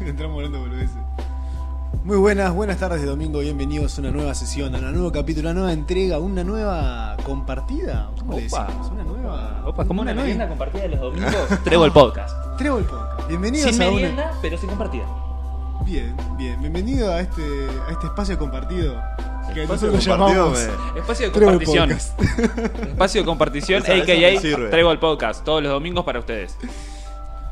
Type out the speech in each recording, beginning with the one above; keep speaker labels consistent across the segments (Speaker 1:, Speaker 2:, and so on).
Speaker 1: Entramos hablando boludeces. Muy buenas, buenas tardes de domingo, bienvenidos a una nueva sesión, a un nuevo capítulo, a una nueva entrega, una nueva compartida. ¿Cómo le
Speaker 2: Opa.
Speaker 1: decimos? Una nueva.
Speaker 2: Opa, como una
Speaker 1: nueva-
Speaker 2: merienda compartida de los domingos. Trébol Podcast.
Speaker 1: Trébol Podcast. Bienvenidos
Speaker 2: Sin
Speaker 1: a una-
Speaker 2: merienda, pero sin compartida.
Speaker 1: Bien, bien. Bienvenido a este, a este espacio compartido. Que
Speaker 3: Espacio
Speaker 1: nosotros
Speaker 3: compartido,
Speaker 1: llamamos
Speaker 3: me-
Speaker 2: Espacio de
Speaker 1: Trébol
Speaker 2: compartición.
Speaker 1: Podcast.
Speaker 2: Espacio de compartición,
Speaker 3: Esa- esa me
Speaker 2: a.k.a.
Speaker 3: sirve.
Speaker 2: Trébol Podcast. Todos los domingos para ustedes.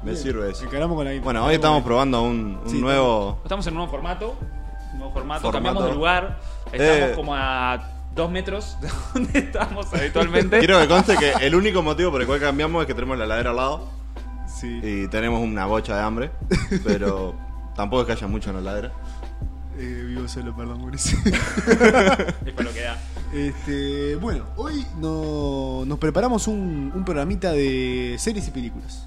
Speaker 3: Me sirve eso.
Speaker 1: Encaramos con la
Speaker 3: Bueno, hoy estamos probando un, un
Speaker 1: Sí,
Speaker 3: nuevo.
Speaker 2: Estamos en un nuevo formato. Un nuevo formato.
Speaker 3: Formato.
Speaker 2: Cambiamos de lugar. Estamos
Speaker 3: Eh.
Speaker 2: como a dos metros de donde estamos habitualmente.
Speaker 3: Quiero que conste que el único motivo por el cual cambiamos es que tenemos la ladera al lado
Speaker 1: Sí.
Speaker 3: y tenemos una bocha de hambre, pero tampoco es que haya mucho en la ladera.
Speaker 1: Eh, vivo solo, perdón, Mauricio.
Speaker 2: Es para lo que da.
Speaker 1: Este, bueno, hoy no- nos preparamos un, un programita de series y películas.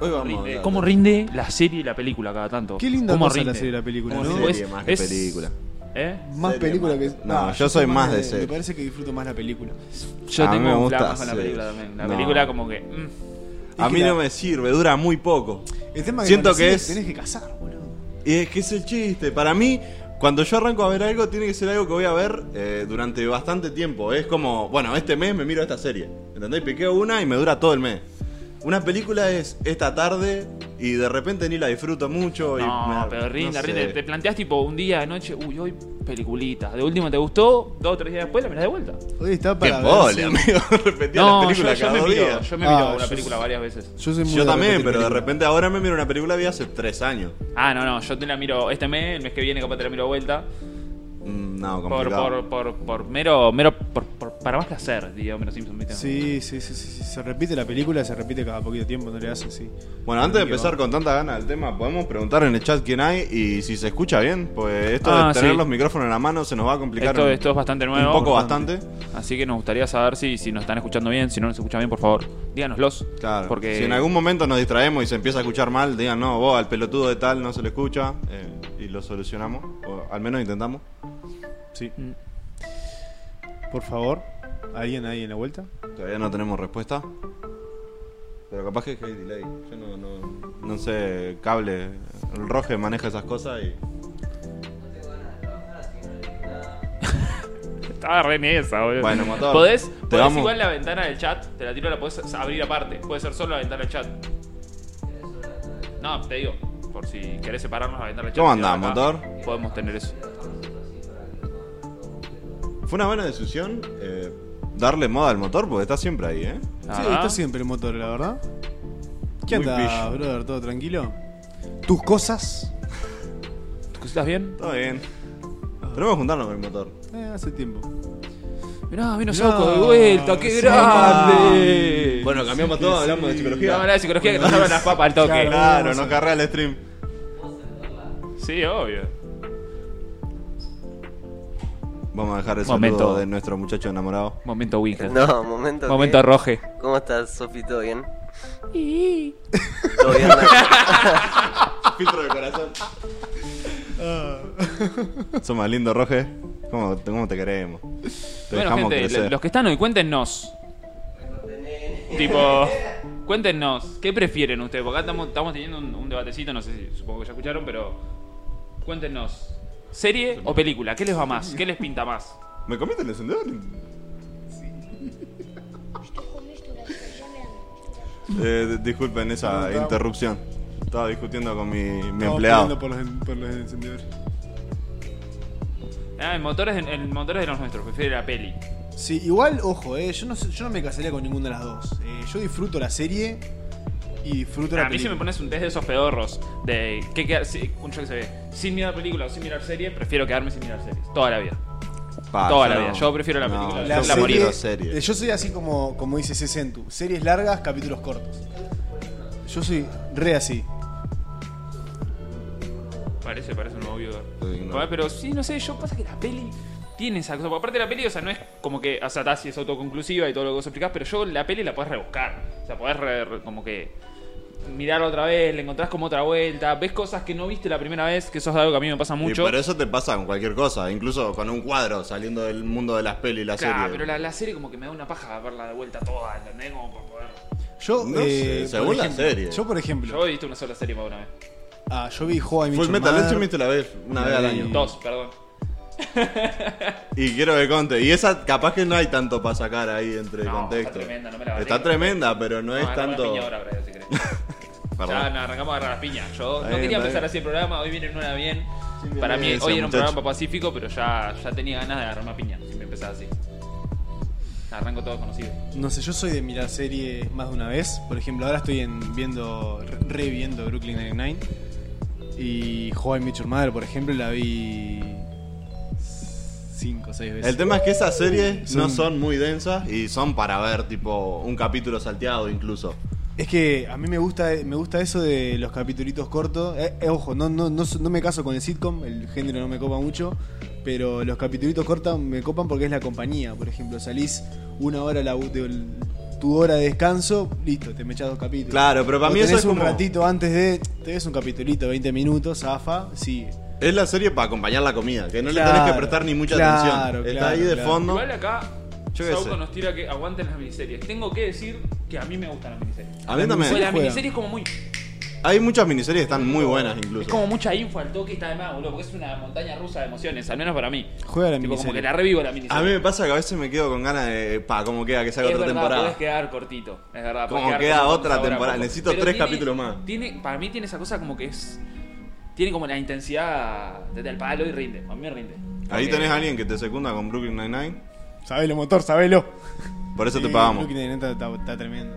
Speaker 3: Hoy vamos a
Speaker 2: Rinde-
Speaker 3: hablar
Speaker 2: ¿Cómo
Speaker 3: de-
Speaker 2: rinde la serie y la película cada tanto?
Speaker 1: Qué linda
Speaker 2: ¿Cómo
Speaker 1: cosa la serie y la película,
Speaker 2: ¿Cómo
Speaker 1: ¿no?
Speaker 2: rinde?
Speaker 3: Serie más que película.
Speaker 2: ¿eh?
Speaker 1: Más
Speaker 3: Serie,
Speaker 1: película
Speaker 3: más-
Speaker 1: que.
Speaker 3: no,
Speaker 1: Ah,
Speaker 3: yo soy más de
Speaker 1: Me
Speaker 3: serie.
Speaker 1: parece que disfruto más la película.
Speaker 2: Yo
Speaker 3: A mí
Speaker 2: tengo
Speaker 3: me
Speaker 2: un
Speaker 3: gusta
Speaker 2: plan más con la
Speaker 3: hacer-
Speaker 2: película también. La
Speaker 3: No.
Speaker 2: película como que... mm.
Speaker 3: A
Speaker 1: que
Speaker 3: mí
Speaker 1: la-
Speaker 3: no me sirve, dura muy poco.
Speaker 1: El tema es
Speaker 3: Siento
Speaker 1: con la serie
Speaker 3: que es-
Speaker 1: Tenés que casar, boludo.
Speaker 3: Y es que es el chiste. Para mí, cuando yo arranco a ver algo, tiene que ser algo que voy a ver eh, durante bastante tiempo. Es como, bueno, este mes me miro esta serie. ¿Entendés? Piqueo una y me dura todo el mes. Una película es esta tarde y de repente ni la disfruto mucho. y
Speaker 2: No,
Speaker 3: me-
Speaker 2: pero rinde,
Speaker 3: no sé.
Speaker 2: rinde. Te planteas tipo un día de noche, uy, hoy peliculita. De último te gustó, dos o tres días después la mirás de vuelta.
Speaker 1: Hoy está
Speaker 3: ¡Qué
Speaker 1: para. ver
Speaker 3: pole,
Speaker 1: si-
Speaker 3: amigo! Repetía la
Speaker 2: No, yo,
Speaker 3: película
Speaker 2: yo
Speaker 3: cada
Speaker 2: me miro,
Speaker 3: día.
Speaker 2: yo me
Speaker 1: Ah,
Speaker 2: miro una
Speaker 1: yo-
Speaker 2: película varias veces.
Speaker 1: Yo, soy muy
Speaker 3: Yo
Speaker 1: de
Speaker 3: también,
Speaker 1: repetir
Speaker 3: pero de
Speaker 1: películas.
Speaker 3: repente ahora me miro una película que vi hace tres años.
Speaker 2: Ah, no, no, yo te la miro este mes, el mes que viene capaz te la miro de vuelta.
Speaker 3: Mm, No,
Speaker 2: Por, por,
Speaker 3: complicado.
Speaker 2: por, por mero, mero, por, por- para más placer, diría Homero Simpson. ¿viste?
Speaker 1: Sí, sí, sí, sí, sí. Se repite la película, se repite cada poquito tiempo, no le hace así.
Speaker 3: Bueno, antes de empezar con tanta ganas del tema, podemos preguntar en el chat quién hay y si se escucha bien, pues esto
Speaker 2: Ah,
Speaker 3: de tener
Speaker 2: sí.
Speaker 3: los micrófonos en la mano se nos va a complicar
Speaker 2: Esto,
Speaker 3: un,
Speaker 2: esto es bastante
Speaker 3: un
Speaker 2: nuevo.
Speaker 3: poco bastante.
Speaker 2: Así que nos gustaría saber si, si nos están escuchando bien. Si no nos escuchan bien, por favor, díganoslos.
Speaker 3: Claro,
Speaker 2: Porque
Speaker 3: si en algún momento nos distraemos y se empieza a escuchar mal, digan, no, vos al pelotudo de tal no se le escucha eh, y lo solucionamos, o al menos intentamos.
Speaker 1: Sí.
Speaker 2: Mm.
Speaker 1: Por favor, ¿alguien ahí en la vuelta?
Speaker 3: Todavía no tenemos respuesta. Pero capaz que hay delay. Yo no, no, no sé, cable. El Roge maneja esas cosas y...
Speaker 2: Estaba re en esa, boludo.
Speaker 3: Bueno, motor,
Speaker 2: Podés,
Speaker 3: te
Speaker 2: podés
Speaker 3: vamos.
Speaker 2: igual la ventana del chat, te la tiro, la podés abrir aparte. Puede ser solo la ventana del chat. No, te digo, por si querés separarnos la ventana del chat.
Speaker 3: ¿Cómo
Speaker 2: tirarla
Speaker 3: andás,
Speaker 2: acá,
Speaker 3: motor?
Speaker 2: Podemos tener eso.
Speaker 3: Fue una buena decisión eh, darle moda al motor porque está siempre ahí, ¿eh?
Speaker 2: Ah.
Speaker 1: Sí, está siempre el motor, la verdad. ¿Qué
Speaker 3: Muy
Speaker 1: anda,
Speaker 3: pillo.
Speaker 1: brother? ¿Todo tranquilo? ¿Tus cosas?
Speaker 2: ¿Tus cositas bien?
Speaker 3: Todo bien. Tenemos que juntarnos con el motor.
Speaker 1: Eh, hace tiempo.
Speaker 2: Mirá, vino
Speaker 1: Mirá,
Speaker 2: Soco de vuelta, qué
Speaker 1: sí,
Speaker 2: grande.
Speaker 3: Bueno, cambiamos todo, hablamos de
Speaker 2: Vamos a hablar de psicología
Speaker 3: psicología.
Speaker 2: que nos abran las papas al toque.
Speaker 1: Claro.
Speaker 3: Claro, nos carrea el stream.
Speaker 2: Sí, obvio.
Speaker 3: Vamos a dejar el
Speaker 2: Momento.
Speaker 3: saludo de nuestro muchacho enamorado.
Speaker 2: Momento Winger.
Speaker 4: No, momento. ¿qué?
Speaker 2: Momento Roje.
Speaker 4: ¿Cómo estás, Sofi? ¿Todo bien? ¿Todo bien? Nacho?
Speaker 3: Filtro de corazón. Somos Ah. lindo, Roge. ¿Cómo, cómo te queremos? Te
Speaker 2: Bueno,
Speaker 3: dejamos
Speaker 2: gente,
Speaker 3: crecer.
Speaker 2: lo- los que están hoy, cuéntenos. tipo, cuéntenos, ¿qué prefieren ustedes? Porque acá estamos, estamos teniendo un, un debatecito, no sé si supongo que ya escucharon, pero cuéntenos. ¿Serie o película? ¿Qué les va más? ¿Qué les pinta más?
Speaker 3: ¿Me comiste el encendedor? Eh, disculpen esa
Speaker 1: Preguntamos.
Speaker 3: interrupción. Estaba discutiendo con mi, mi
Speaker 1: Estamos peleando
Speaker 3: empleado.
Speaker 1: Por los, por los encendedores.
Speaker 2: Ah, el motor es de, el motor es de los nuestros, prefiere la peli.
Speaker 1: Sí, igual, ojo, eh, yo, no, sé- yo no me casaría con ninguna de las dos. Eh, yo disfruto la serie y disfruto la
Speaker 2: a mí si me
Speaker 1: película.
Speaker 2: pones un test de esos pedorros, de qué quedar, si- un show que se ve, sin mirar película o sin mirar serie, prefiero quedarme sin mirar series. Toda la vida.
Speaker 3: Pa,
Speaker 2: Toda
Speaker 3: yo
Speaker 2: la vida. Yo prefiero la película.
Speaker 3: yo
Speaker 2: La serie-
Speaker 3: prefiero serie.
Speaker 1: eh, yo soy así como, como dice Sesentu. Series largas, capítulos cortos. Yo soy re así.
Speaker 2: Parece, parece un obvio.
Speaker 3: Sí, no.
Speaker 2: Joder, Pero sí, no sé, yo pasa que la peli tiene esa cosa. Porque aparte la peli, o sea, no es como que, o sea, está, sí es autoconclusiva y todo lo que vos explicás, pero yo la peli la podés rebuscar. O sea, podés re- re- como que mirarla otra vez, le encontrás como otra vuelta, ves cosas que no viste la primera vez, que eso es algo que a mí me pasa mucho.
Speaker 3: Y pero eso te pasa con cualquier cosa, incluso con un cuadro saliendo del mundo de las pelis y la
Speaker 2: Claro,
Speaker 3: serie.
Speaker 2: pero la, la serie como que me da una paja verla de vuelta toda, ¿entendés? Como por poder...
Speaker 1: Yo,
Speaker 3: No
Speaker 1: eh,
Speaker 3: sé,
Speaker 1: por
Speaker 3: según la
Speaker 1: ejemplo-
Speaker 3: serie.
Speaker 1: Yo, por ejemplo,
Speaker 2: Yo he visto una sola serie más de una vez.
Speaker 1: Ah, yo vi How I Met
Speaker 3: Full
Speaker 1: Your
Speaker 3: Metal
Speaker 1: Mother.
Speaker 3: Alchemist la ves una vez al
Speaker 1: Y-
Speaker 3: año.
Speaker 2: Dos, perdón.
Speaker 3: Y quiero que conte. Y esa capaz que no hay tanto para sacar ahí entre
Speaker 2: No,
Speaker 3: contexto.
Speaker 2: está tremenda, no me la banqué.
Speaker 3: Está tremenda, pero no, es
Speaker 2: agarramos
Speaker 3: tanto.
Speaker 2: Ah, la piña ahora, Brian, si querés.
Speaker 3: Perdón.
Speaker 2: ya nos arrancamos a agarrar las piñas. Yo
Speaker 3: Está
Speaker 2: no
Speaker 3: bien,
Speaker 2: quería
Speaker 3: está
Speaker 2: empezar
Speaker 3: bien.
Speaker 2: así el programa, hoy viene una bien.
Speaker 3: Sin
Speaker 2: Para mí,
Speaker 3: violencia,
Speaker 2: hoy era un
Speaker 3: muchacho.
Speaker 2: programa pacífico, pero ya, ya tenía ganas de agarrarme a piña si me empezaba así. Arranco todo conocido.
Speaker 1: No sé, yo soy de mirar series más de una vez. Por ejemplo, ahora estoy en- viendo, reviendo Brooklyn Nine-Nine. Y How I Met Your Mother, por ejemplo, la vi cinco o seis veces.
Speaker 3: El tema es que esas series no
Speaker 1: Son-
Speaker 3: son muy densas y son para ver tipo un capítulo salteado incluso.
Speaker 1: Es que a mí me gusta, me gusta eso de los capitulitos cortos. Eh, eh, ojo, no, no, no, no me caso con el sitcom, el género no me copa mucho, pero los capitulitos cortos me copan porque es la compañía. Por ejemplo, salís una hora a la, bu- de- tu hora de descanso, listo, te me echas dos capítulos.
Speaker 3: Claro, pero para
Speaker 1: O
Speaker 3: mí eso
Speaker 1: tenés
Speaker 3: es
Speaker 1: un
Speaker 3: como-
Speaker 1: ratito antes de. Te ves un capitulito, 20 minutos, zafa, sigue.
Speaker 3: Es la serie para acompañar la comida, que no le
Speaker 1: Claro,
Speaker 3: tenés que prestar ni mucha
Speaker 1: claro,
Speaker 3: atención. Está
Speaker 1: claro,
Speaker 3: ahí de
Speaker 1: claro.
Speaker 3: fondo.
Speaker 2: Igual acá,
Speaker 3: Yo qué
Speaker 2: Sauco
Speaker 3: sé.
Speaker 2: nos tira que aguanten las miniseries. Tengo que decir que a mí me gustan las miniseries.
Speaker 3: A mí
Speaker 1: Me
Speaker 2: Pues
Speaker 3: también.
Speaker 2: las
Speaker 1: juega.
Speaker 2: miniseries como muy...
Speaker 3: Hay muchas miniseries que están muy buenas
Speaker 2: Es
Speaker 3: incluso.
Speaker 2: como mucha info al toque y está de más, boludo, porque es una montaña rusa de emociones, al menos para mí.
Speaker 1: Juega la
Speaker 2: Tipo, como que
Speaker 1: miniserie.
Speaker 2: la revivo la miniserie.
Speaker 3: A mí me pasa que a veces me quedo con ganas de. Pa, ¿cómo queda que
Speaker 2: es
Speaker 3: salga
Speaker 2: verdad,
Speaker 3: otra
Speaker 2: podés
Speaker 3: temporada?
Speaker 2: quedar cortito, es verdad. podés
Speaker 3: Como
Speaker 2: quedar
Speaker 3: queda
Speaker 2: cortito,
Speaker 3: otra
Speaker 2: sabor a
Speaker 3: temporada,
Speaker 2: poco.
Speaker 3: necesito tres capítulos más.
Speaker 2: Tiene, para mí tiene esa cosa como que es... Tiene como la intensidad desde el palo y rinde, a mí me rinde.
Speaker 3: Ahí
Speaker 2: Porque-
Speaker 3: tenés a alguien que te secunda con Brooklyn Nine-Nine.
Speaker 1: Sabelo, motor, sabelo.
Speaker 3: Por eso te
Speaker 1: Sí,
Speaker 3: pagamos.
Speaker 1: Brooklyn Nine-Nine está, está tremendo.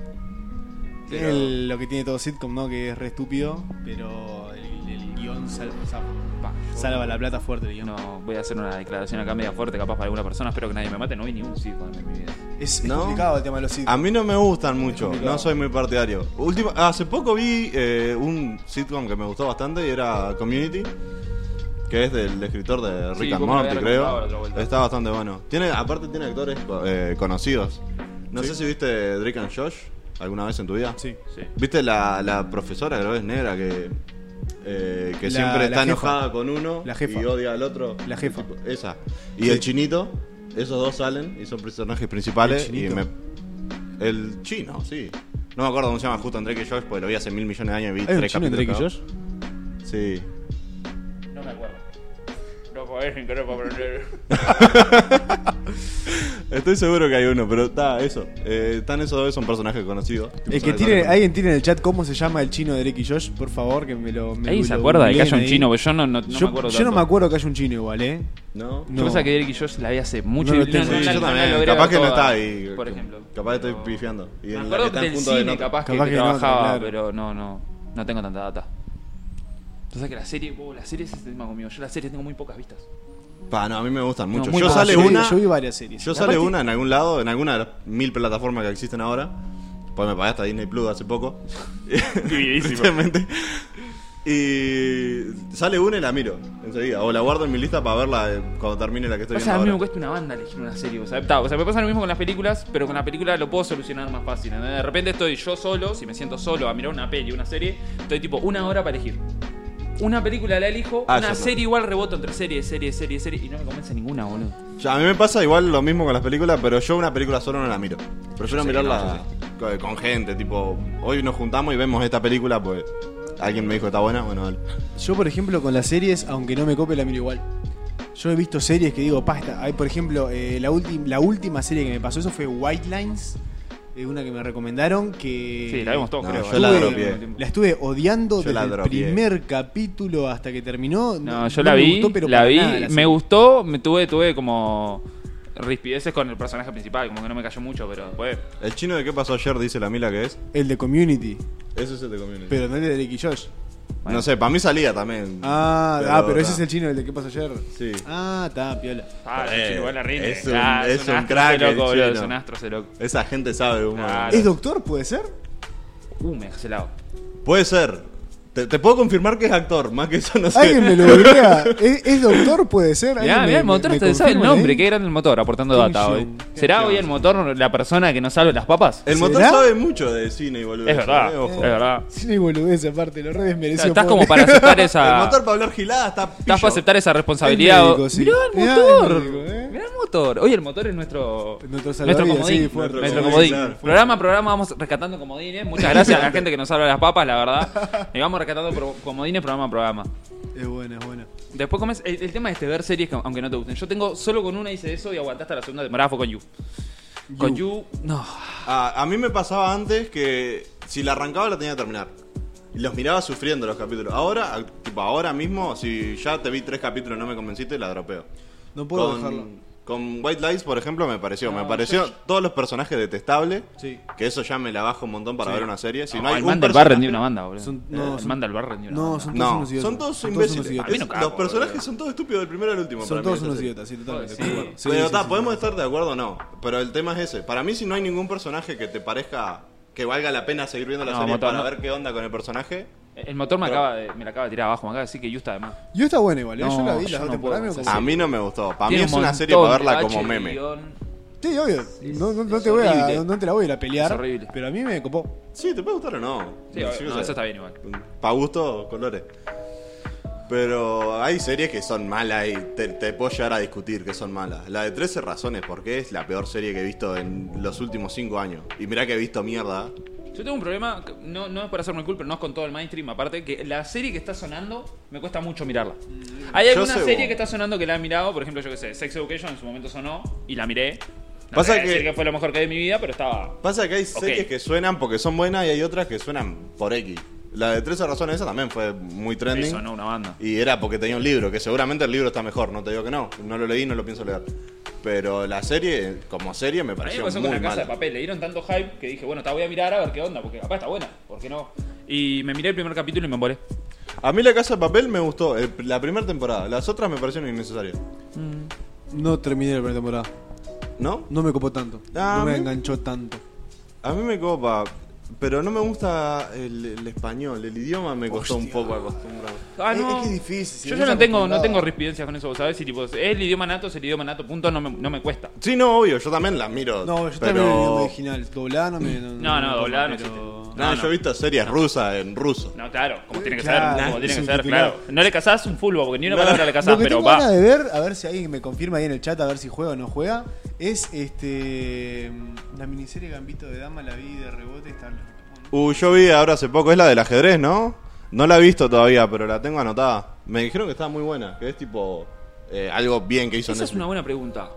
Speaker 1: Tiene
Speaker 3: Pero-
Speaker 1: el- lo que tiene todo sitcom, ¿no? Que es re estúpido, pero el, el guión salva,
Speaker 2: Pa, yo-
Speaker 1: salva la plata fuerte el guión.
Speaker 2: No, voy a hacer una declaración acá media fuerte, capaz para alguna persona. Espero que nadie me mate. No vi ni un sitcom en mi vida.
Speaker 1: Es, es
Speaker 3: No.
Speaker 1: complicado el tema de los
Speaker 3: A
Speaker 1: sitcoms.
Speaker 3: mí no me gustan mucho,
Speaker 1: complicado.
Speaker 3: no soy muy partidario. Último, hace poco vi eh, un sitcom que me gustó bastante y era Community, que es del escritor de
Speaker 2: Sí,
Speaker 3: Rick and
Speaker 2: vos me lo habías
Speaker 3: Morty,
Speaker 2: recomendado la otra
Speaker 3: creo.
Speaker 2: vuelta.
Speaker 3: Está bastante bueno. Tiene, aparte tiene actores eh, conocidos. No sé si viste Drake and Josh alguna vez en tu vida.
Speaker 1: Sí.
Speaker 2: Sí.
Speaker 3: ¿Viste la, la profesora, creo que es negra, que, eh, que
Speaker 1: La-
Speaker 3: siempre
Speaker 1: la
Speaker 3: está
Speaker 1: jefa.
Speaker 3: enojada con uno
Speaker 1: La jefa.
Speaker 3: y odia al otro?
Speaker 1: La jefa.
Speaker 3: Tipo, Esa. Y
Speaker 1: Sí.
Speaker 3: el chinito, esos dos salen y son personajes principales.
Speaker 1: ¿El
Speaker 3: y
Speaker 1: chinito?
Speaker 3: me- el chino, sí. No me acuerdo cómo se llama justo en Drake y Josh, porque lo vi hace mil millones de años y vi
Speaker 1: ¿Hay un
Speaker 3: tres
Speaker 1: chino en Drake y
Speaker 3: capítulos.
Speaker 1: Josh?
Speaker 3: creo. Sí.
Speaker 2: No me acuerdo. No podés, no podés aprender.
Speaker 3: Estoy seguro que hay uno, pero está eso. Eh, están esos dos, son personajes conocidos. Tipo,
Speaker 1: El que
Speaker 3: son
Speaker 1: tiene,
Speaker 3: actores
Speaker 1: alguien tiene en el chat cómo se llama el chino de Drake y Josh, por favor, que me lo. me
Speaker 2: Ahí se
Speaker 1: lo
Speaker 2: acuerda de que
Speaker 1: googleen
Speaker 2: haya un
Speaker 1: ahí.
Speaker 2: chino, porque yo no, no, no
Speaker 1: yo,
Speaker 2: me acuerdo.
Speaker 1: yo no
Speaker 2: tanto.
Speaker 1: me acuerdo que haya un chino igual, ¿eh?
Speaker 3: ¿No?
Speaker 1: No.
Speaker 2: Yo pensaba que Derek y Josh la había hace mucho
Speaker 1: No lo
Speaker 2: y
Speaker 1: tengo.
Speaker 2: la-
Speaker 1: Sí,
Speaker 2: la-
Speaker 3: yo
Speaker 2: la
Speaker 3: también.
Speaker 2: logré
Speaker 3: capaz
Speaker 2: ver
Speaker 3: que no está
Speaker 2: toda,
Speaker 3: ahí.
Speaker 2: Por ejemplo.
Speaker 3: Capaz que estoy pifiando. Y en
Speaker 2: Me
Speaker 3: la
Speaker 2: acuerdo
Speaker 3: que están
Speaker 2: del
Speaker 3: juntos en
Speaker 2: cine,
Speaker 3: otra.
Speaker 2: capaz,
Speaker 1: Capaz
Speaker 2: que,
Speaker 1: que no,
Speaker 2: trabajaba,
Speaker 1: claro.
Speaker 2: pero no, no, no tengo tanta data. Entonces que la serie, oh, la serie es el tema conmigo. Yo la serie tengo muy pocas vistas.
Speaker 3: Pa, no, a mí me gustan mucho.
Speaker 2: muy
Speaker 3: yo
Speaker 2: mal.
Speaker 3: sale
Speaker 1: yo vi-
Speaker 3: una.
Speaker 1: Yo vi varias series.
Speaker 3: Yo
Speaker 1: La
Speaker 3: sale
Speaker 1: parte-
Speaker 3: una en algún lado, en alguna de las mil plataformas que existen ahora. Pues me pagaste a Disney Plus hace poco. Tristemente. Y sale una y la miro enseguida. O la guardo en mi lista para verla eh, cuando termine la que estoy
Speaker 2: O sea, a mí
Speaker 3: viendo
Speaker 2: me
Speaker 3: ahora.
Speaker 2: cuesta una banda elegir una serie. O sea, ta, o sea, me pasa lo mismo con las películas, pero con la película lo puedo solucionar más fácil. ¿entendés? De repente estoy yo solo, si me siento solo a mirar una peli, una serie, estoy tipo una hora para elegir. Una película la elijo,
Speaker 3: Ah, ya
Speaker 2: una
Speaker 3: sé.
Speaker 2: serie igual reboto entre serie, serie, serie, serie, y no me convence ninguna, boludo.
Speaker 3: Ya, a mí me pasa igual lo mismo con las películas, pero yo una película solo no la miro. Prefiero
Speaker 2: sé que
Speaker 3: mirarla co- eh, con gente, tipo, hoy nos juntamos y vemos esta película, pues alguien me dijo que está buena, bueno, dale.
Speaker 1: Yo, por ejemplo, con las series, aunque no me cope, la miro igual. Yo he visto series que digo, pasta. Hay, por ejemplo, eh, la, ulti- la última serie que me pasó, eso fue White Lines, eh, una que me recomendaron que.
Speaker 2: Sí, la vemos todos,
Speaker 3: no,
Speaker 2: creo.
Speaker 3: yo
Speaker 2: ¿eh?
Speaker 3: la
Speaker 2: Estuve-
Speaker 3: dropié.
Speaker 1: La estuve odiando
Speaker 3: Yo
Speaker 1: desde
Speaker 3: la
Speaker 1: el
Speaker 3: dropié.
Speaker 1: primer capítulo hasta que terminó.
Speaker 2: No, yo la
Speaker 1: me
Speaker 2: vi,
Speaker 1: gustó, pero
Speaker 2: la
Speaker 1: para
Speaker 2: vi,
Speaker 1: nada la
Speaker 2: me
Speaker 1: serie.
Speaker 2: gustó, me tuve, tuve como rispideces con el personaje principal, como que no me cayó mucho, pero después...
Speaker 3: El chino de qué pasó ayer dice la Mila que es.
Speaker 1: El de Community,
Speaker 3: Ese es el de Community.
Speaker 1: pero no el de Drake y Josh.
Speaker 3: No sé, para mí salía también.
Speaker 1: Ah, pero, ah, pero ese es
Speaker 3: ta.
Speaker 1: el chino, el de qué pasó ayer.
Speaker 3: Sí.
Speaker 1: Ah, está, piola.
Speaker 2: Ah,
Speaker 3: Eh,
Speaker 2: el chico igual la rinde.
Speaker 3: es un-
Speaker 2: Ah,
Speaker 3: es un
Speaker 2: astro
Speaker 3: crack
Speaker 2: ese
Speaker 3: el
Speaker 2: loco, boludo,
Speaker 3: chino.
Speaker 2: es un astro ese loco.
Speaker 3: Esa gente sabe, humo.
Speaker 2: Claro.
Speaker 1: ¿Es doctor, puede ser?
Speaker 2: Uh, me dejé helado.
Speaker 3: Puede ser. Te, te puedo confirmar que es actor, más que eso no sé.
Speaker 1: ¿Alguien me lo googlea? ¿Es, es doctor, puede ser?
Speaker 2: Mirá,
Speaker 1: ¿Alguien
Speaker 2: mirá,
Speaker 1: me-
Speaker 2: el motor
Speaker 1: me-
Speaker 2: te
Speaker 1: me
Speaker 2: sabe el
Speaker 1: confirma,
Speaker 2: nombre,
Speaker 1: eh?
Speaker 2: qué grande el motor, aportando
Speaker 1: Qué
Speaker 2: data hoy.
Speaker 1: millón.
Speaker 2: ¿Será hoy el motor la persona que no salve las papas?
Speaker 3: El motor
Speaker 1: ¿Será?
Speaker 3: sabe mucho de cine y boludo.
Speaker 2: Es verdad,
Speaker 3: eh,
Speaker 2: es
Speaker 3: ojo.
Speaker 2: verdad.
Speaker 1: Cine y boludez aparte, lo redes
Speaker 2: O sea,
Speaker 1: merecido.
Speaker 2: Estás como para aceptar esa.
Speaker 3: El motor para hablar gilada está pillo.
Speaker 2: Estás para aceptar esa responsabilidad.
Speaker 1: Es médico, sí.
Speaker 2: Mirá el
Speaker 1: Mirá
Speaker 2: motor.
Speaker 1: el médico, eh.
Speaker 2: Mirá el motor. Hoy el motor es nuestro.
Speaker 1: Nuestro
Speaker 2: Nuestro
Speaker 1: salvavidas,
Speaker 2: comodín.
Speaker 1: sí, fue
Speaker 3: nuestro
Speaker 2: nuestro comodín.
Speaker 3: comodín, claro, fue.
Speaker 2: programa a programa vamos rescatando comodines. Muchas gracias a la gente que nos habla las papas, la verdad. Y vamos rescatando pro- comodines programa a programa.
Speaker 1: Es buena, es buena.
Speaker 2: Después comes el, el tema de este ver series que, aunque no te gusten. Yo tengo solo con una hice eso y aguanté hasta la segunda temporada fue con You. Con You, no.
Speaker 3: A, a mí me pasaba antes que si la arrancaba la tenía que terminar. Y los miraba sufriendo los capítulos. Ahora, a- tipo, ahora mismo, si ya te vi tres capítulos y no me convenciste, la dropeo.
Speaker 1: No puedo
Speaker 3: con,
Speaker 1: dejarlo. Ah,
Speaker 3: Con White Lies, por ejemplo, me pareció.
Speaker 2: No,
Speaker 3: me pareció
Speaker 2: yo-
Speaker 3: todos los personajes detestables.
Speaker 1: Sí.
Speaker 3: Que eso ya me la bajo un montón para
Speaker 1: Sí.
Speaker 3: ver una serie. Si no,
Speaker 2: No,
Speaker 3: hay
Speaker 2: el
Speaker 3: un
Speaker 2: man del
Speaker 3: personaje-
Speaker 2: bar rendió una banda, boludo.
Speaker 1: Son- no,
Speaker 2: el
Speaker 1: son-
Speaker 2: man del bar rendió una
Speaker 1: no,
Speaker 2: banda.
Speaker 1: son todos
Speaker 3: No,
Speaker 1: unos idiotas.
Speaker 3: son todos
Speaker 1: Son todos unos
Speaker 3: imbéciles.
Speaker 1: idiotas.
Speaker 2: A mí no
Speaker 3: Es-
Speaker 2: cago,
Speaker 3: los personajes
Speaker 2: boludo.
Speaker 3: son todos estúpidos del primero al último.
Speaker 1: Son
Speaker 3: para mí,
Speaker 1: todos
Speaker 3: esta
Speaker 1: unos
Speaker 3: serie.
Speaker 1: idiotas, sí, totalmente.
Speaker 2: Sí.
Speaker 1: estoy de acuerdo. Sí,
Speaker 3: pero
Speaker 1: sí,
Speaker 3: está,
Speaker 1: sí,
Speaker 3: podemos estar de acuerdo o no. Pero el tema es ese. Para mí, si no hay ningún personaje que te parezca que valga la pena seguir viendo la
Speaker 2: No,
Speaker 3: serie
Speaker 2: motor,
Speaker 3: para
Speaker 2: no.
Speaker 3: ver qué onda con el personaje.
Speaker 2: El motor me
Speaker 3: Pero-
Speaker 2: acaba de, me la acaba de tirar abajo, me acaba de decir que You está de más.
Speaker 1: sí. Yo está buena igual, ¿eh? yo
Speaker 2: No,
Speaker 1: la vi
Speaker 2: yo
Speaker 1: las dos
Speaker 2: no
Speaker 1: temporadas.
Speaker 2: puedo,
Speaker 1: me
Speaker 2: o sea,
Speaker 1: gustó.
Speaker 3: A mí no me gustó. Para mí
Speaker 2: Tiene
Speaker 3: es
Speaker 2: un
Speaker 3: una serie para
Speaker 2: montón de
Speaker 3: verla
Speaker 2: baches
Speaker 3: como
Speaker 2: de
Speaker 3: meme.
Speaker 2: guión.
Speaker 1: Sí, obvio. No, no- no
Speaker 2: Es
Speaker 1: te voy a,
Speaker 2: horrible.
Speaker 1: no te la voy a ir a pelear.
Speaker 2: Es horrible.
Speaker 1: Pero a mí me copó.
Speaker 3: Sí, te puede gustar o no.
Speaker 2: Sí, obvio, no, eso está bien igual.
Speaker 3: Para gusto, colores. Pero hay series que son malas y te, te puedo llegar a discutir que son malas. La de 13 razones, porque es la peor serie que he visto en los últimos 5 años. Y mirá que he visto mierda.
Speaker 2: Yo tengo un problema, que no, no es para hacerme el cool, pero no es con todo el mainstream. Aparte, que la serie que está sonando me cuesta mucho mirarla. Hay
Speaker 3: Mm. Yo
Speaker 2: alguna
Speaker 3: sé
Speaker 2: serie
Speaker 3: vos.
Speaker 2: que está sonando que la he mirado, por ejemplo, yo que sé, Sex Education en su momento sonó y la miré. No
Speaker 3: Pasa
Speaker 2: voy a decir
Speaker 3: que-
Speaker 2: que fue lo mejor que vi en mi vida, pero estaba.
Speaker 3: Pasa que hay series
Speaker 2: Ok.
Speaker 3: que suenan porque son buenas y hay otras que suenan por X. La de 13 razones esa también fue muy trending.
Speaker 2: Eso, no, una banda.
Speaker 3: Y era porque tenía un libro, que seguramente el libro está mejor, no te digo que no. No lo leí, no lo pienso leer. Pero la serie, como serie, me
Speaker 2: A mí
Speaker 3: pareció
Speaker 2: me pasó
Speaker 3: muy
Speaker 2: con la casa
Speaker 3: mala.
Speaker 2: de papel, le dieron tanto hype que dije, bueno, te voy a mirar a ver qué onda, porque capaz está buena, ¿por qué no? Y me miré el primer capítulo y me embolé.
Speaker 3: A mí la casa de papel me gustó, el- la primera temporada. Las otras me parecieron innecesarias.
Speaker 1: No terminé la primera temporada.
Speaker 3: ¿No?
Speaker 1: No me copó tanto.
Speaker 3: Ah,
Speaker 1: no me
Speaker 3: a mí-
Speaker 1: enganchó tanto.
Speaker 3: A mí me copa, pero no me gusta el, el español, el idioma me costó un poco acostumbrarme.
Speaker 2: Ah,
Speaker 1: Es-
Speaker 2: no.
Speaker 1: es que es difícil, si
Speaker 2: Yo
Speaker 1: no
Speaker 2: ya
Speaker 1: estás
Speaker 2: no tengo, no
Speaker 1: acostumbrado.
Speaker 2: tengo rispidencias con eso, ¿vos ¿sabes? Si tipo, es el idioma nato, es el idioma nato, punto, no me, no me cuesta.
Speaker 3: Sí, no, obvio, yo también las miro.
Speaker 1: No, yo
Speaker 3: pero...
Speaker 1: también el idioma original. Doblada no me.
Speaker 2: No, no, doblada no
Speaker 1: pero-
Speaker 3: No, yo he visto series rusas en ruso.
Speaker 2: No, claro, como tiene que
Speaker 1: Eh, Claro,
Speaker 2: ser, como tiene que ser,
Speaker 1: subtitulado.
Speaker 2: claro. No le casás un fulbo, porque ni una
Speaker 3: No,
Speaker 2: palabra le casás,
Speaker 1: Lo que
Speaker 2: pero
Speaker 1: tengo
Speaker 2: va.
Speaker 1: ganas de ver, a ver si alguien me confirma ahí en el chat, a ver si juega o no juega, es este. La miniserie Gambito de Dama, la vi de rebote, está.
Speaker 3: Uh, yo vi ahora hace poco, es la del ajedrez, ¿no? No la he visto todavía, pero la tengo anotada. Me dijeron que estaba muy buena, que es tipo eh, algo bien que hizo
Speaker 2: Esa es
Speaker 3: Netflix.
Speaker 2: una buena pregunta.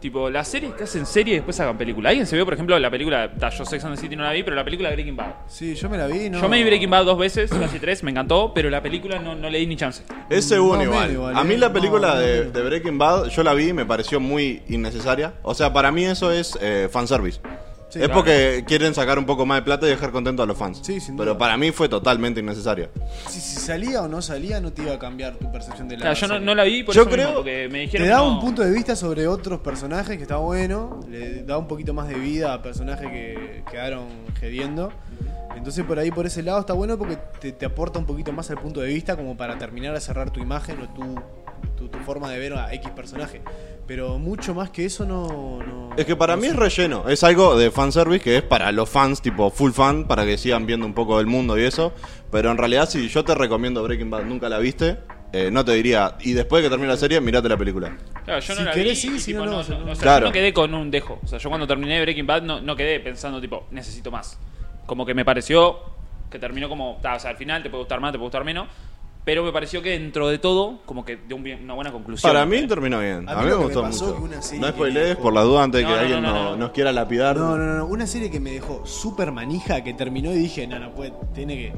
Speaker 2: Tipo, las series que hacen serie y después hagan película. ¿Alguien se vio, por ejemplo, la película, ta, yo Sex and the City no la vi, pero la película Breaking Bad?
Speaker 1: Sí, yo me la vi, ¿no?
Speaker 2: Yo me vi Breaking Bad dos veces, casi tres, me encantó, pero la película no, no le di ni chance.
Speaker 3: Ese
Speaker 1: Más
Speaker 3: uno
Speaker 1: o
Speaker 3: igual.
Speaker 1: menos igual,
Speaker 3: A mí
Speaker 1: eh.
Speaker 3: la película
Speaker 1: Más o
Speaker 3: de,
Speaker 1: menos.
Speaker 3: de Breaking Bad, yo la vi y me pareció muy innecesaria. O sea, para mí eso es eh, fanservice.
Speaker 1: Sí,
Speaker 3: es
Speaker 1: claro.
Speaker 3: porque quieren sacar un poco más de plata y dejar contento a los fans.
Speaker 1: Sí, sin
Speaker 3: Pero
Speaker 1: duda.
Speaker 3: para mí fue totalmente innecesaria.
Speaker 1: Si, si salía o no salía, no te iba a cambiar tu percepción de
Speaker 2: O
Speaker 1: la.
Speaker 2: sea, yo no,
Speaker 1: serie.
Speaker 2: no la vi por
Speaker 3: Yo
Speaker 2: eso mismo,
Speaker 3: creo-
Speaker 2: porque me dijeron
Speaker 1: Te da
Speaker 2: que no-
Speaker 1: un punto de vista sobre otros personajes que está bueno, le da un poquito más de vida a personajes que quedaron gediendo. Entonces por ahí, por ese lado, está bueno porque te, te aporta un poquito más al punto de vista como para terminar de cerrar tu imagen o tu, tu, tu forma de ver a X personaje. Pero mucho más que eso no... no-
Speaker 3: Es que para
Speaker 1: no
Speaker 3: mí
Speaker 1: sé.
Speaker 3: es relleno, es algo de fanservice que es para los fans, tipo full fan, para que sigan viendo un poco del mundo y eso. Pero en realidad, si yo te recomiendo Breaking Bad, nunca la viste, eh, no te diría. Y después de que termine la serie, mirate la película.
Speaker 2: Claro, yo no
Speaker 1: Si
Speaker 2: la
Speaker 1: querés,
Speaker 2: vi.
Speaker 1: sí,
Speaker 2: y,
Speaker 1: si
Speaker 2: tipo,
Speaker 1: no,
Speaker 2: no,
Speaker 1: no, si
Speaker 2: no,
Speaker 1: no.
Speaker 2: o sea,
Speaker 3: Claro.
Speaker 2: yo no quedé con un dejo. O sea, yo cuando terminé Breaking Bad no, no quedé pensando, tipo, necesito más. Como que me pareció que terminó como. ta, o sea, al final te puede gustar más, te puede gustar menos. Pero me pareció que dentro de todo, como que dio un bien- una buena conclusión.
Speaker 3: Para mí terminó bien.
Speaker 1: A
Speaker 3: A
Speaker 1: mí
Speaker 3: mí me
Speaker 1: lo que
Speaker 3: gustó
Speaker 1: me pasó
Speaker 3: mucho.
Speaker 1: que una serie
Speaker 3: No
Speaker 1: que me
Speaker 3: spoilees
Speaker 1: dejó-
Speaker 3: por la duda antes de que
Speaker 2: No, no,
Speaker 3: alguien
Speaker 2: no,
Speaker 3: no-
Speaker 2: no, no.
Speaker 3: nos quiera lapidar.
Speaker 1: No, no, no, no, una serie que me dejó súper manija, que terminó y dije, no, no puede, tiene que...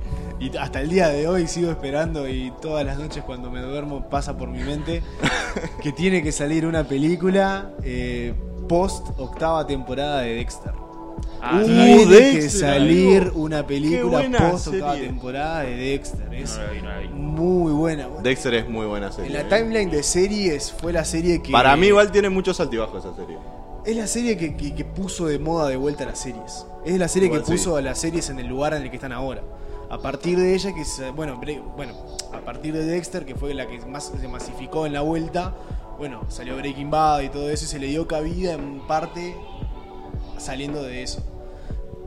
Speaker 1: Y hasta el día de hoy sigo esperando y todas las noches cuando me duermo pasa por mi mente que tiene que salir una película eh, post octava temporada de Dexter.
Speaker 2: Ah,
Speaker 3: Uh,
Speaker 2: sí,
Speaker 1: tiene que
Speaker 3: Dexter,
Speaker 1: salir
Speaker 3: amigo.
Speaker 1: una
Speaker 3: Qué
Speaker 1: película
Speaker 3: buena
Speaker 1: post octava
Speaker 3: serie.
Speaker 1: temporada de Dexter. Es
Speaker 2: no la vi, no la vi.
Speaker 1: muy buena. boludo.
Speaker 3: Dexter es muy buena serie. ¿eh?
Speaker 1: En la timeline de series fue la serie que...
Speaker 3: Para mí igual tiene muchos altibajos esa serie.
Speaker 1: Es la serie que, que- que puso de moda de vuelta las series. Es la serie
Speaker 3: Igual
Speaker 1: que puso
Speaker 3: sí.
Speaker 1: a las series en el lugar en el que están ahora. A partir de ella, que se- bueno, Bre- bueno, a partir de Dexter, que fue la que más se masificó en la vuelta, bueno, salió Breaking Bad y todo eso, y se le dio cabida en parte saliendo de eso.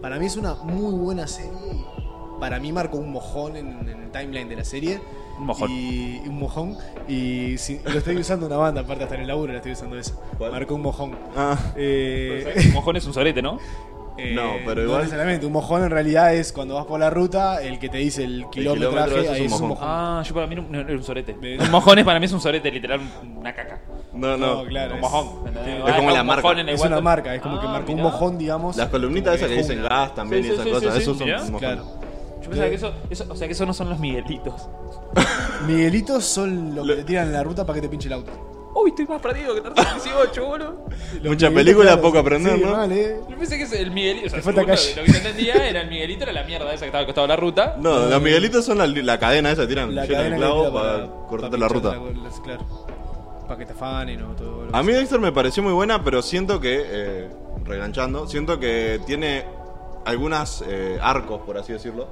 Speaker 1: Para mí es una muy buena serie y para mí marcó un mojón en, en el timeline de la serie.
Speaker 2: Un mojón.
Speaker 1: Y, un mojón. Y si- lo estoy usando una banda, aparte hasta en el laburo la estoy usando esa.
Speaker 3: ¿Cuál?
Speaker 1: Marcó un mojón.
Speaker 3: Ah.
Speaker 1: Eh,
Speaker 2: Mojón es un sorete, ¿no?
Speaker 1: Eh,
Speaker 3: No, pero
Speaker 1: no
Speaker 3: igual-
Speaker 1: necesariamente, un mojón en realidad es cuando vas por la ruta, el que te dice el
Speaker 3: kilómetro
Speaker 1: kilometraje,
Speaker 3: ese es
Speaker 1: ahí
Speaker 3: un
Speaker 1: es un
Speaker 3: mojón.
Speaker 1: mojón.
Speaker 2: Ah, yo para mí era un, era un sorete.
Speaker 1: Me-
Speaker 2: Un mojón es para mí es un sorete, literal, una caca.
Speaker 3: No, no.
Speaker 1: No, claro.
Speaker 2: Un
Speaker 1: es-
Speaker 2: mojón. ¿entendés? Ah,
Speaker 3: Es como
Speaker 2: está
Speaker 3: la
Speaker 2: un
Speaker 3: marca.
Speaker 2: mojón en el
Speaker 1: Es
Speaker 2: guante.
Speaker 1: una marca, es como que
Speaker 2: Ah,
Speaker 1: marcó un
Speaker 2: mirá.
Speaker 1: mojón, digamos.
Speaker 3: Las columnitas esas que
Speaker 1: es
Speaker 3: dicen
Speaker 1: una-
Speaker 3: gas también
Speaker 2: Sí,
Speaker 3: y
Speaker 2: sí,
Speaker 3: esas
Speaker 2: sí,
Speaker 3: cosas,
Speaker 2: sí,
Speaker 3: esos son
Speaker 2: mirá.
Speaker 3: mojones.
Speaker 1: Claro.
Speaker 2: Yo pensaba que eso, eso- o sea, que esos no son los miguelitos.
Speaker 1: Miguelitos son los que
Speaker 3: Lo-
Speaker 1: te tiran en la ruta para que te pinche el auto.
Speaker 2: Uy, estoy más perdido que Tarzán 18, boludo.
Speaker 3: Mucha
Speaker 1: Miguelitos,
Speaker 3: película,
Speaker 1: claro,
Speaker 3: poco
Speaker 1: sí,
Speaker 3: aprender,
Speaker 1: sí, eh.
Speaker 3: ¿no?
Speaker 1: vale.
Speaker 2: Yo pensé que es el miguelito. O sea,
Speaker 1: Te falta
Speaker 2: según lo-
Speaker 1: calle.
Speaker 2: lo que yo entendía era el miguelito, era la mierda esa que estaba al costado de la ruta.
Speaker 3: No, los Miguelitos son la, la cadena esa, tiran
Speaker 1: La
Speaker 3: llenan
Speaker 1: cadena
Speaker 3: el
Speaker 1: que
Speaker 3: clavo
Speaker 1: tira
Speaker 3: para, cortarte la
Speaker 1: pincharte
Speaker 3: ruta.
Speaker 1: las- claro. Para que te afanen o todo. lo
Speaker 3: A
Speaker 1: que
Speaker 3: mí
Speaker 1: sea.
Speaker 3: Dexter me pareció muy buena, pero siento que, eh, reganchando, siento que tiene algunas eh, arcos, por así decirlo.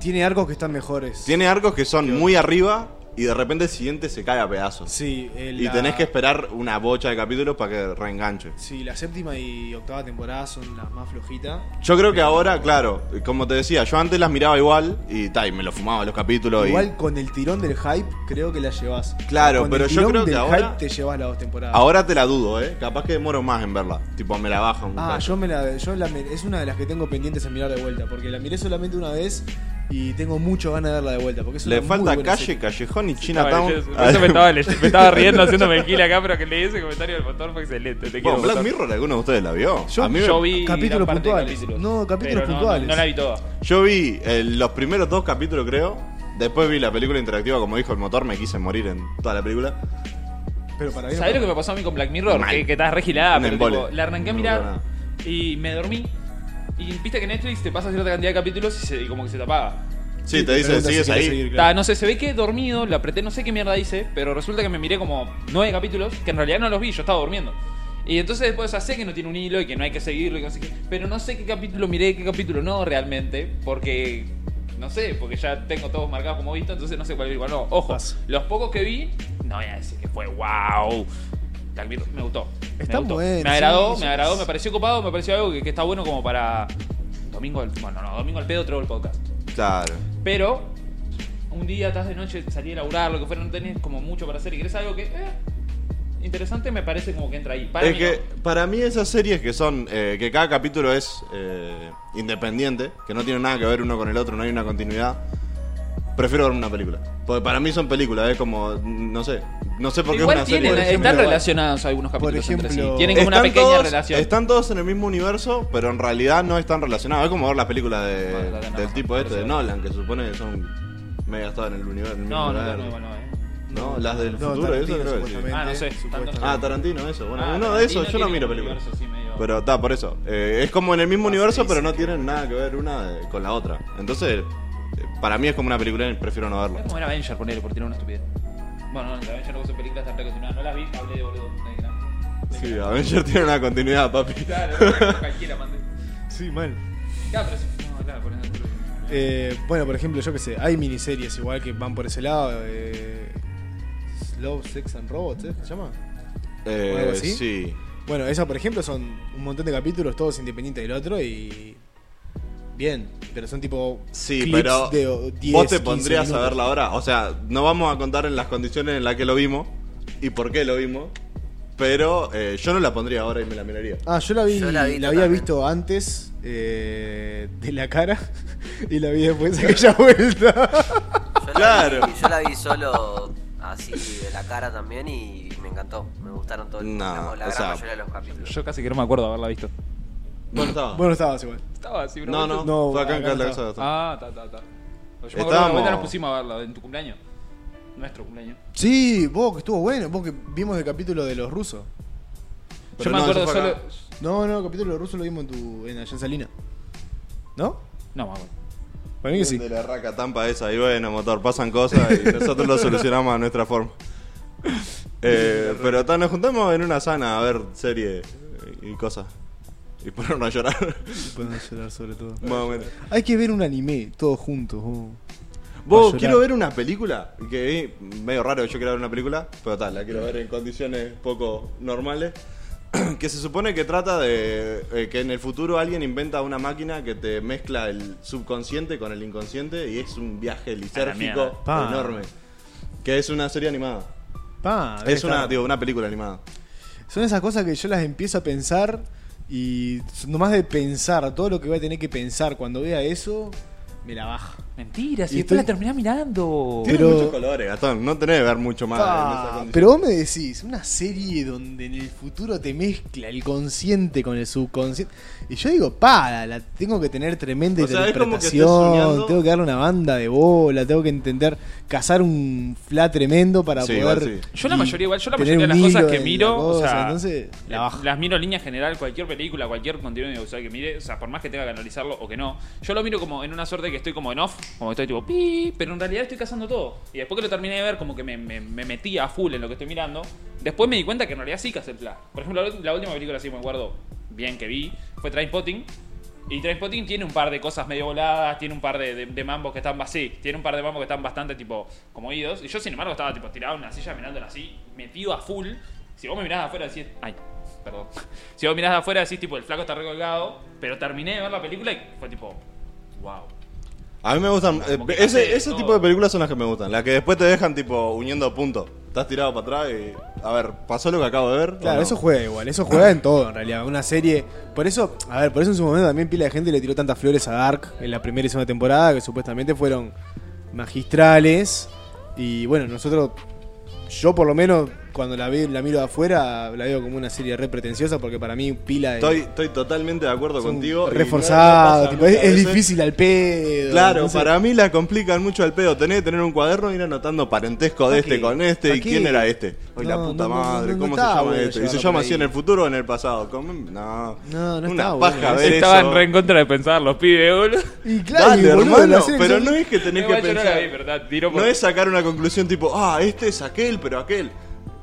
Speaker 1: Tiene arcos que están mejores.
Speaker 3: Tiene arcos que son muy arriba y de repente el siguiente se cae a pedazos.
Speaker 1: Sí, eh,
Speaker 3: Y
Speaker 1: la-
Speaker 3: tenés que esperar una bocha de capítulos para que reenganche.
Speaker 1: Sí, la séptima y octava temporada son las más flojitas.
Speaker 3: Yo creo que ahora, claro, como te decía, yo antes las miraba igual y, ta, y me lo fumaba los capítulos. y-
Speaker 1: Igual con el tirón del hype, creo que la llevas.
Speaker 3: Claro,
Speaker 1: Con
Speaker 3: pero
Speaker 1: el
Speaker 3: yo
Speaker 1: tirón
Speaker 3: creo que
Speaker 1: del
Speaker 3: ahora-
Speaker 1: hype te llevas las dos temporadas.
Speaker 3: Ahora te la dudo, ¿eh? Capaz que demoro más en verla. Tipo, me la baja un
Speaker 1: Ah,
Speaker 3: cacho.
Speaker 1: yo me la, yo la me- es una de las que tengo pendientes a mirar de vuelta, porque la miré solamente una vez y tengo mucho ganas de verla de vuelta, porque es
Speaker 3: Le
Speaker 1: una muy
Speaker 3: falta
Speaker 1: buena
Speaker 3: calle,
Speaker 1: serie.
Speaker 3: callejón y
Speaker 2: Estaba-
Speaker 3: Chinatown.
Speaker 2: yo- por Eso me estaba, le- me estaba riendo haciéndome el kill acá, pero que leí ese comentario del motor fue excelente. Te quiero.
Speaker 3: Bueno, Black
Speaker 2: motor.
Speaker 3: Mirror, ¿alguno de ustedes la vio?
Speaker 1: Yo-
Speaker 3: A mí me-
Speaker 2: Yo vi
Speaker 1: Capítulos
Speaker 2: gran parte de
Speaker 1: puntuales. No, capítulos
Speaker 2: pero no-
Speaker 1: puntuales.
Speaker 2: No, no la vi toda.
Speaker 3: yo vi eh, los primeros dos capítulos, creo. Después vi la película interactiva, como dijo el motor, me quise morir en toda la película.
Speaker 1: Pero para bien o
Speaker 2: ¿Sabés lo
Speaker 1: para
Speaker 2: que me pasó a mí con Black Mirror?
Speaker 3: Mal.
Speaker 2: Que, que estás regilada,
Speaker 3: Un
Speaker 2: pero tipo,
Speaker 3: embole.
Speaker 2: la arranqué a
Speaker 3: No,
Speaker 2: mirar
Speaker 3: no, no.
Speaker 2: y me dormí. Y viste que Netflix te pasa cierta cantidad de capítulos y, se- y como que se te apaga.
Speaker 3: Sí, te dice,
Speaker 1: pregunta si
Speaker 3: sigues
Speaker 1: querés
Speaker 3: ahí.
Speaker 1: seguir,
Speaker 2: Ta,
Speaker 1: claro.
Speaker 2: no sé, se ve que he dormido, la apreté, no sé qué mierda hice, pero resulta que me miré como nueve capítulos, que en realidad no los vi, yo estaba durmiendo. Y entonces después, o sea, sé que no tiene un hilo y que no hay que seguirlo y que no sé qué, pero no sé qué capítulo miré, qué capítulo no realmente, porque no sé, porque ya tengo todos marcados como visto, entonces no sé cuál vi, cuál no. Ojo,
Speaker 1: Pasa.
Speaker 2: los pocos que vi, no voy a decir que fue wow. Black Mirror Me gustó. me
Speaker 1: Está
Speaker 2: gustó.
Speaker 1: bueno,
Speaker 2: Me agradó,
Speaker 1: sí, sí.
Speaker 2: me agradó, me pareció copado, me pareció algo que, que está bueno como para domingo al, bueno, no, domingo al pedo traigo el podcast.
Speaker 3: Claro.
Speaker 2: Pero un día estás de noche, salí a laburar, lo que fuera, no tenés como mucho para hacer y querés algo que. eh, interesante me parece como que entra ahí. Para
Speaker 3: es
Speaker 2: mí
Speaker 3: que
Speaker 2: no.
Speaker 3: para mí esas series que son, eh, que cada capítulo es eh, independiente, que no tienen nada que ver uno con el otro, no hay una continuidad, prefiero ver una película. Porque para mí son películas, es como, no sé, no sé por qué
Speaker 2: Igual
Speaker 3: es una
Speaker 2: tienen,
Speaker 3: serie.
Speaker 1: por ejemplo,
Speaker 2: están
Speaker 1: igual.
Speaker 2: relacionados algunos capítulos entre sí.
Speaker 1: ejemplo,
Speaker 2: Tienen como una pequeña
Speaker 3: todos,
Speaker 2: relación.
Speaker 3: Están todos en el mismo universo, pero en realidad no están relacionados. Es como ver las películas
Speaker 2: Bueno,
Speaker 3: de-
Speaker 2: la de
Speaker 3: del
Speaker 2: Nolan,
Speaker 3: tipo este, de
Speaker 2: parece.
Speaker 3: Nolan, que supone que son media estaban en el universo. en el
Speaker 2: No,
Speaker 3: mismo
Speaker 2: no, no,
Speaker 3: lugar.
Speaker 2: no, no, eh.
Speaker 3: No, las del
Speaker 1: No,
Speaker 3: futuro, eso
Speaker 1: Tarantino,
Speaker 3: creo que sí.
Speaker 1: supuestamente,
Speaker 2: Ah, no sé,
Speaker 1: supuestamente.
Speaker 3: Ah, Tarantino, eso. Bueno,
Speaker 2: Ah,
Speaker 3: uno de esos,
Speaker 2: Tarantino
Speaker 3: yo no
Speaker 2: tiene
Speaker 3: miro
Speaker 2: un
Speaker 3: películas.
Speaker 2: universo así medio-
Speaker 3: Pero está, por eso. Eh, es como en el mismo
Speaker 1: Ah,
Speaker 3: universo,
Speaker 1: sí,
Speaker 3: pero
Speaker 1: sí,
Speaker 3: no tienen nada que ver una eh, con la otra. Entonces, eh, para mí es como una película y prefiero no verla.
Speaker 2: Es como era Avenger, ponerle por tirar una estupidez. Bueno, no, Avenger no puse películas tan recontinuadas. No las vi, hablé de boludo. de que no. De que
Speaker 3: Sí,
Speaker 2: no.
Speaker 3: Avenger tiene una continuidad, papi.
Speaker 2: Claro, cualquiera mande.
Speaker 1: Ah, Sí, mal.
Speaker 2: Claro, pero sí. No, claro, por ejemplo.
Speaker 1: Eh, bueno, por ejemplo, yo que sé, hay miniseries igual que van por ese lado. Eh, Love, Sex and Robots, ¿eh? ¿Se llama?
Speaker 3: Eh,
Speaker 1: ¿O algo así?
Speaker 3: sí.
Speaker 1: Bueno, esas, por ejemplo, son un montón de capítulos, todos independientes del otro y. Bien, pero son tipo.
Speaker 3: Sí,
Speaker 1: clips
Speaker 3: pero
Speaker 1: de o, 10,
Speaker 3: vos te
Speaker 1: 15
Speaker 3: pondrías a
Speaker 1: minutos.
Speaker 3: verla ahora. O sea, no vamos a contar en las condiciones en las que lo vimos y por qué lo vimos. Pero eh, yo no la pondría ahora y me la miraría.
Speaker 1: Ah, yo la vi.
Speaker 4: Yo
Speaker 1: la,
Speaker 4: la vi
Speaker 1: había
Speaker 4: totalmente.
Speaker 1: visto antes eh, de la cara y la vi después de aquella vuelta.
Speaker 4: Yo
Speaker 3: Claro.
Speaker 4: La vi, yo la vi solo así de la cara también y me encantó. Me gustaron todos
Speaker 3: No,
Speaker 4: digamos, la
Speaker 3: o
Speaker 4: gran
Speaker 3: sea,
Speaker 4: mayoría de los capítulos.
Speaker 2: Yo casi que no me acuerdo de haberla visto.
Speaker 3: Bueno, estaba.
Speaker 1: bueno, estabas igual.
Speaker 2: Estaba así,
Speaker 3: no, no,
Speaker 1: No,
Speaker 3: fue acá en
Speaker 1: acá
Speaker 3: la
Speaker 1: no
Speaker 3: casa. de Gastón.
Speaker 2: Ah, ta, ta, ta. Yo me acuerdo que una
Speaker 3: Estábamos-
Speaker 2: vuelta nos pusimos a verla en tu cumpleaños. Nuestro cumpleaños.
Speaker 1: Sí, vos que estuvo bueno, vos que vimos el capítulo de los rusos.
Speaker 3: Pero
Speaker 2: Yo me
Speaker 3: no,
Speaker 2: acuerdo
Speaker 3: eso fue
Speaker 2: solo.
Speaker 3: acá.
Speaker 1: No, no, el capítulo de los rusos lo vimos en, tu, en allá en Salina. ¿No?
Speaker 2: No me acuerdo.
Speaker 1: Para mí que sí.
Speaker 3: De la raca tampa esa. Y bueno, motor, pasan cosas y nosotros lo solucionamos a nuestra forma. Eh, pero ta, nos juntamos en una sana a ver serie y cosas. Y ponernos a llorar.
Speaker 1: Pueden llorar sobre todo.
Speaker 3: Más o menos.
Speaker 1: Hay que ver un anime todos juntos. vos.
Speaker 3: Vos,
Speaker 1: llorar.
Speaker 3: quiero ver una película. Que es medio raro que yo quiera ver una película, pero tal, la quiero ver en condiciones poco normales. Que se supone que trata de eh, que en el futuro alguien inventa una máquina que te mezcla el subconsciente con el inconsciente y es un viaje lisérgico
Speaker 2: mierda.
Speaker 1: Pa.
Speaker 3: enorme. Que es una serie animada.
Speaker 1: Pa, debe
Speaker 3: Es una,
Speaker 1: estar.
Speaker 3: digo, una película animada.
Speaker 1: Son esas cosas que yo las empiezo a pensar Y nomás de pensar, todo lo que voy a tener que pensar cuando vea eso, me la baja.
Speaker 2: Mentira, si
Speaker 1: Y
Speaker 2: después la
Speaker 1: estoy-
Speaker 2: terminás mirando.
Speaker 1: Tiene
Speaker 3: Tiene
Speaker 1: Pero-
Speaker 3: muchos colores, Gastón. No tenés que ver mucho más. en esa
Speaker 1: Pa,
Speaker 3: condición.
Speaker 1: pero vos me decís, una serie donde en el futuro te mezcla el consciente con el subconsciente. Y yo digo, para, la tengo que tener tremenda
Speaker 3: O sea, es como que estés
Speaker 1: interpretación,
Speaker 3: soñando-
Speaker 1: tengo que darle una banda de bola, tengo que entender cazar un fla tremendo para
Speaker 3: Sí,
Speaker 1: poder.
Speaker 3: igual sí.
Speaker 2: Yo la
Speaker 1: y
Speaker 2: mayoría, igual, yo la
Speaker 1: tener
Speaker 2: mayoría de
Speaker 1: un
Speaker 2: las cosas
Speaker 1: hilo
Speaker 2: que
Speaker 1: en la
Speaker 2: miro,
Speaker 1: cosa,
Speaker 2: o sea,
Speaker 1: entonces la bajo.
Speaker 2: las miro en línea general, cualquier película, cualquier contenido audiovisual que mire, o sea, por más que tenga que analizarlo o que no, yo lo miro como en una suerte que estoy como en off, como estoy tipo pi, pero en realidad estoy cazando todo. Y después que lo terminé de ver, como que me, me, me metí a full en lo que estoy mirando, después me di cuenta que en realidad sí cazé el plan. Por ejemplo, la, ul- la última película, sí me acuerdo bien que vi, fue Trainspotting. Y Trainspotting tiene un par de cosas medio voladas, tiene un par de, de- de mambos que están así, tiene un par de mambos que están bastante tipo como idos. Y yo, sin embargo, estaba tipo tirado en una silla mirándola así, metido a full. Si vos me mirás de afuera, decís. Ay, perdón. Si vos mirás de afuera, decís tipo, el flaco está recolgado. Pero terminé de ver la película y fue tipo. Wow.
Speaker 3: A mí me gustan. eh,
Speaker 2: Como que
Speaker 3: ese
Speaker 2: hace
Speaker 3: ese
Speaker 2: todo.
Speaker 3: tipo de películas son las que me gustan. Las que después te dejan, tipo, uniendo puntos. Estás tirado para atrás y. A ver, ¿pasó lo que acabo de ver? o
Speaker 1: Claro,
Speaker 3: no?
Speaker 1: eso juega igual, eso juega en todo en realidad. Una serie. Por eso, a ver, por eso en su momento también pila de gente le tiró tantas flores a Dark en la primera y segunda temporada, que supuestamente fueron magistrales. Y bueno, nosotros, yo por lo menos, cuando la, ve- la miro de afuera, la veo como una serie re pretenciosa, porque para mí pila de.
Speaker 3: Estoy, estoy totalmente de acuerdo
Speaker 1: son
Speaker 3: contigo. y no- no
Speaker 1: Reforzado,
Speaker 3: pasa
Speaker 1: tipo, es,
Speaker 3: muchas
Speaker 1: es
Speaker 3: veces.
Speaker 1: difícil al pedo.
Speaker 3: Claro,
Speaker 1: entonces-
Speaker 3: para mí la complican mucho al pedo. Tenés que tener un cuaderno e ir anotando parentesco de
Speaker 1: ¿Pa'
Speaker 3: este
Speaker 1: qué?
Speaker 3: con este.
Speaker 1: ¿Pa'
Speaker 3: ¿Y
Speaker 1: qué?
Speaker 3: quién era este? Ay, la
Speaker 1: No,
Speaker 3: puta
Speaker 1: no, no,
Speaker 3: madre,
Speaker 1: no, no
Speaker 3: ¿cómo se
Speaker 1: está
Speaker 3: llama
Speaker 1: bueno
Speaker 3: este? ¿Y se
Speaker 1: llevarlo
Speaker 3: llama
Speaker 1: por
Speaker 3: así en
Speaker 1: ahí.
Speaker 3: el futuro o en el pasado? ¿Cómo? No.
Speaker 1: No, no
Speaker 3: Una
Speaker 1: está
Speaker 3: paja
Speaker 1: bueno.
Speaker 3: ver eso.
Speaker 2: Estaban reencontra de pensar los pibes, boludo.
Speaker 1: Y claro,
Speaker 3: Dale,
Speaker 1: y, boludo, la
Speaker 3: hermano,
Speaker 1: serie
Speaker 3: pero
Speaker 1: son-
Speaker 3: no es que tenés que
Speaker 2: Igual yo no la
Speaker 3: pensar.
Speaker 2: vi, pero está- tiro por-
Speaker 3: No es sacar una conclusión tipo, ah, este es aquel, pero aquel.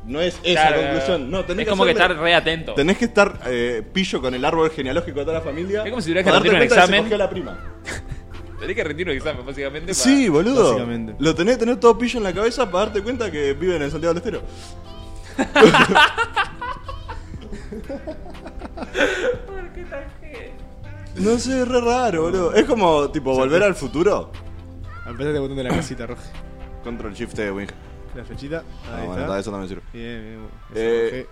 Speaker 3: No es esa
Speaker 2: Claro,
Speaker 3: conclusión. No, tenés
Speaker 2: es como que
Speaker 3: hacerle-
Speaker 2: estar re atento.
Speaker 3: Tenés que estar eh, pillo con el árbol genealógico de toda la familia.
Speaker 2: Es como si tuvieras que
Speaker 3: para darte
Speaker 2: rendir un
Speaker 3: cuenta que se
Speaker 2: examen.
Speaker 3: cogió a la prima.
Speaker 2: Tenés que rendir un examen, básicamente. para-
Speaker 3: Sí, boludo.
Speaker 1: Básicamente.
Speaker 3: Lo tenés que tener todo pillo en la cabeza para darte cuenta que viven en Santiago del Estero. No sé, es re raro, boludo. Es como, tipo, volver al futuro.
Speaker 1: Empezaste botando la casita, Roge.
Speaker 3: Control Shift T, Wing.
Speaker 1: La flechita.
Speaker 3: Ah,
Speaker 1: Ahí
Speaker 3: bueno,
Speaker 1: está.
Speaker 3: está, eso también sirve.
Speaker 1: Bien, bien. bueno. Eso,
Speaker 3: Eh,
Speaker 1: Roge.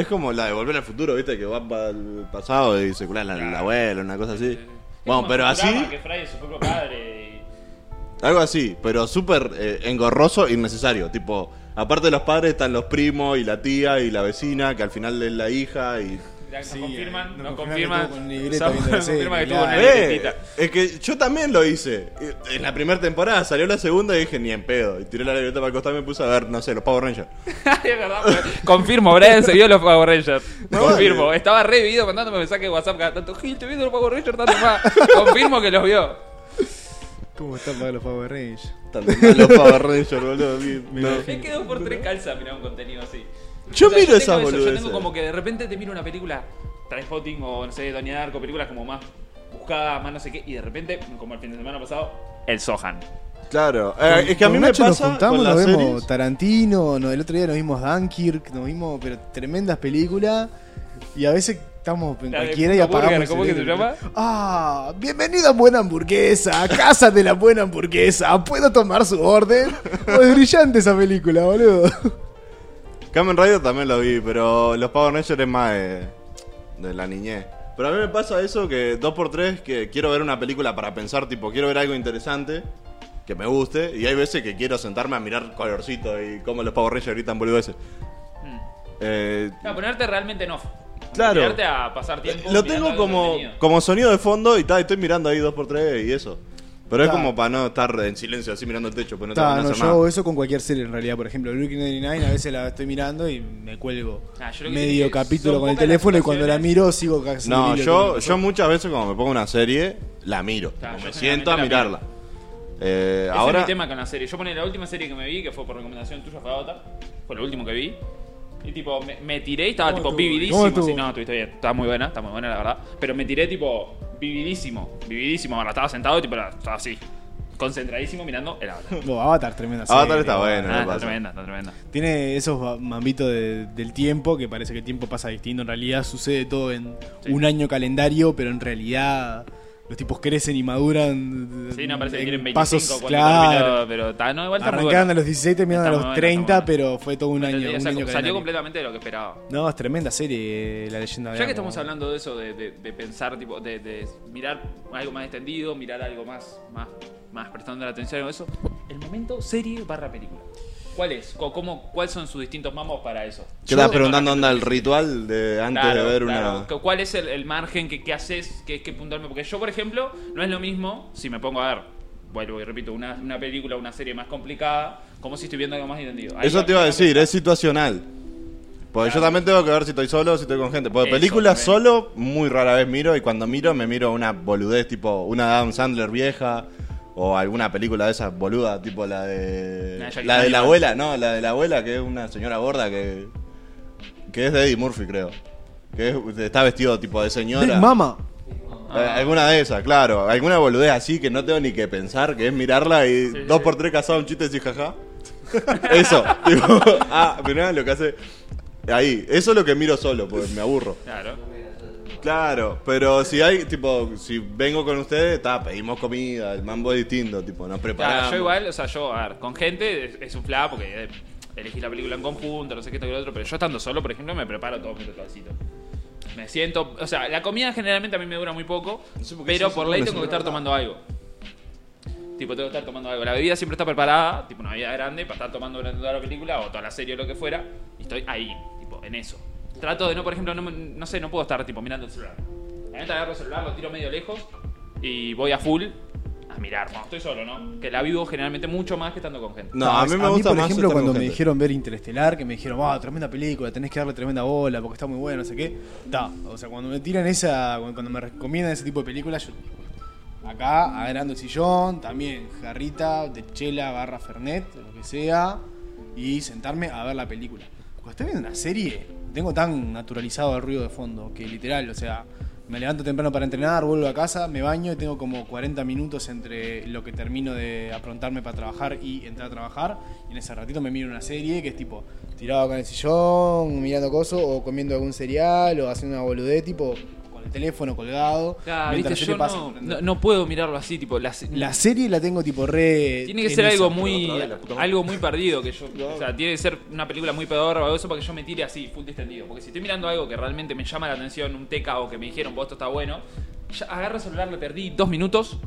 Speaker 3: Es como la de volver al futuro, viste, que va para el pasado y se cura el abuelo, una cosa así.
Speaker 2: Eh, Es
Speaker 3: Bueno,
Speaker 2: como
Speaker 3: pero así,
Speaker 2: Futurama, que Fry es su propio padre y-
Speaker 3: algo así, pero súper eh, engorroso y necesario. Tipo, aparte de los padres están los primos y la tía y la vecina, que al final es la hija y.
Speaker 2: Ya nos
Speaker 1: Sí,
Speaker 2: confirman,
Speaker 1: eh,
Speaker 2: nos
Speaker 1: nos confirman
Speaker 2: confirman.
Speaker 1: que tuvo con libreta viendo la
Speaker 2: nos confirman
Speaker 1: serie,
Speaker 2: que tuvo una
Speaker 1: claro.
Speaker 2: libretita.
Speaker 3: Eh, es que yo también lo hice. Eh, En la primera temporada salió la segunda y dije, ni en pedo. Y tiré la libreta para el costado y me puse a ver, no sé, los Power Rangers.
Speaker 2: Es verdad, pues. Confirmo, Brian se vio los Power Rangers.
Speaker 3: No,
Speaker 2: Confirmo. Estaba revivido mandándome mensajes de WhatsApp cada tanto. Gil, estoy viendo los Power Rangers tanto más. Confirmo que los vio.
Speaker 1: ¿Cómo están para los Power Rangers?
Speaker 3: También los Power Rangers, boludo. bien,
Speaker 1: Me
Speaker 3: no.
Speaker 2: Me quedo por tres calzas mirar un contenido así.
Speaker 3: Yo miro
Speaker 2: tengo
Speaker 3: esas
Speaker 2: eso, Yo
Speaker 3: boludeces.
Speaker 2: tengo como que de repente te miro una película, Transpotting o no sé, Doña Darko, películas como más buscadas, más no sé qué, y de repente, como el fin de semana pasado, el Sohan.
Speaker 3: Claro, eh, es que a mí
Speaker 1: Con
Speaker 3: me
Speaker 1: Nacho
Speaker 3: pasa.
Speaker 1: nos juntamos,
Speaker 3: con
Speaker 1: nos
Speaker 3: las
Speaker 1: vemos
Speaker 3: series-
Speaker 1: Tarantino, no, el otro día nos vimos Dunkirk, nos vimos pero tremendas películas y a veces estamos en
Speaker 2: La de
Speaker 1: cualquiera y
Speaker 2: Puto Burger,
Speaker 1: apagamos. el
Speaker 2: ¿cómo que se
Speaker 1: cerebro.
Speaker 2: llama?
Speaker 1: Ah, bienvenido a Buena Hamburguesa, a casa de la Buena Hamburguesa. ¿Puedo tomar su orden? Oh, es brillante esa película, boludo.
Speaker 3: Kamen Rider también lo vi, pero los Power Rangers es más de, de la niñez. Pero a mí me pasa eso que 2x3 que quiero ver una película para pensar, tipo, quiero ver algo interesante que me guste. Y hay veces que quiero sentarme a mirar colorcito y cómo los Power Rangers gritan boludeces. Eh,
Speaker 2: No, ponerte realmente en off.
Speaker 3: Claro.
Speaker 2: Ponerte a pasar tiempo.
Speaker 3: lo
Speaker 2: mirando
Speaker 3: tengo
Speaker 2: algo
Speaker 3: como,
Speaker 2: entretenido.
Speaker 3: como sonido de fondo y tal, estoy mirando ahí 2x3 y eso. Pero es
Speaker 1: Claro.
Speaker 3: como para no estar en silencio así mirando el techo, pues no te
Speaker 1: Ta,
Speaker 3: van a
Speaker 1: no,
Speaker 3: hacer
Speaker 1: yo
Speaker 3: nada.
Speaker 1: hago eso con cualquier serie en realidad. Por ejemplo, Brooklyn 99 a veces la estoy mirando y me cuelgo
Speaker 2: Ah, yo lo que digo
Speaker 1: medio
Speaker 2: es que
Speaker 1: capítulo
Speaker 2: son
Speaker 1: con el
Speaker 2: pocas las
Speaker 1: teléfono y cuando la
Speaker 2: situaciones-
Speaker 1: miro sigo casi
Speaker 3: No,
Speaker 1: un hilo
Speaker 3: yo,
Speaker 1: con-
Speaker 3: yo muchas veces cuando me pongo una serie, la miro.
Speaker 2: Claro,
Speaker 3: Como
Speaker 2: yo
Speaker 3: me siento a
Speaker 2: generalmente la
Speaker 3: mirarla. Eh,
Speaker 2: Ese es
Speaker 3: ahora,
Speaker 2: mi tema con la serie. Yo poné la última serie que me vi, que fue por recomendación tuya, fue Avatar. Fue lo último que vi. Y tipo, me, me tiré y estaba
Speaker 1: ¿Cómo
Speaker 2: tipo
Speaker 1: estuvo?
Speaker 2: vividísimo.
Speaker 1: ¿Cómo estuvo?
Speaker 2: Así, no, estuviste bien. Estaba muy buena, está muy buena, la verdad. Pero me tiré tipo vividísimo, vividísimo. Ahora estaba sentado y tipo, la- estaba así, concentradísimo mirando el Avatar.
Speaker 1: No, Avatar tremenda
Speaker 3: Avatar
Speaker 1: serie,
Speaker 3: está
Speaker 1: boludo.
Speaker 3: bueno.
Speaker 2: Ah,
Speaker 3: me
Speaker 2: está
Speaker 3: pasa.
Speaker 2: tremenda, está tremenda.
Speaker 1: Tiene esos ba- mambitos de- del tiempo que parece que el tiempo pasa distinto. En realidad sucede todo en
Speaker 2: Sí.
Speaker 1: un año calendario, pero en realidad los tipos crecen y maduran.
Speaker 2: Sí, no, parece que
Speaker 1: en
Speaker 2: tienen 25
Speaker 1: pasos,
Speaker 2: cuando
Speaker 1: claro.
Speaker 2: terminó, pero está, no, igual está muy
Speaker 1: Arrancaron a
Speaker 2: bueno.
Speaker 1: los 17, terminaron a
Speaker 2: Está
Speaker 1: los
Speaker 2: muy bueno,
Speaker 1: 30,
Speaker 2: está muy
Speaker 1: pero fue todo un año.
Speaker 2: O
Speaker 1: un
Speaker 2: sea, como
Speaker 1: año
Speaker 2: salió
Speaker 1: calendario.
Speaker 2: completamente de lo que esperaba.
Speaker 1: No, es tremenda serie, eh, La leyenda de
Speaker 2: Ya que
Speaker 1: Aang,
Speaker 2: estamos
Speaker 1: ¿no?
Speaker 2: hablando de eso, de, de- de pensar, tipo, de, de mirar algo más extendido, mirar algo más, más, más prestando la atención a eso, el momento serie barra película. ¿Cuál es? Co- ¿Cómo, ¿Cuáles son sus distintos mamos para eso?
Speaker 3: Yo estaba preguntando onda el ritual de antes
Speaker 2: Claro,
Speaker 3: de ver
Speaker 2: claro.
Speaker 3: una.
Speaker 2: Cu- ¿Cuál es el, el margen que, que haces? que que puntuarme? Porque yo, por ejemplo, no es lo mismo si me pongo a ver, vuelvo y repito, una, una película, una serie más complicada, como si estoy viendo algo más entendido. Ahí
Speaker 3: Eso
Speaker 2: va.
Speaker 3: te iba a decir, es situacional. Porque yo también tengo que ver si estoy solo o si estoy con gente. Porque
Speaker 2: Eso
Speaker 3: películas
Speaker 2: también.
Speaker 3: solo, muy rara vez miro. Y cuando miro, me miro una boludez, tipo una Adam Sandler vieja. O alguna película de esas boludas, tipo la
Speaker 2: Una de
Speaker 3: de.
Speaker 2: Jackie
Speaker 3: La de la
Speaker 2: Chan.
Speaker 3: abuela, no, la de la abuela, que es una señora gorda que. Que es de Eddie Murphy, creo. Que es- está vestido tipo de señora.
Speaker 1: Big Mama.
Speaker 3: Eh,
Speaker 2: Ah.
Speaker 3: Alguna de esas, claro. Alguna boludez así que no tengo ni que pensar, que es mirarla y dos por tres casado un chiste y decir jaja. Eso. tipo, ah, mirá lo que hace. Ahí. Eso es lo que miro solo, porque me aburro.
Speaker 2: Claro.
Speaker 3: Claro, pero si hay, tipo, si vengo con ustedes, ta, pedimos comida, el mambo es distinto, tipo, nos preparamos.
Speaker 2: Claro, yo igual, o sea, yo, a ver, con gente es, es un fla porque eh, elegís la película en conjunto, no sé qué, esto que lo otro, pero yo estando solo, por ejemplo, me preparo todo mi ritualcito. Me siento, o sea, la comida generalmente a mí me dura muy poco,
Speaker 3: sé por qué
Speaker 2: pero
Speaker 3: se hace
Speaker 2: por ley
Speaker 3: doble,
Speaker 2: tengo que
Speaker 3: señora.
Speaker 2: estar tomando algo. Tipo, tengo que estar tomando algo. La bebida siempre está preparada, tipo una bebida grande, para estar tomando durante toda la película o toda la serie o lo que fuera, y estoy ahí, tipo, en eso. Trato de no, por ejemplo, no, me- no sé, no puedo estar, tipo, mirando el celular. La neta agarro el celular, lo tiro medio lejos y voy a full a mirar. Cuando estoy solo, ¿no? Que la vivo generalmente mucho más que estando con gente.
Speaker 3: No, a mí me gusta
Speaker 1: por
Speaker 3: más
Speaker 1: ejemplo,
Speaker 3: estar con
Speaker 1: cuando me
Speaker 3: gente.
Speaker 1: dijeron ver Interestelar, que me dijeron, wow, tremenda película, tenés que darle tremenda bola porque está muy buena, no sé qué. Ta, o sea, cuando me tiran esa, cuando cuando me recomiendan ese tipo de películas, yo. Acá, agarrando el sillón, también jarrita de chela, barra fernet, lo que sea, y sentarme a ver la película. Cuando estoy viendo una serie, tengo tan naturalizado el ruido de fondo que literal, o sea, me levanto temprano para entrenar, vuelvo a casa, me baño y tengo como 40 minutos entre lo que termino de aprontarme para trabajar y entrar a trabajar. Y en ese ratito me miro una serie que es tipo tirado acá en el sillón, mirando cosas, o comiendo algún cereal, o haciendo una boludez, tipo con el teléfono colgado.
Speaker 2: Claro,
Speaker 1: mientras
Speaker 2: viste,
Speaker 1: la serie
Speaker 2: yo
Speaker 1: pasa,
Speaker 2: no,
Speaker 1: ¿entendés?
Speaker 2: no- no puedo mirarlo así, tipo, la, se-
Speaker 1: La serie la tengo tipo re.
Speaker 2: Tiene que
Speaker 1: en
Speaker 2: ser
Speaker 1: esa.
Speaker 2: algo muy
Speaker 3: otra vez, la puta madre.
Speaker 2: algo muy perdido que yo, o sea, tiene que ser una película muy pedorra o algo eso para que yo me tire así, full distendido, porque si estoy mirando algo que realmente me llama la atención, un teca o que me dijeron, "Vos esto está bueno", ya agarro el celular, le perdí dos minutos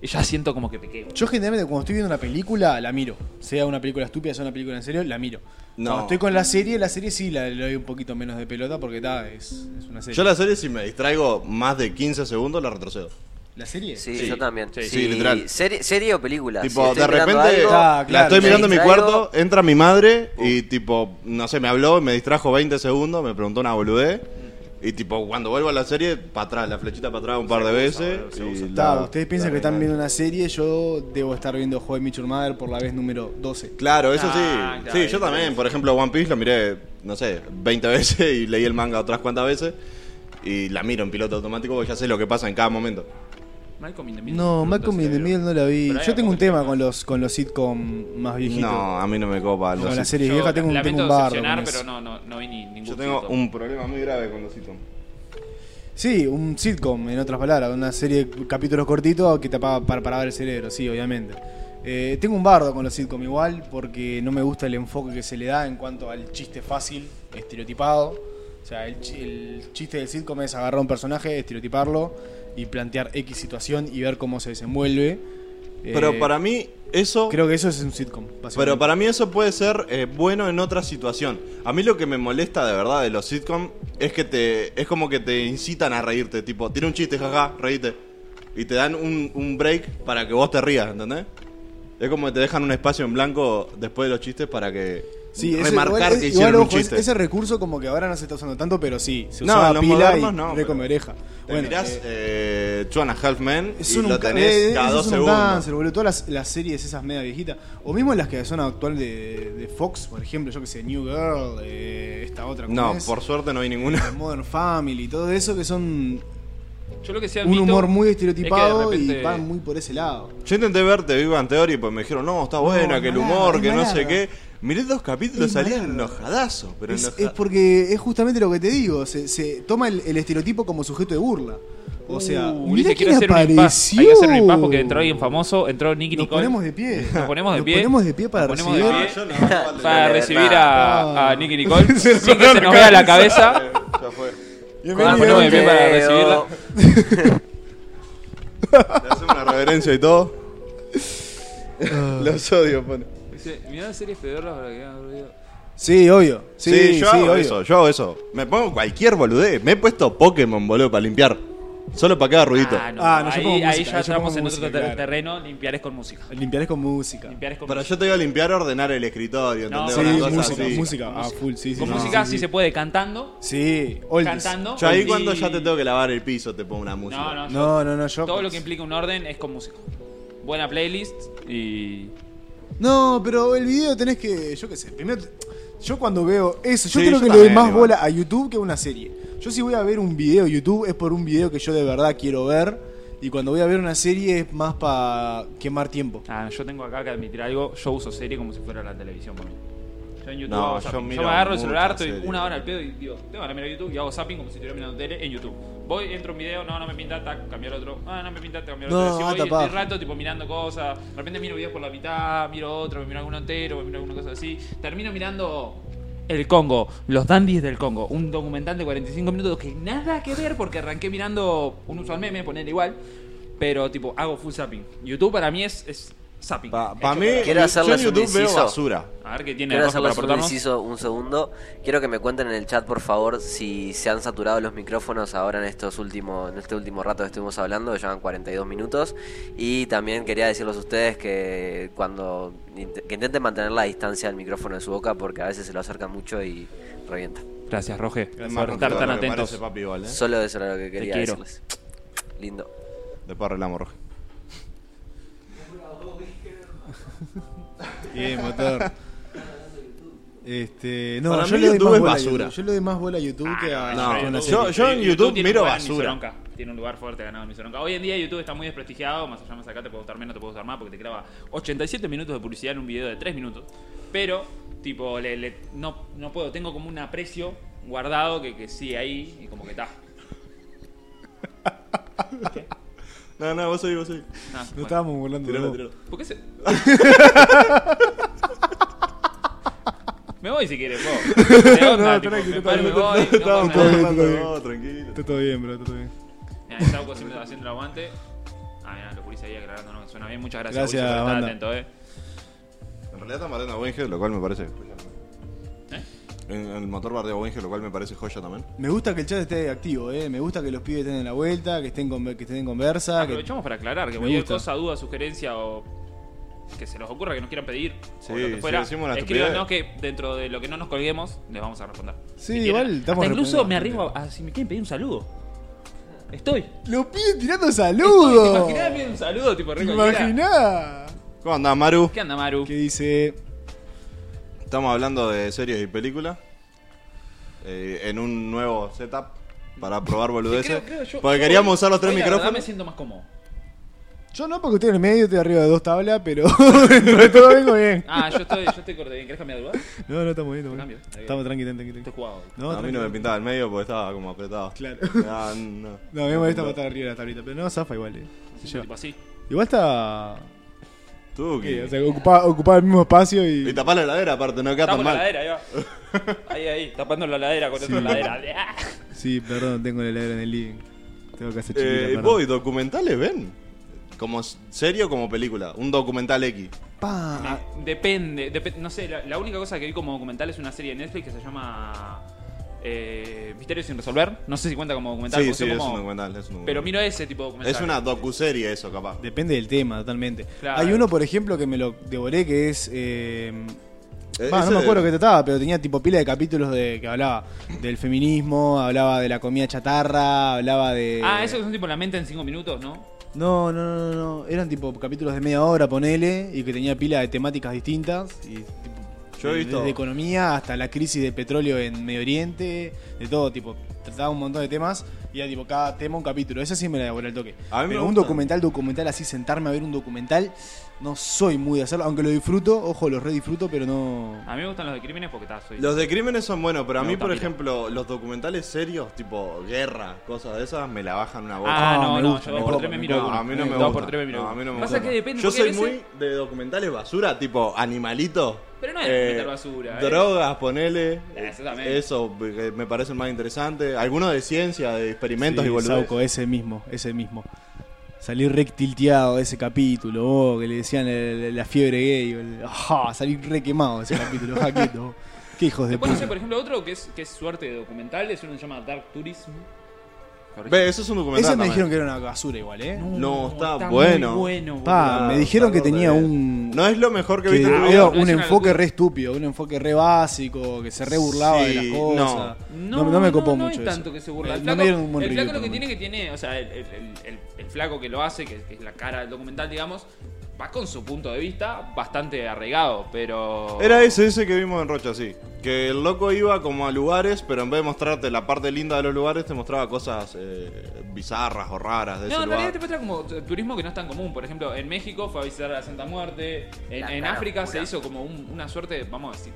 Speaker 2: y ya siento como que pequeo.
Speaker 1: Yo generalmente cuando estoy viendo una película, la miro. Sea una película estúpida, sea una película en serio, la miro.
Speaker 3: No.
Speaker 1: Cuando estoy con la serie, la serie sí la, le doy un poquito menos de pelota porque ta, es, es una serie.
Speaker 3: Yo la serie, si me distraigo más de 15 segundos, la retrocedo.
Speaker 1: ¿La serie?
Speaker 4: Sí,
Speaker 2: Sí.
Speaker 4: yo también.
Speaker 2: Sí,
Speaker 3: sí, literal.
Speaker 4: Serie, serie o película.
Speaker 3: Tipo,
Speaker 4: Si estoy
Speaker 3: de
Speaker 4: mirando
Speaker 3: repente
Speaker 4: algo,
Speaker 1: Ah,
Speaker 3: la
Speaker 1: claro.
Speaker 3: estoy
Speaker 1: Me
Speaker 3: mirando en mi
Speaker 4: distraigo.
Speaker 3: cuarto, entra mi madre y tipo, no sé, me habló, me distrajo 20 segundos, me preguntó una boludez. Y tipo, cuando vuelvo a la serie, para atrás, la flechita para atrás un par de veces. y
Speaker 1: Ta,
Speaker 3: la-
Speaker 1: ustedes
Speaker 3: la
Speaker 1: piensan que están
Speaker 3: arreglan.
Speaker 1: viendo una serie, yo debo estar viendo Joy Mitchell Mother por la vez número 12.
Speaker 3: Claro, eso sí.
Speaker 2: Ah, claro,
Speaker 3: sí, yo
Speaker 2: diferente.
Speaker 3: también. Por ejemplo, One Piece lo miré, no sé, 20 veces y leí el manga otras cuantas veces. Y la miro en piloto automático porque ya sé lo que pasa en cada momento.
Speaker 2: Malcolm in the Middle.
Speaker 1: No,
Speaker 2: Pronto
Speaker 1: Malcolm
Speaker 2: se
Speaker 1: in the
Speaker 2: vio.
Speaker 1: Middle no la vi.
Speaker 2: Pero hay
Speaker 1: Yo tengo
Speaker 2: algo
Speaker 1: un
Speaker 2: que-
Speaker 1: tema con los, con los sitcom más viejitos.
Speaker 3: No, a mí no me copa.
Speaker 1: con
Speaker 3: los
Speaker 1: la
Speaker 3: sit-
Speaker 1: serie
Speaker 2: Yo
Speaker 1: vieja tengo un,
Speaker 2: lamento
Speaker 1: tengo un bardo.
Speaker 2: decepcionar,
Speaker 1: con eso.
Speaker 2: pero no, no, no vi ni ningún
Speaker 3: Yo tengo
Speaker 2: sitcom.
Speaker 3: un problema muy grave con los sitcoms.
Speaker 1: Eh, Sí, un sitcom, en otras palabras, una serie de capítulos cortitos que te apaga para, para ver el cerebro, sí, obviamente. Eh, tengo un bardo con los sitcom igual, porque no me gusta el enfoque que se le da en cuanto al chiste fácil, estereotipado. O sea, el, chi- el chiste del sitcom es agarrar a un personaje, estereotiparlo y plantear X situación y ver cómo se desenvuelve. Eh,
Speaker 3: Pero para mí, eso.
Speaker 1: Creo que eso es un sitcom,
Speaker 3: Pero
Speaker 1: básicamente.
Speaker 3: para mí eso puede ser eh, bueno en otra situación. A mí lo que me molesta de verdad de los sitcom es que te es como que te incitan a reírte, tipo, tiene un chiste, jaja, reíte. Y te dan un, un break para que vos te rías, ¿entendés? Es como que te dejan un espacio en blanco después de los chistes para que
Speaker 1: Sí, ese,
Speaker 3: remarcar
Speaker 1: igual-
Speaker 3: que
Speaker 1: igual,
Speaker 3: hicieron un
Speaker 1: ojo, ese-
Speaker 3: chiste.
Speaker 1: Ese recurso como que ahora no se está usando tanto, pero sí, se
Speaker 3: No,
Speaker 1: usaba
Speaker 3: en los
Speaker 1: pila
Speaker 3: modernos
Speaker 1: y
Speaker 3: no,
Speaker 1: re
Speaker 3: pero-
Speaker 1: come oreja.
Speaker 3: Te
Speaker 1: Bueno,
Speaker 3: mirás
Speaker 1: eh,
Speaker 3: eh, Two and a Half Men
Speaker 1: Es
Speaker 3: y
Speaker 1: un,
Speaker 3: lo tenés
Speaker 1: eh,
Speaker 3: cada
Speaker 1: eso
Speaker 3: dos
Speaker 1: es un
Speaker 3: segundos.
Speaker 1: cáncer, boludo. Todas las, las series esas media viejitas. O mismo las que son actual de, de Fox, por ejemplo, yo que sé, New Girl, eh, esta otra. ¿cómo
Speaker 3: No,
Speaker 1: es?
Speaker 3: por suerte no hay ninguna.
Speaker 1: Modern Family, todo eso que son
Speaker 2: Yo lo que sí
Speaker 1: un
Speaker 2: admito
Speaker 1: humor muy
Speaker 2: es que de
Speaker 1: estereotipado
Speaker 2: repente-
Speaker 1: y van muy por ese lado.
Speaker 3: Yo intenté verte Viva en Theory, pues me dijeron, no, está buena,
Speaker 1: es
Speaker 3: que el
Speaker 1: malarga,
Speaker 3: humor, que
Speaker 1: es
Speaker 3: no sé
Speaker 1: malarga.
Speaker 3: qué. Miré dos capítulos,
Speaker 1: Es
Speaker 3: salí
Speaker 1: malarga.
Speaker 3: enojadazo, pero
Speaker 1: es,
Speaker 3: enoja-
Speaker 1: es porque es justamente lo que te digo, se, se toma el, el estereotipo como sujeto de burla. O sea,
Speaker 2: Uh,
Speaker 1: mirá
Speaker 2: Ulises, quiero
Speaker 1: quién
Speaker 2: hacer un impas. Hay que hacer un
Speaker 1: apareció.
Speaker 2: impas porque entró alguien famoso, entró Nicky
Speaker 1: Nos
Speaker 2: Nicole.
Speaker 1: ponemos de pie.
Speaker 2: Nos ponemos de pie.
Speaker 1: Nos ponemos de pie para
Speaker 2: Nos ponemos de
Speaker 1: recibir.
Speaker 2: pie.
Speaker 3: Ah, yo no, vale.
Speaker 2: Para recibir
Speaker 1: Ah.
Speaker 2: a, a Nicky Nicole sin que
Speaker 1: Se
Speaker 2: se
Speaker 1: sonó la
Speaker 2: nos vea la cabeza.
Speaker 3: Ya fue.
Speaker 2: Nos ponemos de pie Ah, para recibirla.
Speaker 3: Le hacemos una reverencia y todo.
Speaker 1: Ah.
Speaker 3: Los odio, pone.
Speaker 2: Dice, mirá series pedorras para que hagan ruido.
Speaker 1: Sí, obvio. Sí,
Speaker 3: Sí, yo
Speaker 1: sí,
Speaker 3: hago
Speaker 1: obvio.
Speaker 3: eso, yo hago eso. Me pongo cualquier boludez. Me he puesto Pokémon, boludo, para limpiar. Solo para que haga ruidito.
Speaker 2: Ah, no,
Speaker 1: Ah, no, yo
Speaker 2: ahí,
Speaker 1: pongo
Speaker 2: ahí
Speaker 1: música,
Speaker 2: ya
Speaker 1: yo
Speaker 2: entramos
Speaker 1: pongo
Speaker 2: en
Speaker 1: música,
Speaker 2: otro ter-
Speaker 1: claro.
Speaker 2: terreno, limpiar es con música.
Speaker 1: Limpiar es con música.
Speaker 2: Limpiar es con
Speaker 3: Pero
Speaker 2: música.
Speaker 3: yo te digo a limpiar, ordenar el escritorio,
Speaker 2: No,
Speaker 3: ¿entendés?
Speaker 1: Sí,
Speaker 3: Una
Speaker 2: Bueno,
Speaker 3: cosa
Speaker 1: música,
Speaker 3: así.
Speaker 1: música. Ah, full, sí, sí.
Speaker 2: Con
Speaker 1: no,
Speaker 2: música,
Speaker 1: sí,
Speaker 2: si
Speaker 1: sí.
Speaker 2: se puede, cantando.
Speaker 1: Sí, oldies.
Speaker 2: Cantando.
Speaker 3: Yo ahí
Speaker 2: Y-
Speaker 3: cuando ya te tengo que lavar el piso te pongo una música.
Speaker 2: No, no, yo-
Speaker 1: No, no, no, yo.
Speaker 2: Todo lo que implica un orden es con música. Buena playlist y.
Speaker 1: No, pero el video tenés que. Yo qué sé. Primero. Yo cuando veo eso, yo
Speaker 3: Sí,
Speaker 1: creo
Speaker 3: yo
Speaker 1: que le doy
Speaker 3: también,
Speaker 1: más
Speaker 3: igual.
Speaker 1: bola a YouTube que a una serie. Yo si voy a ver un video YouTube es por un video que yo de verdad quiero ver. Y cuando voy a ver una serie es más para quemar tiempo.
Speaker 2: Ah, yo tengo acá que admitir algo. Yo uso serie como si fuera la televisión para mí. Yo en YouTube
Speaker 3: No,
Speaker 2: hago
Speaker 3: yo
Speaker 2: zapping. Yo,
Speaker 3: miro
Speaker 2: me agarro el celular,
Speaker 3: mucha
Speaker 2: estoy
Speaker 3: serie.
Speaker 2: una hora al pedo y digo, tengo que mirar YouTube y hago zapping como si estuviera mirando tele en YouTube. Voy, entro un video, no, no me pinta, tac, cambiar otro. Ah, no me pinta, tac, cambiar
Speaker 1: No,
Speaker 2: otro. Si voy,
Speaker 1: alta
Speaker 2: estoy
Speaker 1: paja.
Speaker 2: rato tipo mirando cosas. De repente miro videos por la mitad, miro otro, me miro alguno entero, me miro alguna cosa así. Termino mirando El Congo, Los Dandies del Congo, un documental de 45 minutos que nada que ver porque arranqué mirando un uso al meme, poner igual. Pero tipo, hago full zapping. YouTube para mí es, es zapping.
Speaker 3: Para
Speaker 2: Hecho
Speaker 3: mí,
Speaker 4: Quiero
Speaker 3: yo
Speaker 4: hacerles
Speaker 3: en
Speaker 4: un
Speaker 3: YouTube veo
Speaker 4: inciso.
Speaker 3: basura.
Speaker 2: A ver qué tiene
Speaker 4: Quiero
Speaker 2: la para
Speaker 4: hacerles un
Speaker 2: aportarnos.
Speaker 4: inciso un segundo. Quiero que me cuenten en el chat, por favor, si se han saturado los micrófonos ahora en estos últimos, en este último rato que estuvimos hablando, que llevan 42 minutos. Y también quería decirles a ustedes que cuando int- que intenten mantener la distancia del micrófono de su boca, porque a veces se lo acerca mucho y revienta.
Speaker 2: Gracias, Roge,
Speaker 3: Es más
Speaker 2: por estar
Speaker 3: complicado
Speaker 2: tan
Speaker 3: lo que
Speaker 2: atentos.
Speaker 3: parece, papi, igual, ¿eh?
Speaker 4: Solo eso era lo que quería
Speaker 2: quiero.
Speaker 4: decirles. Lindo.
Speaker 3: Después arreglamos, Roger.
Speaker 1: Bien, motor. Este, no,
Speaker 3: Para
Speaker 1: yo
Speaker 3: mí
Speaker 1: le doy
Speaker 3: YouTube
Speaker 1: más
Speaker 3: es
Speaker 1: bola a
Speaker 3: basura.
Speaker 1: YouTube. Yo le doy más bola a YouTube
Speaker 2: Ah,
Speaker 1: que a
Speaker 3: no,
Speaker 1: que a una
Speaker 3: no,
Speaker 1: serie.
Speaker 3: yo- en YouTube
Speaker 2: tiene un
Speaker 3: miro
Speaker 2: lugar en
Speaker 3: basura.
Speaker 2: Misoronka. Tiene un lugar fuerte ganado en Misoronka. Hoy en día YouTube está muy desprestigiado, más allá más acá te puede gustar menos, te puede gustar más, porque te clava 87 minutos de publicidad en un video de 3 minutos. Pero, tipo, le- le- no, no puedo, tengo como un aprecio guardado que, que sigue ahí y como que está.
Speaker 3: No, no, vos soy, vos soy.
Speaker 2: Ah,
Speaker 1: No
Speaker 2: bueno.
Speaker 1: estábamos burlando de
Speaker 3: Tiralo,
Speaker 1: vos.
Speaker 3: tiralo.
Speaker 2: ¿Por qué se.? Me voy si quieres, vos. ¿Qué onda?
Speaker 1: No,
Speaker 2: Tipo,
Speaker 1: tranqui,
Speaker 2: me
Speaker 1: no,
Speaker 2: paro, me
Speaker 1: no,
Speaker 2: voy, no
Speaker 3: Estaba un
Speaker 2: pasa nada.
Speaker 1: bien,
Speaker 3: poco
Speaker 1: todo bien.
Speaker 3: no, tranquilo.
Speaker 1: Está todo bien, bro, está todo bien.
Speaker 2: Mirá, el Sauco siempre haciendo el aguante. Ah, mirá, lo Pulis ahí aclarando, no, suena bien. Muchas gracias,
Speaker 1: Gracias,
Speaker 2: Pulis, por estar
Speaker 1: banda.
Speaker 2: atento, eh.
Speaker 3: En realidad están bardeando a Wenge, lo cual me parece.
Speaker 2: ¿Eh?
Speaker 3: En- El motor bardeo a Wenge, lo cual me parece joya también.
Speaker 1: Me gusta que el chat esté activo, eh. Me gusta que los pibes estén en la vuelta, que estén con, que estén en conversa. Ah, Que...
Speaker 2: Aprovechamos para aclarar que
Speaker 1: Me
Speaker 2: cualquier
Speaker 1: gusta.
Speaker 2: cosa, duda, sugerencia o que se nos ocurra que nos quieran pedir
Speaker 3: Sí,
Speaker 2: o lo que
Speaker 3: si
Speaker 2: fuera,
Speaker 3: decimos una
Speaker 2: escríbanos que dentro de lo que no nos colguemos les vamos a responder.
Speaker 1: Sí,
Speaker 2: quieren.
Speaker 1: igual estamos
Speaker 2: Hasta incluso
Speaker 1: respondiendo
Speaker 2: me arriesgo a, a- si me quieren pedir un saludo. Estoy.
Speaker 1: Los pibes tirando
Speaker 2: Estoy,
Speaker 1: saludos.
Speaker 2: ¿Te imaginás pedir un saludo tipo
Speaker 1: ¿Te
Speaker 2: re cualquiera?
Speaker 1: imaginás?
Speaker 3: ¿Cómo andás, Maru?
Speaker 2: ¿Qué anda Maru?
Speaker 1: Que dice.
Speaker 3: Estamos hablando de series y películas. eh, en un nuevo setup para probar boludeces.
Speaker 2: Creo- creo yo-
Speaker 3: porque
Speaker 2: yo
Speaker 3: queríamos
Speaker 2: hoy-
Speaker 3: usar los tres
Speaker 2: hoy la verdad
Speaker 3: micrófonos.
Speaker 2: me siento más cómodo.
Speaker 1: Yo no, porque estoy en el medio, estoy arriba de dos tablas, pero dentro de todo vengo bien.
Speaker 2: Ah, yo estoy, yo estoy corto bien. ¿Querés cambiar de lugar?
Speaker 1: No, no, estamos bien, estamos
Speaker 2: Cambio.
Speaker 1: bien. Estamos tranqui, tranqui, tranqui.
Speaker 2: Estoy jugado.
Speaker 1: No,
Speaker 3: a mí
Speaker 1: tranqui.
Speaker 3: eh. no me pintaba el medio porque estaba como apretado.
Speaker 1: Claro.
Speaker 3: Ah, no.
Speaker 1: No, a mí me molesta estar arriba de la tablita, pero no, zafa igual, eh. Se lleva.
Speaker 2: Tipo así.
Speaker 1: Igual está.
Speaker 3: Tú,
Speaker 1: Sí,
Speaker 3: que.
Speaker 1: o sea, ocupaba, ocupaba el mismo espacio y.
Speaker 3: Y tapás la heladera aparte, no queda tan
Speaker 2: Tapamos la
Speaker 3: mal.
Speaker 2: ladera, ahí va. Ahí, ahí, tapando la ladera con otra ladera.
Speaker 3: Ah.
Speaker 1: Sí, perdón, tengo la heladera en el living. Tengo que hacer chiquita,
Speaker 3: Eh,
Speaker 1: perdón.
Speaker 3: voy, documentales, ven. Como s- serie o como película. Un documental X.
Speaker 1: Pa, ah,
Speaker 2: Depende, depe- no sé, la, la única cosa que vi como documental es una serie de Netflix que se llama eh, Misterios sin resolver. No sé si cuenta como documental,
Speaker 3: Sí,
Speaker 2: porque
Speaker 3: sí,
Speaker 2: sé
Speaker 3: es
Speaker 2: como-
Speaker 3: un documental. Es un documental.
Speaker 2: pero miro ese tipo de documental.
Speaker 3: Es una docuserie eso, capaz.
Speaker 1: Depende del tema, totalmente.
Speaker 2: Claro.
Speaker 1: Hay uno, por ejemplo, que me lo devoré que es. eh,
Speaker 3: Eh,
Speaker 1: bah, Ah, no
Speaker 3: ese-
Speaker 1: me acuerdo qué trataba, pero tenía tipo pila de capítulos de que hablaba del feminismo, hablaba de la comida chatarra, hablaba de.
Speaker 2: Ah, eso que son tipo la mente en 5 minutos, ¿no?
Speaker 1: No, no, no, no. Eran tipo capítulos de media hora, ponele, y que tenía pila de temáticas distintas. Y, tipo,
Speaker 3: Yo he
Speaker 1: de-
Speaker 3: visto-
Speaker 1: Desde economía hasta la crisis de petróleo en Medio Oriente, de todo tipo. trataba un montón de temas y era tipo cada tema un capítulo. Ese sí me la devoré al toque.
Speaker 3: A mí me
Speaker 1: Pero un
Speaker 3: gusta.
Speaker 1: documental, documental así, sentarme a ver un documental, no soy muy de hacerlo, aunque lo disfruto, ojo, lo re disfruto, pero no.
Speaker 2: A mí me gustan los de crímenes porque está, soy.
Speaker 3: Los de crímenes son buenos, pero a
Speaker 2: Me
Speaker 3: mí,
Speaker 2: gusta,
Speaker 3: por
Speaker 2: mira.
Speaker 3: ejemplo, los documentales serios, tipo guerra, cosas de esas, me la bajan una boca.
Speaker 2: Ah,
Speaker 1: Ah,
Speaker 2: no,
Speaker 1: me
Speaker 2: no,
Speaker 1: gusta,
Speaker 2: yo
Speaker 1: me
Speaker 2: dos por
Speaker 1: copa,
Speaker 2: tres me
Speaker 1: me
Speaker 2: miro.
Speaker 1: copa.
Speaker 2: uno.
Speaker 3: a mí no
Speaker 1: eh,
Speaker 3: me
Speaker 2: Dos
Speaker 3: gusta.
Speaker 2: por tres me miro.
Speaker 3: No, a mí no me
Speaker 2: Pasa
Speaker 3: gusta.
Speaker 2: que depende,
Speaker 3: Yo
Speaker 2: porque a
Speaker 3: soy
Speaker 2: veces-
Speaker 3: muy de documentales basura, tipo animalito.
Speaker 2: Pero no es documental basura, eh.
Speaker 3: Drogas, ponele.
Speaker 2: Eso también.
Speaker 3: Eso eh, me parece más interesante. Algunos de ciencia, de experimentos
Speaker 1: Sí,
Speaker 3: y boludeces.
Speaker 1: Sauco, ese mismo, ese mismo. Salí re tilteado de ese capítulo, oh, que le decían el- el- la fiebre gay. el- ajá, salí re quemado de ese capítulo, jaqueto. Qué hijos de
Speaker 2: Después no sé,
Speaker 1: puta.
Speaker 2: por ejemplo, otro que es, que es suerte de documental, es uno que se llama Dark Tourism.
Speaker 3: Ve, eso es un documental.
Speaker 1: Ese me
Speaker 3: también.
Speaker 1: dijeron que era una basura igual, ¿eh?
Speaker 3: No, está
Speaker 2: muy
Speaker 3: bueno.
Speaker 2: bueno
Speaker 1: Pa,
Speaker 2: boludo.
Speaker 1: ah, me dijeron que
Speaker 3: Salvador
Speaker 1: tenía
Speaker 3: de-
Speaker 1: un.
Speaker 3: No es lo mejor que,
Speaker 1: que
Speaker 3: viste en tu
Speaker 2: Ah,
Speaker 3: vida.
Speaker 1: era
Speaker 2: bueno,
Speaker 1: un
Speaker 2: es una
Speaker 1: enfoque
Speaker 2: locura.
Speaker 1: re estúpido, un enfoque re básico, que se re burlaba de las
Speaker 3: Sí,
Speaker 1: cosas. No, no me copó mucho
Speaker 2: es
Speaker 1: eso.
Speaker 2: tanto que se burla.
Speaker 1: Eh,
Speaker 2: El
Speaker 1: no
Speaker 2: flaco,
Speaker 1: me dieron un buen
Speaker 2: el
Speaker 1: review,
Speaker 2: flaco lo que
Speaker 1: por
Speaker 2: tiene
Speaker 1: lo
Speaker 2: que tiene, o sea, el, el- el- el- el flaco que lo hace, que, que es la cara del documental, digamos, va con su punto de vista bastante arraigado, pero...
Speaker 3: Era ese, ese que vimos en Rocha, sí. Que el loco iba como a lugares, pero en vez de mostrarte la parte linda de los lugares, te mostraba cosas eh, bizarras o raras de
Speaker 2: No,
Speaker 3: ese
Speaker 2: en realidad
Speaker 3: lugar.
Speaker 2: te muestra como eh, turismo que no es tan común. Por ejemplo, en México fue a visitar a la Santa Muerte. En,
Speaker 4: La
Speaker 2: en
Speaker 4: cara
Speaker 2: África se
Speaker 4: oscura.
Speaker 2: hizo como un- una suerte, de- vamos a decir,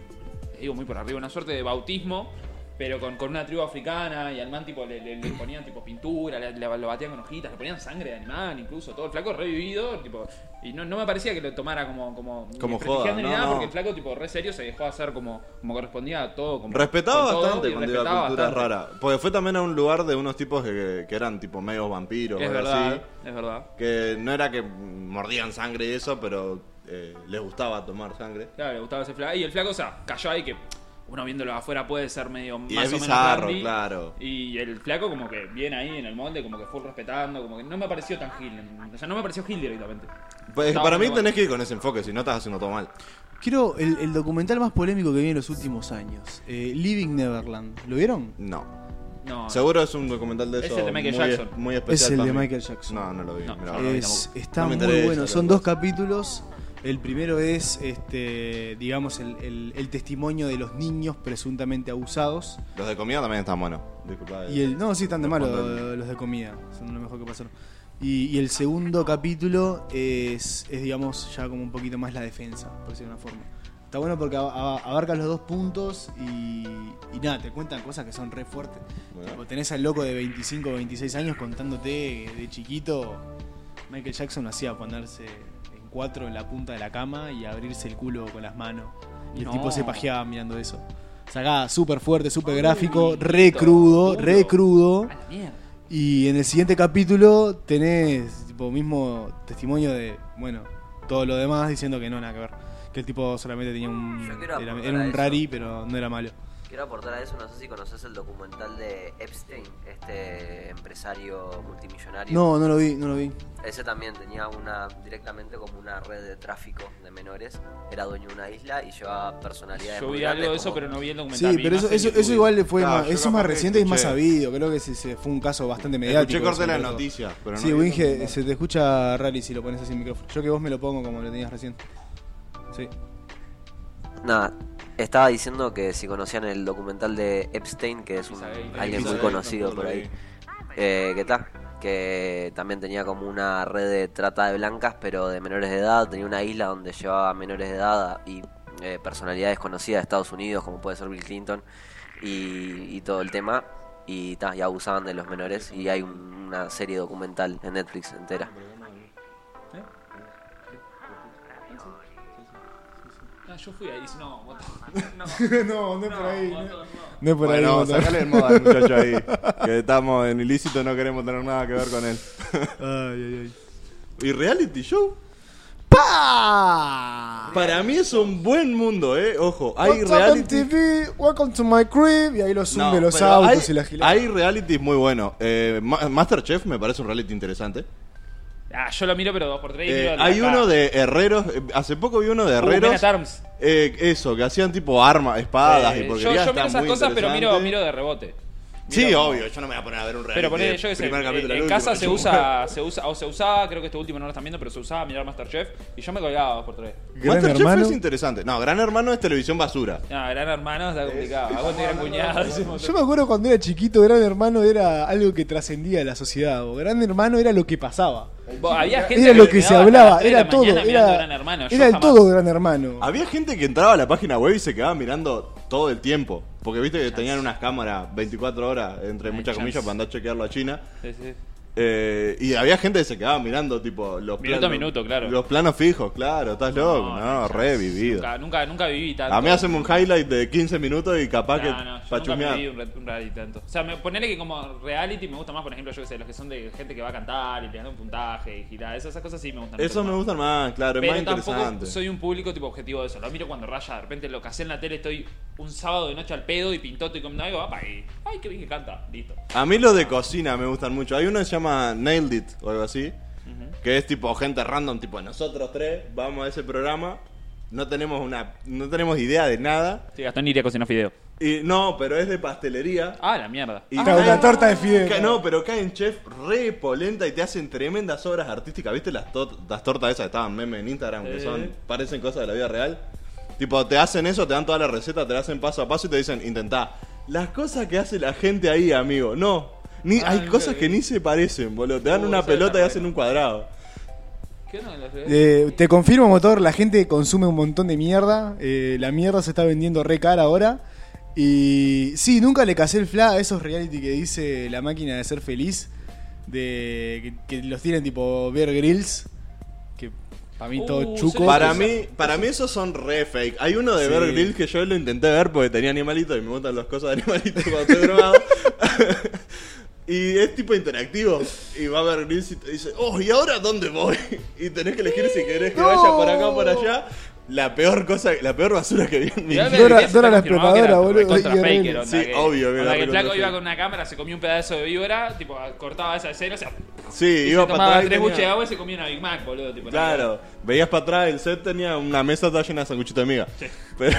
Speaker 2: les digo muy por arriba, una suerte de bautismo, pero con, con una tribu africana y al man tipo le, le- le ponían tipo pintura, le, le- lo batían con hojitas, le ponían sangre de animal, incluso todo el flaco revivido, tipo, y no, no me parecía que lo tomara como como, ni
Speaker 3: Como
Speaker 2: desprestigiando
Speaker 3: joda,
Speaker 2: ni
Speaker 3: no,
Speaker 2: nada,
Speaker 3: no.
Speaker 2: porque el flaco tipo re serio se dejó hacer como como correspondía a todo, como
Speaker 3: Respetaba
Speaker 2: con todo,
Speaker 3: bastante
Speaker 2: y
Speaker 3: cuando iba
Speaker 2: respetaba
Speaker 3: a culturas
Speaker 2: bastante.
Speaker 3: raras. Porque fue también a un lugar de unos tipos que, que eran tipo medio vampiros
Speaker 2: Es
Speaker 3: o algo
Speaker 2: verdad,
Speaker 3: así.
Speaker 2: es verdad.
Speaker 3: Que no era que mordían sangre y eso, pero eh, les gustaba tomar sangre.
Speaker 2: Claro, le gustaba ese flaco. Y el flaco, o sea, cayó ahí que uno viéndolo afuera puede ser medio
Speaker 3: Y
Speaker 2: más
Speaker 3: es
Speaker 2: o menos
Speaker 3: bizarro,
Speaker 2: dandy.
Speaker 3: claro.
Speaker 2: Y el flaco como que viene ahí en el molde, como que fue respetando, como que no me pareció tan gil. O sea, no me pareció gil directamente.
Speaker 3: Pues,
Speaker 2: Estaba
Speaker 3: para mí
Speaker 2: muy bueno.
Speaker 3: tenés que ir con ese enfoque, si no estás haciendo todo mal.
Speaker 1: Quiero el, el documental más polémico que vi en los últimos años: eh, Living Neverland. ¿Lo vieron?
Speaker 3: No.
Speaker 2: No,
Speaker 3: Seguro es un documental de
Speaker 2: Es
Speaker 3: eso.
Speaker 2: el de Michael
Speaker 3: muy,
Speaker 2: Jackson.
Speaker 3: muy especial.
Speaker 1: Es el de
Speaker 3: para mí.
Speaker 1: Michael Jackson.
Speaker 3: No, Ah, no lo vi.
Speaker 2: No,
Speaker 3: mirá.
Speaker 2: yo no lo vi
Speaker 1: Es,
Speaker 2: tampoco.
Speaker 1: está
Speaker 3: No me
Speaker 1: muy
Speaker 3: interesa,
Speaker 1: bueno. Son
Speaker 3: loco.
Speaker 1: dos capítulos. El primero es, este, digamos, el, el- el testimonio de los niños presuntamente abusados.
Speaker 3: Los de comida también están buenos. Disculpa. eh.
Speaker 1: Y el, no, sí, están de
Speaker 3: No,
Speaker 1: malo
Speaker 3: cuando
Speaker 1: los de comida. Son lo mejor que pasaron. Y, y el segundo capítulo es, es, digamos, ya como un poquito más la defensa, por decirlo de una forma. Está bueno porque a- a- abarca los dos puntos y, y nada, te cuentan cosas que son re fuertes.
Speaker 3: Bueno.
Speaker 1: Tipo, tenés al loco de 25 o 26 años contándote que de chiquito Michael Jackson lo hacía ponerse en cuatro en la punta de la cama y abrirse el culo con las manos. Y el
Speaker 2: No.
Speaker 1: tipo se pajeaba mirando eso. Sacaba súper fuerte, súper gráfico,
Speaker 2: Ay,
Speaker 1: re
Speaker 2: listo,
Speaker 1: crudo,
Speaker 2: duro.
Speaker 1: re crudo.
Speaker 2: A la mierda.
Speaker 1: Y en el siguiente capítulo tenés tipo mismo testimonio de, bueno, todo lo demás diciendo que no nada que ver. Que el tipo solamente tenía un.
Speaker 4: Yo quiero
Speaker 1: Era, era
Speaker 4: apuntar a
Speaker 1: un
Speaker 4: eso.
Speaker 1: rari, pero no era malo.
Speaker 4: Quiero aportar a eso, no sé si conoces el documental de Epstein, este empresario multimillonario.
Speaker 1: No, no lo vi, no lo vi.
Speaker 4: Ese también tenía una directamente como una red de tráfico de menores. Era dueño de una isla y llevaba personalidades.
Speaker 2: Yo
Speaker 4: muy
Speaker 2: vi algo de
Speaker 4: grandes
Speaker 2: eso,
Speaker 4: como-
Speaker 2: pero no vi el documental.
Speaker 1: Sí,
Speaker 2: vi
Speaker 1: pero
Speaker 2: más
Speaker 1: eso,
Speaker 2: el
Speaker 1: eso,
Speaker 2: YouTube.
Speaker 1: eso igual le fue
Speaker 3: Claro,
Speaker 1: más,
Speaker 3: yo
Speaker 1: eso es más
Speaker 3: capaz que
Speaker 1: reciente y es más
Speaker 3: escuché.
Speaker 1: sabido. Creo que se, se fue un caso bastante mediático.
Speaker 3: Escuché corte de la
Speaker 1: sobre todo.
Speaker 3: noticia, pero no.
Speaker 1: sí,
Speaker 3: vi
Speaker 1: Winge, eh,
Speaker 3: tanto.
Speaker 1: se te escucha rari si lo pones así en el micrófono. Yo que vos me lo pongo como lo tenías recién. Sí.
Speaker 4: Nada, estaba diciendo que si conocían el documental de Epstein, que es un,
Speaker 2: Pizzagate.
Speaker 4: alguien muy
Speaker 3: Pizzagate,
Speaker 4: conocido
Speaker 3: tampoco
Speaker 4: por
Speaker 3: lo
Speaker 4: ahí,
Speaker 3: vi.
Speaker 4: eh, que ta, que también tenía como una red de trata de blancas, pero de menores de edad, tenía una isla donde llevaba menores de edad a- y eh, personalidades conocidas de Estados Unidos, como puede ser Bill Clinton, y, y todo el tema, y, ta, y abusaban de los menores, y hay un- una serie documental en Netflix entera.
Speaker 2: Ah, yo fui ahí, no, what the- no,
Speaker 1: no, no es por ahí.
Speaker 2: what
Speaker 1: No,
Speaker 2: the- no.
Speaker 1: no es por ahí.
Speaker 3: Bueno,
Speaker 1: no, no.
Speaker 3: sacale el moda al muchacho ahí. Que estamos en ilícito, no queremos tener nada que ver con él.
Speaker 1: Ay, ay, ay.
Speaker 3: ¿Y reality show?
Speaker 1: ¡Pa!
Speaker 3: Para mí es un buen mundo, eh. Ojo, hay
Speaker 1: What's up on
Speaker 3: reality.
Speaker 1: TV? Welcome to my crib. Y ahí los zoom
Speaker 3: No,
Speaker 1: de los
Speaker 3: pero
Speaker 1: autos
Speaker 3: hay,
Speaker 1: y la gilada.
Speaker 3: hay realities muy buenos. Eh, Ma- Masterchef me parece un reality interesante.
Speaker 2: Ah, yo lo miro, pero dos por tres. y
Speaker 3: Eh,
Speaker 2: miro la
Speaker 3: hay
Speaker 2: cara.
Speaker 3: uno de herreros. eh, Hace poco vi uno de
Speaker 2: Uh, Men
Speaker 3: herreros.
Speaker 2: at Arms.
Speaker 3: eh, eso, que hacían tipo armas, espadas
Speaker 2: Eh,
Speaker 3: y
Speaker 2: yo,
Speaker 3: porquerías.
Speaker 2: yo
Speaker 3: está
Speaker 2: miro esas
Speaker 3: muy
Speaker 2: cosas, pero miro,
Speaker 3: interesante.
Speaker 2: miro de rebote.
Speaker 3: Sí, obvio, yo no me voy a poner a ver un reality.
Speaker 2: Pero poner
Speaker 3: de
Speaker 2: yo que sé, eh,
Speaker 3: primer
Speaker 2: en-
Speaker 3: capítulo al
Speaker 2: en
Speaker 3: último,
Speaker 2: casa se
Speaker 3: yo-
Speaker 2: usa, se usa, o se usaba, creo que este último no lo están viendo, pero se usaba mirar Masterchef y yo me colgaba por tres.
Speaker 1: Gran
Speaker 3: Masterchef
Speaker 1: hermano.
Speaker 3: es interesante. No, Gran Hermano es televisión basura.
Speaker 2: No, gran hermano está complicado. Algo te gran cuñado. ese
Speaker 1: Yo
Speaker 2: montón.
Speaker 1: me acuerdo cuando era chiquito, Gran Hermano era algo que trascendía la sociedad. o Gran Hermano era lo que pasaba.
Speaker 2: Vos, Había gente
Speaker 1: Era lo
Speaker 2: me
Speaker 1: que se
Speaker 2: daba hasta las
Speaker 1: hablaba,
Speaker 2: tres de la
Speaker 1: era todo.
Speaker 2: mañana mirando
Speaker 1: Era,
Speaker 2: Gran hermano. Yo
Speaker 1: era el
Speaker 2: jamás.
Speaker 1: todo Gran Hermano.
Speaker 3: Había gente que entraba a la página web y se quedaba mirando todo el tiempo. Porque viste que tenían unas cámaras 24 horas, entre
Speaker 2: Hay
Speaker 3: muchas
Speaker 2: Eh, chance.
Speaker 3: comillas, para andar a chequearlo a China.
Speaker 2: Sí, sí.
Speaker 3: Eh, y había gente que se quedaba mirando, tipo, los
Speaker 2: Minuto a minuto, claro.
Speaker 3: Los planos fijos, claro, estás loco, no,
Speaker 2: hay chance.
Speaker 3: revivido.
Speaker 2: Nunca, nunca, nunca viví tanto.
Speaker 3: A mí hacen un highlight de 15 minutos y capaz
Speaker 2: No,
Speaker 3: que
Speaker 2: no, yo nunca
Speaker 3: pa'
Speaker 2: me
Speaker 3: chusmear.
Speaker 2: vi un, re- un reality tanto. O sea, me, ponele que como reality me gusta más, por ejemplo, yo que sé, los que son de gente que va a cantar y te dan un puntaje y girar. Esas, esas cosas sí me gustan.
Speaker 3: Eso
Speaker 2: mucho
Speaker 3: me
Speaker 2: más.
Speaker 3: gusta más, claro, es
Speaker 2: Pero
Speaker 3: más
Speaker 2: tampoco
Speaker 3: interesante.
Speaker 2: soy un público tipo objetivo de eso. Lo miro cuando raya, de repente lo que hace en la tele, estoy un sábado de noche al pedo y pintoto y comiendo algo, apa, y, ay, qué bien que canta, listo.
Speaker 3: A mí los de cocina me gustan mucho. Hay uno que se llama Nailed It o algo así. Que es tipo gente random, tipo nosotros tres vamos a ese programa. No tenemos una no tenemos idea de nada.
Speaker 2: Sí, Gastón iría a cocinar fideo.
Speaker 3: Y no, pero es de pastelería.
Speaker 2: Ah, la mierda.
Speaker 3: Y
Speaker 1: Claro, la torta de fideo.
Speaker 3: Ca- No, pero caen chef re polenta y te hacen tremendas obras artísticas. ¿Viste las, to- las tortas esas que estaban meme en Instagram? Que
Speaker 2: Sí.
Speaker 3: son, parecen cosas de la vida real. Tipo, te hacen eso, te dan toda la receta, te la hacen paso a paso y te dicen, intentá. Las cosas que hace la gente ahí, amigo, no. Ni,
Speaker 2: Ah,
Speaker 3: hay
Speaker 2: nunca
Speaker 3: cosas
Speaker 2: vi.
Speaker 3: que ni se parecen, boludo. Te dan
Speaker 2: Uh,
Speaker 3: una
Speaker 2: eso está
Speaker 3: pelota y
Speaker 2: bueno.
Speaker 3: hacen un cuadrado.
Speaker 2: ¿Qué onda con los
Speaker 1: Eh, te confirmo, motor, la gente consume un montón de mierda. eh, la mierda se está vendiendo re cara ahora. Y sí, nunca le casé el fla a esos reality que dice la máquina de ser feliz. De que, que los tienen tipo Bear Grills. Que para mí todo
Speaker 2: Uh,
Speaker 1: chuco.
Speaker 2: sí,
Speaker 3: Para
Speaker 2: sí,
Speaker 3: mí, para mí esos son re fake. Hay uno de
Speaker 1: Sí.
Speaker 3: Bear Grylls que yo lo intenté ver porque tenía animalitos y me gustan las cosas de animalitos cuando estoy drogado. y es tipo interactivo. Y va Bear Grylls y te dice, oh, ¿y ahora dónde voy? y tenés que elegir si querés que vaya por acá o por allá. La peor cosa, la peor basura que vi en mi vida.
Speaker 1: Dora- Dora la exploradora, boludo,
Speaker 2: Contra
Speaker 1: y
Speaker 2: faker,
Speaker 1: horrible.
Speaker 2: onda,
Speaker 3: Sí,
Speaker 2: que,
Speaker 3: obvio que
Speaker 2: onda
Speaker 3: la
Speaker 2: que el
Speaker 3: pelota
Speaker 2: flaco
Speaker 3: sí.
Speaker 2: iba con una cámara, se comía un pedazo de víbora, tipo, cortaba esa escena, o sea,
Speaker 3: Sí,
Speaker 2: y
Speaker 3: iba
Speaker 2: se
Speaker 3: para
Speaker 2: tomaba
Speaker 3: atrás. y
Speaker 2: tres
Speaker 3: tenía-
Speaker 2: buches de agua y se comía una Big Mac, boludo. Tipo, nada que ver.
Speaker 3: Claro, veías para atrás, el set tenía una mesa toda llena de sanguchitos de miga. Pero...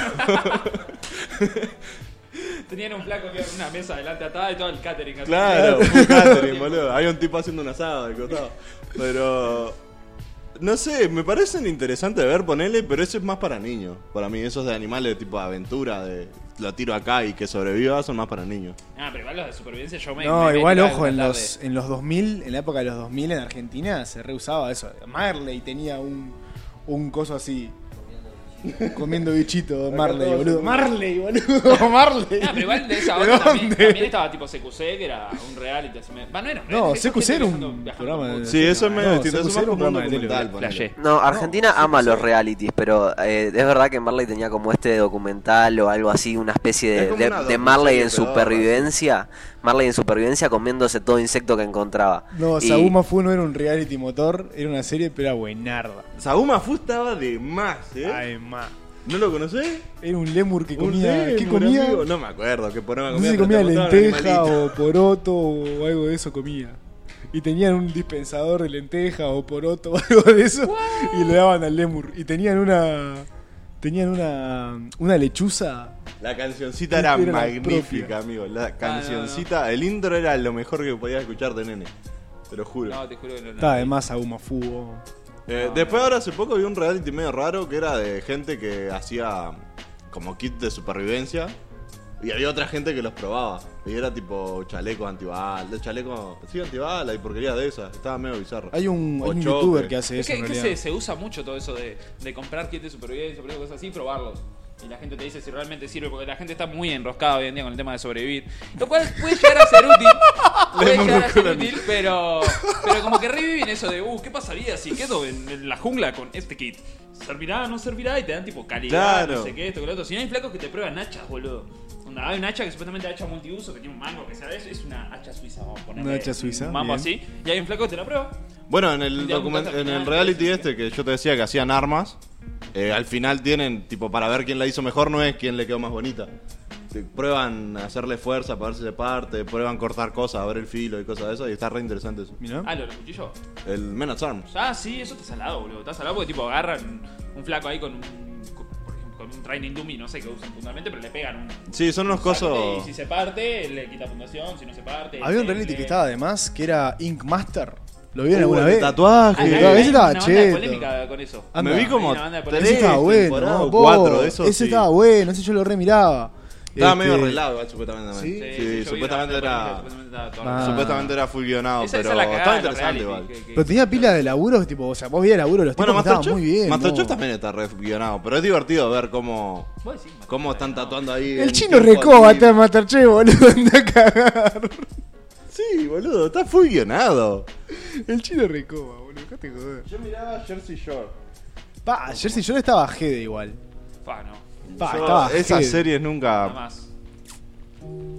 Speaker 2: Tenían un flaco que era una mesa delante atada y todo el catering. así.
Speaker 3: Claro, un catering, boludo. Hay un tipo haciendo un asado del costado. Pero. No sé, me parecen interesantes de ver, ponele, pero eso es más para niños. Para mí, esos de animales tipo de aventura, de lo tiro acá y que sobreviva, son más para niños.
Speaker 2: Ah, pero igual los de supervivencia yo me.
Speaker 1: No,
Speaker 2: me
Speaker 1: igual,
Speaker 2: metí
Speaker 1: ojo, en
Speaker 2: la tarde.
Speaker 1: los, en los 2000, en la época de los 2000 en Argentina se reusaba eso. Marley tenía un, un coso así. Comiendo bichito, Marley, boludo. Marley, boludo. Marley.
Speaker 2: Ah, pero igual de esa
Speaker 1: ¿De
Speaker 2: onda también,
Speaker 1: dónde?
Speaker 2: también estaba tipo CQC, que era un reality. Así me... Bah, no era un
Speaker 1: No,
Speaker 2: reality,
Speaker 1: CQC era
Speaker 2: gente
Speaker 1: un
Speaker 2: viajando- viajando
Speaker 1: programa
Speaker 2: por-
Speaker 1: de-
Speaker 3: Sí, eso es medio
Speaker 1: No,
Speaker 3: distinto, eso es
Speaker 1: CQC
Speaker 3: más
Speaker 1: era un
Speaker 3: como un
Speaker 1: programa de
Speaker 3: documental,
Speaker 1: tele,
Speaker 3: ponele.
Speaker 2: Flashé.
Speaker 4: No, Argentina ama los realities, pero eh, es verdad que Marley tenía como este documental o algo así, una especie
Speaker 3: Es
Speaker 4: de,
Speaker 3: como
Speaker 4: de-
Speaker 3: una
Speaker 4: de Marley en
Speaker 3: docuserie, pero
Speaker 4: supervivencia. Marley en supervivencia comiéndose todo insecto que encontraba.
Speaker 1: No,
Speaker 4: Y-
Speaker 1: Saúma Fu no era un reality motor, era una serie, pero era buenarda.
Speaker 3: Saguma Fu estaba de más, ¿eh?
Speaker 1: Además,
Speaker 3: ¿No lo conocés?
Speaker 1: era un lemur que
Speaker 3: Un
Speaker 1: comía.
Speaker 3: negro,
Speaker 1: ¿Qué
Speaker 3: un
Speaker 1: comía?
Speaker 3: amigo, No me acuerdo, que ponema
Speaker 1: No
Speaker 3: Ah, comía.
Speaker 1: sé si
Speaker 3: pero
Speaker 1: comía
Speaker 3: te mostraba un
Speaker 1: lenteja
Speaker 3: animalito.
Speaker 1: o poroto o algo de eso comía. Y tenían un dispensador de lenteja o poroto o algo de eso y le daban al lemur. Y tenían una. Tenían una. Una lechuza.
Speaker 3: La cancioncita era,
Speaker 1: Era la
Speaker 3: magnífica,
Speaker 1: propia.
Speaker 3: amigo.
Speaker 2: Ah,
Speaker 3: La cancioncita, el intro era lo mejor que podías escuchar de nene. Te lo juro.
Speaker 2: No, te juro que no.
Speaker 1: Está
Speaker 2: no.
Speaker 1: de más a fugo.
Speaker 3: Eh,
Speaker 2: No,
Speaker 3: después ahora hace poco vi un reality medio raro que era de gente que hacía como kit de supervivencia y había otra gente que los probaba. Y era tipo chaleco antibal, de chaleco, sí, antibala y porquería de esas. Estaba medio bizarro.
Speaker 1: Hay un, hay
Speaker 3: O
Speaker 1: un
Speaker 3: choque.
Speaker 1: youtuber que hace
Speaker 2: Es
Speaker 1: eso.
Speaker 2: que,
Speaker 1: en
Speaker 2: es que se,
Speaker 1: realidad.
Speaker 2: se usa mucho todo eso de, de comprar kits de supervivencia, por ejemplo, cosas así, y probarlos. Y la gente te dice si realmente sirve, porque la gente está muy enroscada hoy en día con el tema de sobrevivir. Lo cual puede llegar a ser útil. puede llegar a ser útil, pero, pero como que reviven eso de, uh, ¿qué pasaría si quedo en, en la jungla con este kit? ¿Servirá no servirá? Y te dan tipo calidad,
Speaker 3: Claro.
Speaker 2: no sé qué, esto, que lo otro. Si no hay flacos que te prueban hachas, boludo. Onda, hay una hacha que supuestamente hacha multiuso, que tiene un mango, que sabes, es una hacha suiza, vamos a poner.
Speaker 1: Una hacha suiza,
Speaker 2: Un mambo
Speaker 1: bien.
Speaker 2: así. Y hay un flaco que te la prueba.
Speaker 3: Bueno, en el,
Speaker 2: Y te dan
Speaker 3: document-
Speaker 2: puntaje
Speaker 3: en
Speaker 2: final,
Speaker 3: el reality
Speaker 2: sí, sí.
Speaker 3: este que yo te decía que hacían armas, eh, al final tienen, tipo, para ver quién la hizo mejor no es quién le quedó más bonita. Te Prueban hacerle fuerza para ver si se parte, prueban cortar cosas, ver el filo y cosas de esas, y está re interesante eso.
Speaker 1: Mirá.
Speaker 2: Ah, lo del cuchillo.
Speaker 3: El Men at Arms.
Speaker 2: Ah, sí, eso está salado, boludo. Está salado porque tipo agarran un flaco ahí con un. con- por ejemplo, con un un Training Doom y no sé qué usan puntualmente, pero le pegan un.
Speaker 3: Sí, son unos
Speaker 2: un saque Y
Speaker 3: cosos.
Speaker 2: si se parte, le quita puntuación, si no se Ah, parte.
Speaker 1: Había un
Speaker 2: etcétera.
Speaker 1: reality que estaba además, que era Ink Master. ¿Lo vieron
Speaker 3: Uh,
Speaker 1: alguna
Speaker 3: el
Speaker 1: vez? Ah,
Speaker 3: tatuaje.
Speaker 2: Hay,
Speaker 1: Sí,
Speaker 2: hay-
Speaker 1: cada
Speaker 2: hay
Speaker 1: vez
Speaker 2: una
Speaker 1: estaba
Speaker 2: banda de
Speaker 1: cheto. Ah,
Speaker 2: polémica con eso.
Speaker 1: Anda.
Speaker 3: Me vi como
Speaker 2: Hay una banda de
Speaker 3: tres
Speaker 1: Ese estaba bueno,
Speaker 3: temporadas o
Speaker 1: ¿no?
Speaker 3: cuatro
Speaker 1: Vos,
Speaker 3: de esos.
Speaker 1: Ese
Speaker 3: sí.
Speaker 1: estaba bueno, ese yo lo remiraba.
Speaker 3: Estaba
Speaker 1: Este,
Speaker 3: medio arreglado, igual, supuestamente.
Speaker 1: Sí.
Speaker 2: Sí, sí,
Speaker 3: Sí,
Speaker 2: yo vi una banda
Speaker 3: supuestamente
Speaker 2: de polémica,
Speaker 3: era.
Speaker 2: supuestamente estaba todo
Speaker 1: Ah.
Speaker 2: arreglado.
Speaker 3: Supuestamente era full guionado,
Speaker 2: Esa- esa
Speaker 3: pero
Speaker 2: es la cagada
Speaker 3: estaba
Speaker 2: de los
Speaker 3: interesante igual.
Speaker 2: reality, que- que-
Speaker 1: Pero tenía pila de laburos, tipo, o sea, vos veías el laburo de los
Speaker 3: Bueno,
Speaker 1: tipos que estaban
Speaker 3: Masterchef,
Speaker 1: muy bien.
Speaker 3: Masterchef
Speaker 1: vos.
Speaker 3: también está re guionado, pero es divertido ver cómo,
Speaker 2: Vos decís, Masterchef,
Speaker 3: cómo están
Speaker 2: no.
Speaker 3: tatuando ahí.
Speaker 1: El
Speaker 3: en
Speaker 1: chino
Speaker 3: tiempo
Speaker 1: recoba está
Speaker 3: al
Speaker 1: en
Speaker 3: tiempo.
Speaker 1: Masterchef, boludo, anda a cagar.
Speaker 3: Sí, boludo, está full guionado.
Speaker 1: El chino recoba, boludo, dejate joder.
Speaker 3: Yo miraba Jersey Shore.
Speaker 1: Pa, Jersey Shore estaba Jede igual.
Speaker 2: Fa, no.
Speaker 1: Pa, Ah, estaba
Speaker 3: esas
Speaker 1: Jede.
Speaker 3: series
Speaker 1: Ah.
Speaker 3: nunca.
Speaker 2: Jamás.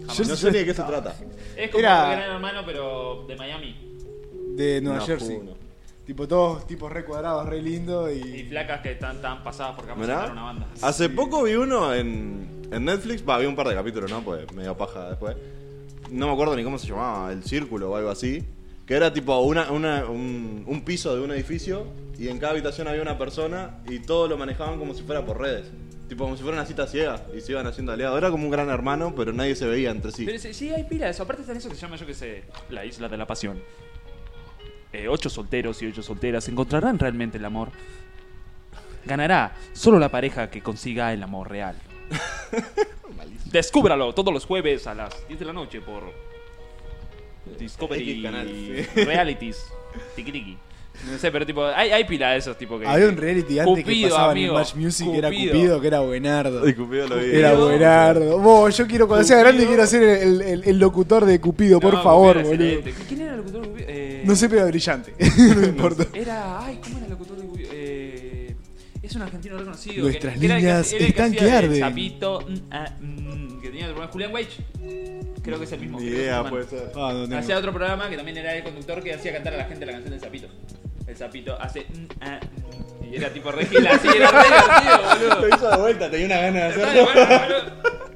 Speaker 1: Jersey
Speaker 3: No sé ni de qué se
Speaker 1: Shore
Speaker 3: trata.
Speaker 2: Es como
Speaker 1: Era-
Speaker 2: un gran hermano, pero de Miami.
Speaker 1: De Nueva
Speaker 3: No,
Speaker 1: Jersey.
Speaker 3: uno.
Speaker 1: Tipo, todos tipos re cuadrados, re lindos
Speaker 2: Y
Speaker 1: y.
Speaker 2: placas que están tan pasadas por capaz de
Speaker 3: ¿Verdad?
Speaker 2: cantar una banda.
Speaker 3: Hace poco vi uno en, en Netflix, va, vi un par de capítulos, ¿no? Pues medio paja después. No me acuerdo ni cómo se llamaba, El Círculo o algo así. Que era tipo una, una- un, un piso de un edificio y en cada habitación había una persona y todos lo manejaban como si fuera por redes. Tipo como si fuera una cita ciega y se iban haciendo aliados. Era como un gran hermano, pero nadie se veía entre sí.
Speaker 2: Pero sí, sí, hay pila de eso. Aparte están eso que se llama, yo que sé, la isla de la pasión. Eh, ocho solteros y ocho solteras encontrarán realmente el amor. Ganará solo la pareja que consiga el amor real. Descúbralo todos los jueves a las 10 de la noche por Discovery
Speaker 3: X canal, sí.
Speaker 2: Realities. Tiki tiki. No sé, pero tipo, hay, hay pila de esos tipo que.
Speaker 1: Había un reality antes que
Speaker 2: Cupido,
Speaker 1: pasaba en
Speaker 2: amigo,
Speaker 1: Match Music que era
Speaker 2: Cupido.
Speaker 1: Cupido, que era buenardo.
Speaker 3: Y Cupido lo vi.
Speaker 1: Era buenardo. Vos, yo quiero, cuando sea
Speaker 2: Cupido.
Speaker 1: grande, quiero ser el, el- el locutor de Cupido,
Speaker 2: No,
Speaker 1: por favor,
Speaker 2: era
Speaker 1: boludo.
Speaker 2: excelente. ¿Quién era el locutor de Cupido? Eh,
Speaker 1: No sé, pero brillante. no importa.
Speaker 2: Era. Ay, ¿cómo era el locutor de Cupido? Eh, es un argentino reconocido.
Speaker 1: Nuestras
Speaker 2: era el
Speaker 1: líneas
Speaker 2: hacía- era el
Speaker 1: están
Speaker 2: hacía
Speaker 1: que
Speaker 2: el
Speaker 1: arden.
Speaker 2: Sapito. mm, ah, mm, que tenía el programa Julian Wage. Creo que es el mismo.
Speaker 3: Ni
Speaker 2: creo que es
Speaker 3: idea, pues.
Speaker 2: su
Speaker 3: puede
Speaker 2: hermano.
Speaker 3: ser.
Speaker 1: Ah, no tengo.
Speaker 2: Hacía otro programa que también era el conductor que hacía cantar a la gente la canción del Sapito. El Sapito hace. mm, ah, mm, y era tipo re gila, así, era re divertido,
Speaker 3: Lo
Speaker 2: boludo.
Speaker 3: hizo de vuelta, tenía una gana de
Speaker 2: Estaba
Speaker 3: hacerlo.
Speaker 2: de buena, boludo.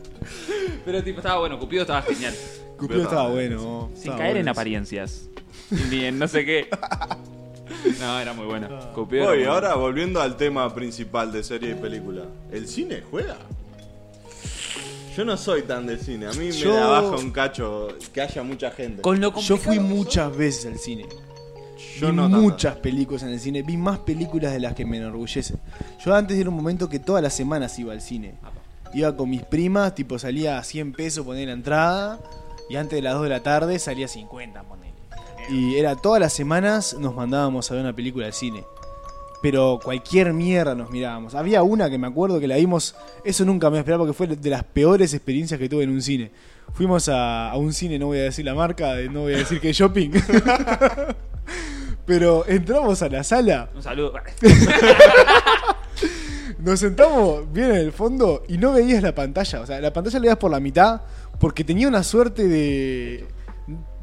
Speaker 2: Pero tipo, estaba bueno, Cupido estaba genial.
Speaker 1: Cupido estaba bueno. vos,
Speaker 2: Sin
Speaker 1: estaba
Speaker 2: caer en
Speaker 1: bueno.
Speaker 2: apariencias. Ni en no sé qué. No, era muy bueno. Cupido. era muy
Speaker 3: Voy,
Speaker 2: bueno.
Speaker 3: Ah. ahora volviendo al tema principal de serie y película. ¿El cine juega? Yo no soy tan de cine. A mí me
Speaker 1: Yo-
Speaker 3: da baja un cacho que haya mucha gente.
Speaker 2: Con lo
Speaker 1: Yo fui
Speaker 2: complicado que
Speaker 1: muchas veces al cine.
Speaker 3: Yo
Speaker 1: vi
Speaker 3: no tanto.
Speaker 1: muchas películas en el cine. Vi más películas de las que me enorgullecen. Yo antes era un momento que todas las semanas iba al cine. Iba con mis primas, tipo salía a 100 pesos poner la entrada. Y antes de las 2 de la tarde salía a 50 poner. Y era todas las semanas nos mandábamos a ver una película al cine. Pero cualquier mierda nos mirábamos. Había una que me acuerdo que la vimos. Eso nunca me esperaba porque fue de las peores experiencias que tuve en un cine. Fuimos a, a un cine, no voy a decir la marca, no voy a decir que es shopping. Pero entramos a la sala,
Speaker 2: Un saludo.
Speaker 1: nos sentamos bien en el fondo y no veías la pantalla. O sea, la pantalla la veías por la mitad porque tenía una suerte de.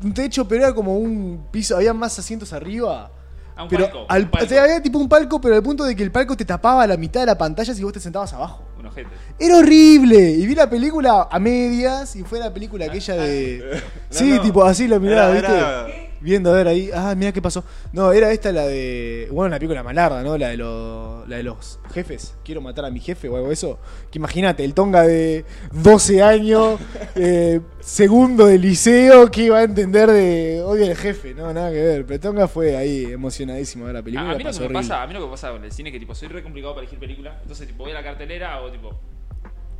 Speaker 1: Un techo, pero era como un piso. Había más asientos arriba.
Speaker 2: A un
Speaker 1: pero
Speaker 2: palco,
Speaker 1: al-
Speaker 2: un palco.
Speaker 1: o sea, había tipo un palco, pero al punto de que el palco te tapaba la mitad de la pantalla si vos te sentabas abajo.
Speaker 2: Un ojete.
Speaker 1: Era horrible. Y vi la película a medias y fue la película aquella de. sí,
Speaker 3: no.
Speaker 1: tipo así la miraba,
Speaker 3: Era-
Speaker 1: ¿viste?
Speaker 3: era-
Speaker 1: Viendo a ver ahí. Ah, mira qué pasó. No, era esta la de. Bueno, la película malarda, ¿no? La de, los la de los jefes. Quiero matar a mi jefe o algo de eso. Que imagínate, el tonga de 12 años, eh, segundo de liceo, que iba a entender de odio al jefe. No, nada que ver. Pero el tonga fue ahí emocionadísimo a ver la película.
Speaker 2: A, a mí lo
Speaker 1: pasó
Speaker 2: que me
Speaker 1: horrible.
Speaker 2: pasa, a mí lo que me pasa con el cine es que tipo soy re complicado para elegir película. Entonces tipo voy a la cartelera o tipo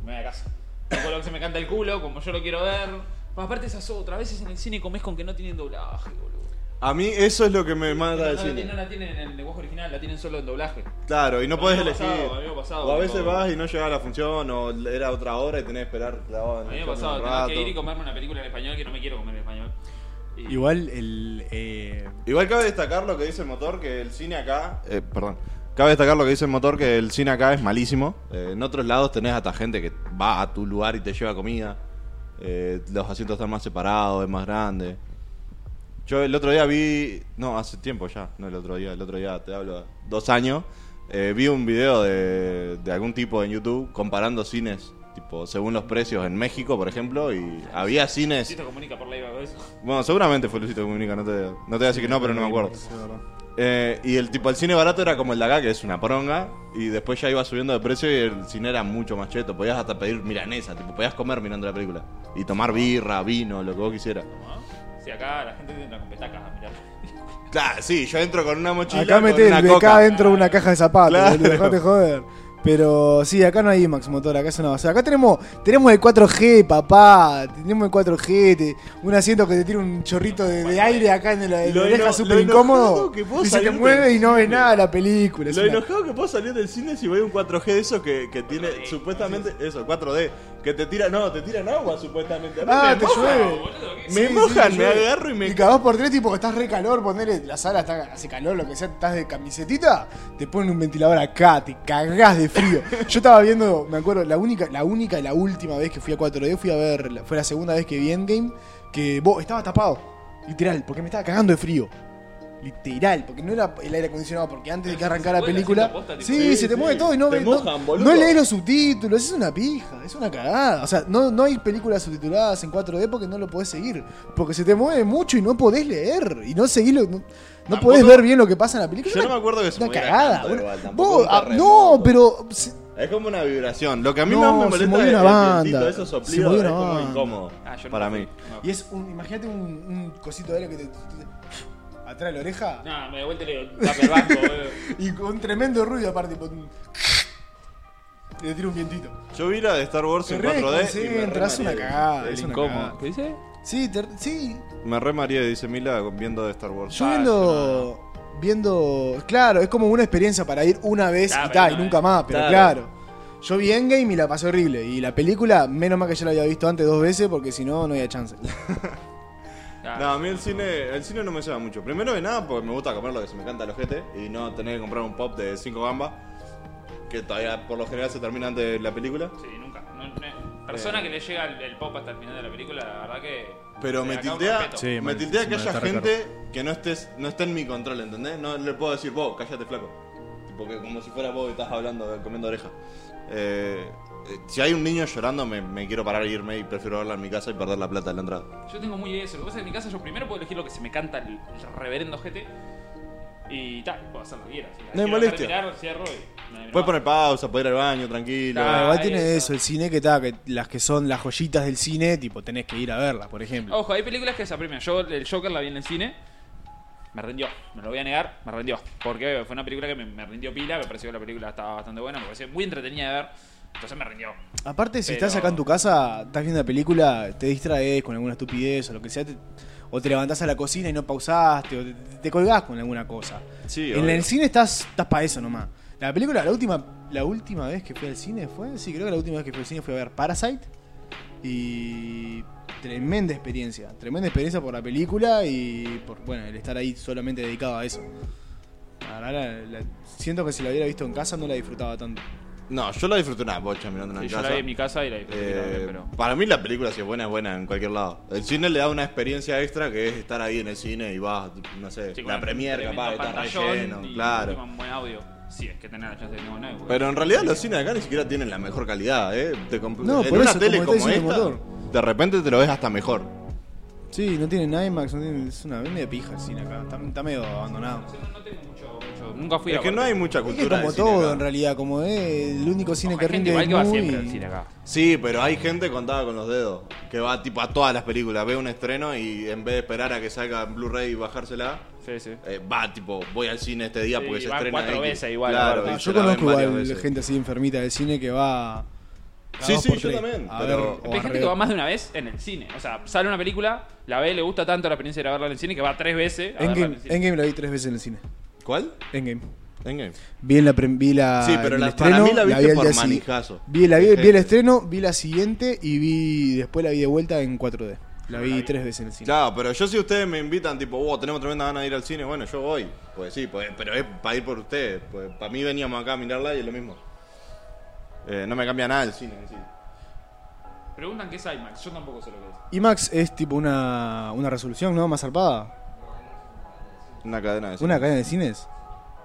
Speaker 2: me voy a casa. Pongo lo que se me canta el culo, como yo lo quiero ver. Más aparte esas otras veces en el cine comes con que no tienen doblaje, boludo.
Speaker 3: A mí eso es lo que me
Speaker 2: No,
Speaker 3: mata
Speaker 2: no
Speaker 3: del
Speaker 2: la tienen- no
Speaker 3: cine.
Speaker 2: la tienen en el lenguaje original, la tienen solo en doblaje.
Speaker 3: Claro, y no
Speaker 2: A mí
Speaker 3: podés
Speaker 2: me ha
Speaker 3: elegir.
Speaker 2: pasado, a mí me ha pasado,
Speaker 3: o a veces
Speaker 2: tipo-
Speaker 3: vas y no llegás a la función, o era otra hora y tenés que esperar la hora.
Speaker 2: A mí me ha pasado, tengo que ir y comerme una película en español que no me quiero comer en español. Y-
Speaker 1: Igual el. eh,
Speaker 3: Igual cabe destacar lo que dice el motor, que el cine acá... eh, perdón. Cabe destacar lo que dice el motor, que el cine acá es malísimo. Eh, en otros lados tenés hasta gente que va a tu lugar y te lleva comida. Eh, los asientos están más separados, es más grande. Yo el otro día vi... No, hace tiempo ya. No el otro día, el otro día te hablo. Dos años. eh, vi un video de, de algún tipo en YouTube comparando cines. Tipo, según los precios en México, por ejemplo. Y había cines...
Speaker 2: Si te comunica por la IVA con eso.
Speaker 3: Bueno, seguramente fue Lucito Comunica, no te, no te voy a decir que no, pero no me acuerdo. Eh, y el tipo, el cine barato era como el de acá, que es una pronga. Y después ya iba subiendo de precio y el cine era mucho más cheto. Podías hasta pedir milanesa, tipo, podías comer mirando la película. Y tomar birra, vino, lo que vos quisieras.
Speaker 2: Si acá la gente entra con petacas a mirar.
Speaker 3: Claro, sí, yo entro con una mochila.
Speaker 1: Acá
Speaker 3: con
Speaker 1: mete
Speaker 3: una
Speaker 1: el
Speaker 3: coca.
Speaker 1: BK dentro de una caja de zapatos,
Speaker 3: Claro.
Speaker 1: boludo, dejate joder. Pero sí, acá no hay IMAX motor, acá es una basura. Acá tenemos, tenemos el 4G, papá. Tenemos el 4G, te- un asiento que te tira un chorrito de, de aire acá en la, en la
Speaker 3: Lo
Speaker 1: oreja
Speaker 3: eno-
Speaker 1: súper
Speaker 3: lo
Speaker 1: incómodo.
Speaker 3: enojado que vos
Speaker 1: Y se te
Speaker 3: salirte
Speaker 1: mueve y no ves
Speaker 3: del
Speaker 1: nada la película. es
Speaker 3: Lo
Speaker 1: una-
Speaker 3: enojado que puedo salir del cine si voy a un 4G de esos que, que tiene
Speaker 2: 4D,
Speaker 3: supuestamente eso, 4D, que te tira, no, te tiran agua supuestamente. A mí
Speaker 1: Ah,
Speaker 3: me
Speaker 1: te
Speaker 3: moja.
Speaker 1: llueve.
Speaker 3: Me
Speaker 1: Sí,
Speaker 3: mojan,
Speaker 1: sí,
Speaker 3: me
Speaker 1: yo-
Speaker 3: agarro y me
Speaker 1: Y cada dos por tres, tipo que estás re calor, ponele la sala, está, hace calor, lo que sea, estás de camisetita, te ponen un ventilador acá, te cagás de frío. Yo estaba viendo, me acuerdo, la única, la única y la última vez que fui a 4D, fui a ver, la- fue la segunda vez que vi Endgame, que vos estaba tapado, literal, porque me estaba cagando de frío. Literal, porque no era el aire acondicionado, porque antes de que arrancara la
Speaker 2: Bueno,
Speaker 1: película.
Speaker 2: sí, posta, tipo,
Speaker 1: Sí,
Speaker 3: sí,
Speaker 1: se te
Speaker 3: sí,
Speaker 1: mueve todo y no
Speaker 3: te
Speaker 1: ves. no-
Speaker 3: mojan, boludo.
Speaker 1: no lees los subtítulos, es una pija, es una cagada. O sea, no, no hay películas subtituladas en 4D porque no lo podés seguir. Porque se te mueve mucho y no podés leer. Y no seguís lo- No, no
Speaker 3: Tampoco-
Speaker 1: podés ver bien lo que pasa en la película.
Speaker 3: Yo
Speaker 1: Es
Speaker 3: no me acuerdo que se
Speaker 1: una
Speaker 3: moviera
Speaker 1: cagada.
Speaker 3: tanto
Speaker 1: una-
Speaker 3: igual, tampoco
Speaker 1: vos,
Speaker 3: un
Speaker 1: ah,
Speaker 3: terremoto.
Speaker 1: no, pero. se-
Speaker 3: Es como una vibración. Lo que a mí
Speaker 1: No,
Speaker 3: más me
Speaker 1: se
Speaker 3: molesta
Speaker 1: movió
Speaker 3: es
Speaker 1: una
Speaker 3: el vientito,
Speaker 1: banda.
Speaker 3: esos
Speaker 1: Se
Speaker 3: soplidos,
Speaker 1: movió
Speaker 3: es
Speaker 1: una
Speaker 3: como
Speaker 1: banda.
Speaker 3: incómodo
Speaker 2: Ah, yo no
Speaker 3: para
Speaker 2: fui.
Speaker 3: mí.
Speaker 2: No.
Speaker 1: Y es un. Imagínate un, un cosito de aire que te. te- te- atrás de la oreja.
Speaker 2: Nah, me devuelve el tape el banco, boludo.
Speaker 1: Y con un tremendo ruido aparte. tipo, un- y Te tira un vientito.
Speaker 3: Yo vi la de Star Wars
Speaker 1: Te
Speaker 3: en 4D y me
Speaker 1: reconcentra, es una
Speaker 3: remarié.
Speaker 1: cagada.
Speaker 2: El
Speaker 1: es una
Speaker 2: incómodo.
Speaker 1: cagada.
Speaker 2: ¿Qué dice?
Speaker 1: Sí, te- sí,
Speaker 3: Me remarié, dice Mila, viendo de Star Wars.
Speaker 1: Yo viendo. Viendo. Claro, es como una experiencia para ir una vez
Speaker 2: Claro,
Speaker 1: y tal,
Speaker 2: no,
Speaker 1: y nunca más, pero
Speaker 3: claro.
Speaker 1: claro. Yo vi Endgame y la pasé horrible. Y la película, menos mal que ya la había visto antes dos veces, porque si no, no había chance.
Speaker 2: Ah,
Speaker 3: No, a mí el cine, el cine no me lleva mucho. Primero de nada, porque me gusta comer lo que se me canta los ojete y no tener que comprar un pop de 5 gambas, que todavía por lo general se termina antes de la película.
Speaker 2: Sí, nunca. No, no- persona que le llega el, el pop hasta el final de la película, la verdad que.
Speaker 3: Pero
Speaker 2: le
Speaker 3: me
Speaker 2: acá un
Speaker 3: tiltea,
Speaker 2: respeto.
Speaker 1: Sí,
Speaker 3: me
Speaker 1: mal,
Speaker 3: tiltea que
Speaker 1: encima de
Speaker 3: haya
Speaker 1: estar
Speaker 3: gente que no estés, no esté en mi control, ¿entendés? No le puedo decir, vos, cállate flaco. Tipo que como si fuera vos que estás hablando, comiendo oreja. Eh, eh, si hay un niño llorando, me, me quiero parar e irme y prefiero verla en mi casa y perder la plata de la entrada.
Speaker 2: Yo tengo muy eso. Lo que pasa es que en mi casa yo primero puedo elegir lo que se me canta el, el reverendo GT. Y tal, puedo hacer lo que quiera. Si la
Speaker 3: No hay
Speaker 2: quiero
Speaker 3: molestia.
Speaker 2: dejar de mirar, cierro y. no, no,
Speaker 3: Puedes
Speaker 2: no.
Speaker 3: poner pausa, puedes ir al baño, tranquilo.
Speaker 2: Claro.
Speaker 1: Igual
Speaker 2: ahí
Speaker 1: tiene
Speaker 2: está.
Speaker 1: eso, el cine que está, que las que son las joyitas del cine, tipo, tenés que ir a verlas, por ejemplo.
Speaker 2: Ojo, hay películas que se apremian. Yo el Joker la vi en el cine. Me rindió, me lo voy a negar, me rindió. Porque fue una película que me, me rindió pila, me pareció que la película estaba bastante buena, me pareció muy entretenida de ver. Entonces me rindió.
Speaker 1: Aparte, si
Speaker 2: Pero-
Speaker 1: estás acá en tu casa, estás viendo la película, te distraes con alguna estupidez o lo que sea, te- o te levantás a la cocina y no pausaste, o te, te colgás con alguna cosa.
Speaker 3: Sí,
Speaker 1: en
Speaker 3: obvio.
Speaker 1: el cine estás, estás para eso nomás. La película, la última, la última vez que fui al cine fue, sí, creo que la última vez que fui al cine fue a ver Parasite. Y tremenda experiencia, tremenda experiencia por la película y por, bueno, el estar ahí solamente dedicado a eso. La verdad, la- la- siento que si la hubiera visto en casa no la disfrutaba tanto.
Speaker 3: No, yo la disfruté una bocha mirando en
Speaker 2: Y
Speaker 3: la
Speaker 2: yo
Speaker 3: casa.
Speaker 2: la vi en mi casa y la disfruté
Speaker 3: Eh,
Speaker 2: también, pero.
Speaker 3: Para mí la película si es buena es buena en cualquier lado. El cine le da una experiencia extra que es estar ahí en el cine y vas, no sé,
Speaker 2: Sí, con
Speaker 3: la
Speaker 2: un
Speaker 3: premier
Speaker 2: tremendo
Speaker 3: capaz, que está
Speaker 2: pantallón
Speaker 3: relleno,
Speaker 2: y
Speaker 3: claro.
Speaker 2: con buen audio. Sí, es que tenés la chance de tener buen audio. porque-
Speaker 3: Pero en realidad los cines acá ni siquiera tienen la mejor calidad, ¿eh? Te comp-
Speaker 1: No,
Speaker 3: en
Speaker 1: por
Speaker 3: una
Speaker 1: eso,
Speaker 3: tele
Speaker 1: como
Speaker 3: como,
Speaker 1: está diciendo
Speaker 3: esta,
Speaker 1: el
Speaker 3: de repente te lo ves hasta mejor.
Speaker 1: Sí, no tienen IMAX, no tienen, es una media pija el cine acá, está, está medio abandonado.
Speaker 2: No, no tengo mucho, mucho- Nunca fui
Speaker 3: es
Speaker 2: a
Speaker 3: que no hay mucha
Speaker 1: Es que
Speaker 3: cultura
Speaker 1: como
Speaker 3: de cine
Speaker 1: todo
Speaker 3: acá.
Speaker 1: en realidad, como es el único cine que
Speaker 2: hay gente
Speaker 1: rinde
Speaker 2: igual que va
Speaker 1: muy-
Speaker 2: siempre al cine acá.
Speaker 3: Sí, pero hay gente contada con los dedos, que va tipo a todas las películas, ve un estreno y en vez de esperar a que salga en Blu-ray y bajársela,
Speaker 2: Sí, sí.
Speaker 3: eh, va tipo, voy al cine este día
Speaker 2: Sí,
Speaker 3: porque se
Speaker 2: van
Speaker 3: estrena
Speaker 2: cuatro
Speaker 3: X.
Speaker 2: veces igual,
Speaker 3: Claro,
Speaker 2: aparte.
Speaker 3: y
Speaker 1: Ah,
Speaker 3: se
Speaker 1: yo
Speaker 3: la ven
Speaker 1: conozco
Speaker 3: varias
Speaker 1: igual
Speaker 3: veces.
Speaker 1: gente así enfermita del cine que va. cada
Speaker 3: Sí,
Speaker 1: dos
Speaker 3: sí,
Speaker 1: por
Speaker 3: yo
Speaker 1: tres
Speaker 3: también,
Speaker 1: A
Speaker 3: pero-
Speaker 1: ver,
Speaker 3: Pero
Speaker 1: o
Speaker 2: Hay
Speaker 1: a
Speaker 2: gente
Speaker 1: re-
Speaker 2: que va más de una vez en el cine. O sea, sale una película, la ve, le gusta tanto la experiencia de ir a verla en el cine que va tres veces. A verla en
Speaker 1: Endgame,
Speaker 2: el cine.
Speaker 1: Endgame la vi tres veces en el cine.
Speaker 3: ¿Cuál?
Speaker 1: Endgame.
Speaker 3: Endgame.
Speaker 1: Vi en la, pre- vi la
Speaker 3: Sí, pero
Speaker 1: el
Speaker 3: la- para
Speaker 1: estreno,
Speaker 3: mí la viste
Speaker 1: al
Speaker 3: por
Speaker 1: día siguiente.
Speaker 3: manijazo.
Speaker 1: Vi, la vi,
Speaker 3: De
Speaker 1: vi el
Speaker 3: gente.
Speaker 1: estreno, vi la siguiente y vi después la vi de vuelta en 4D. La vi
Speaker 2: vi.
Speaker 1: tres veces en el cine.
Speaker 3: Claro, pero yo si ustedes me invitan, tipo, wow, tenemos tremenda ganas de ir al cine, bueno, yo voy. Pues sí, pues, pero es para ir por ustedes. Pues, para mí veníamos acá a mirarla y es lo mismo. Eh, no me cambia nada el cine en sí.
Speaker 2: Preguntan qué es IMAX. Yo tampoco sé lo que es.
Speaker 1: IMAX es tipo una, una resolución, ¿no? Más zarpada.
Speaker 3: Una cadena de cine.
Speaker 1: Una cadena de cines.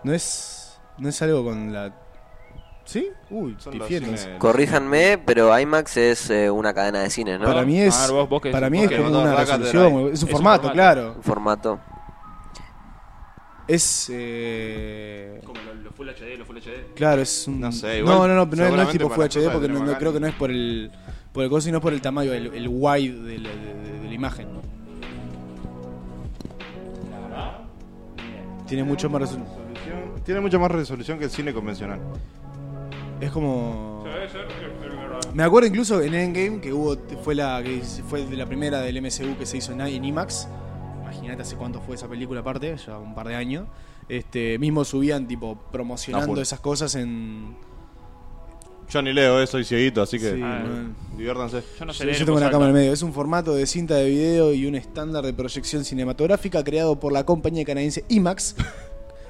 Speaker 1: No es. No es algo con la. ¿Sí? Uy,
Speaker 3: Son los
Speaker 1: difiero.
Speaker 3: cines-
Speaker 4: Corríjanme, pero IMAX es eh, una cadena de cine, ¿no?
Speaker 1: Para mí es.
Speaker 2: A ver, vos- vos que
Speaker 1: para
Speaker 2: decís,
Speaker 1: mí
Speaker 2: vos
Speaker 1: es
Speaker 2: que
Speaker 1: como
Speaker 3: no,
Speaker 1: una
Speaker 3: rácate,
Speaker 1: resolución.
Speaker 3: dale.
Speaker 1: Es
Speaker 2: Es
Speaker 1: un
Speaker 2: un
Speaker 1: formato,
Speaker 2: formato.
Speaker 1: claro.
Speaker 4: Un formato.
Speaker 1: Es. eh,
Speaker 2: Como los lo Full HD, los Full HD.
Speaker 1: Claro, es un.
Speaker 3: No sé,
Speaker 1: no,
Speaker 3: igual,
Speaker 1: no, no, no, no es
Speaker 5: seguramente
Speaker 1: tipo
Speaker 5: para
Speaker 1: Full
Speaker 5: las
Speaker 1: HD
Speaker 5: cosas
Speaker 1: porque
Speaker 5: de
Speaker 1: no- no-
Speaker 5: Dramacan-
Speaker 1: creo que no es por el. Por el coso, sino por el tamaño, el, el wide de la, de- de- de la imagen. ¿no?
Speaker 2: La verdad.
Speaker 1: Tiene mucho más resu-
Speaker 5: Resolución- Tiene mucha más resolución que el cine convencional.
Speaker 1: Es como.
Speaker 2: Yo, yo- yo- yo- yo-
Speaker 1: Me acuerdo incluso en Endgame que hubo fue la que fue de la primera del MCU que se hizo en, en IMAX. Imagínate hace cuánto fue esa película aparte, ya un par de años. Este, mismo subían tipo
Speaker 3: Ah,
Speaker 1: promocionando
Speaker 3: full.
Speaker 1: esas cosas en
Speaker 3: Yo ni leo, eh, soy cieguito, así que
Speaker 1: Sí,
Speaker 2: Ah,
Speaker 1: bueno.
Speaker 3: diviértanse.
Speaker 2: Yo no sé.
Speaker 1: Yo,
Speaker 2: leer
Speaker 1: yo
Speaker 2: en
Speaker 1: tengo
Speaker 2: voz
Speaker 1: una
Speaker 2: alta.
Speaker 1: cámara en medio. Es un formato de cinta de video y un estándar de proyección cinematográfica creado por la compañía canadiense IMAX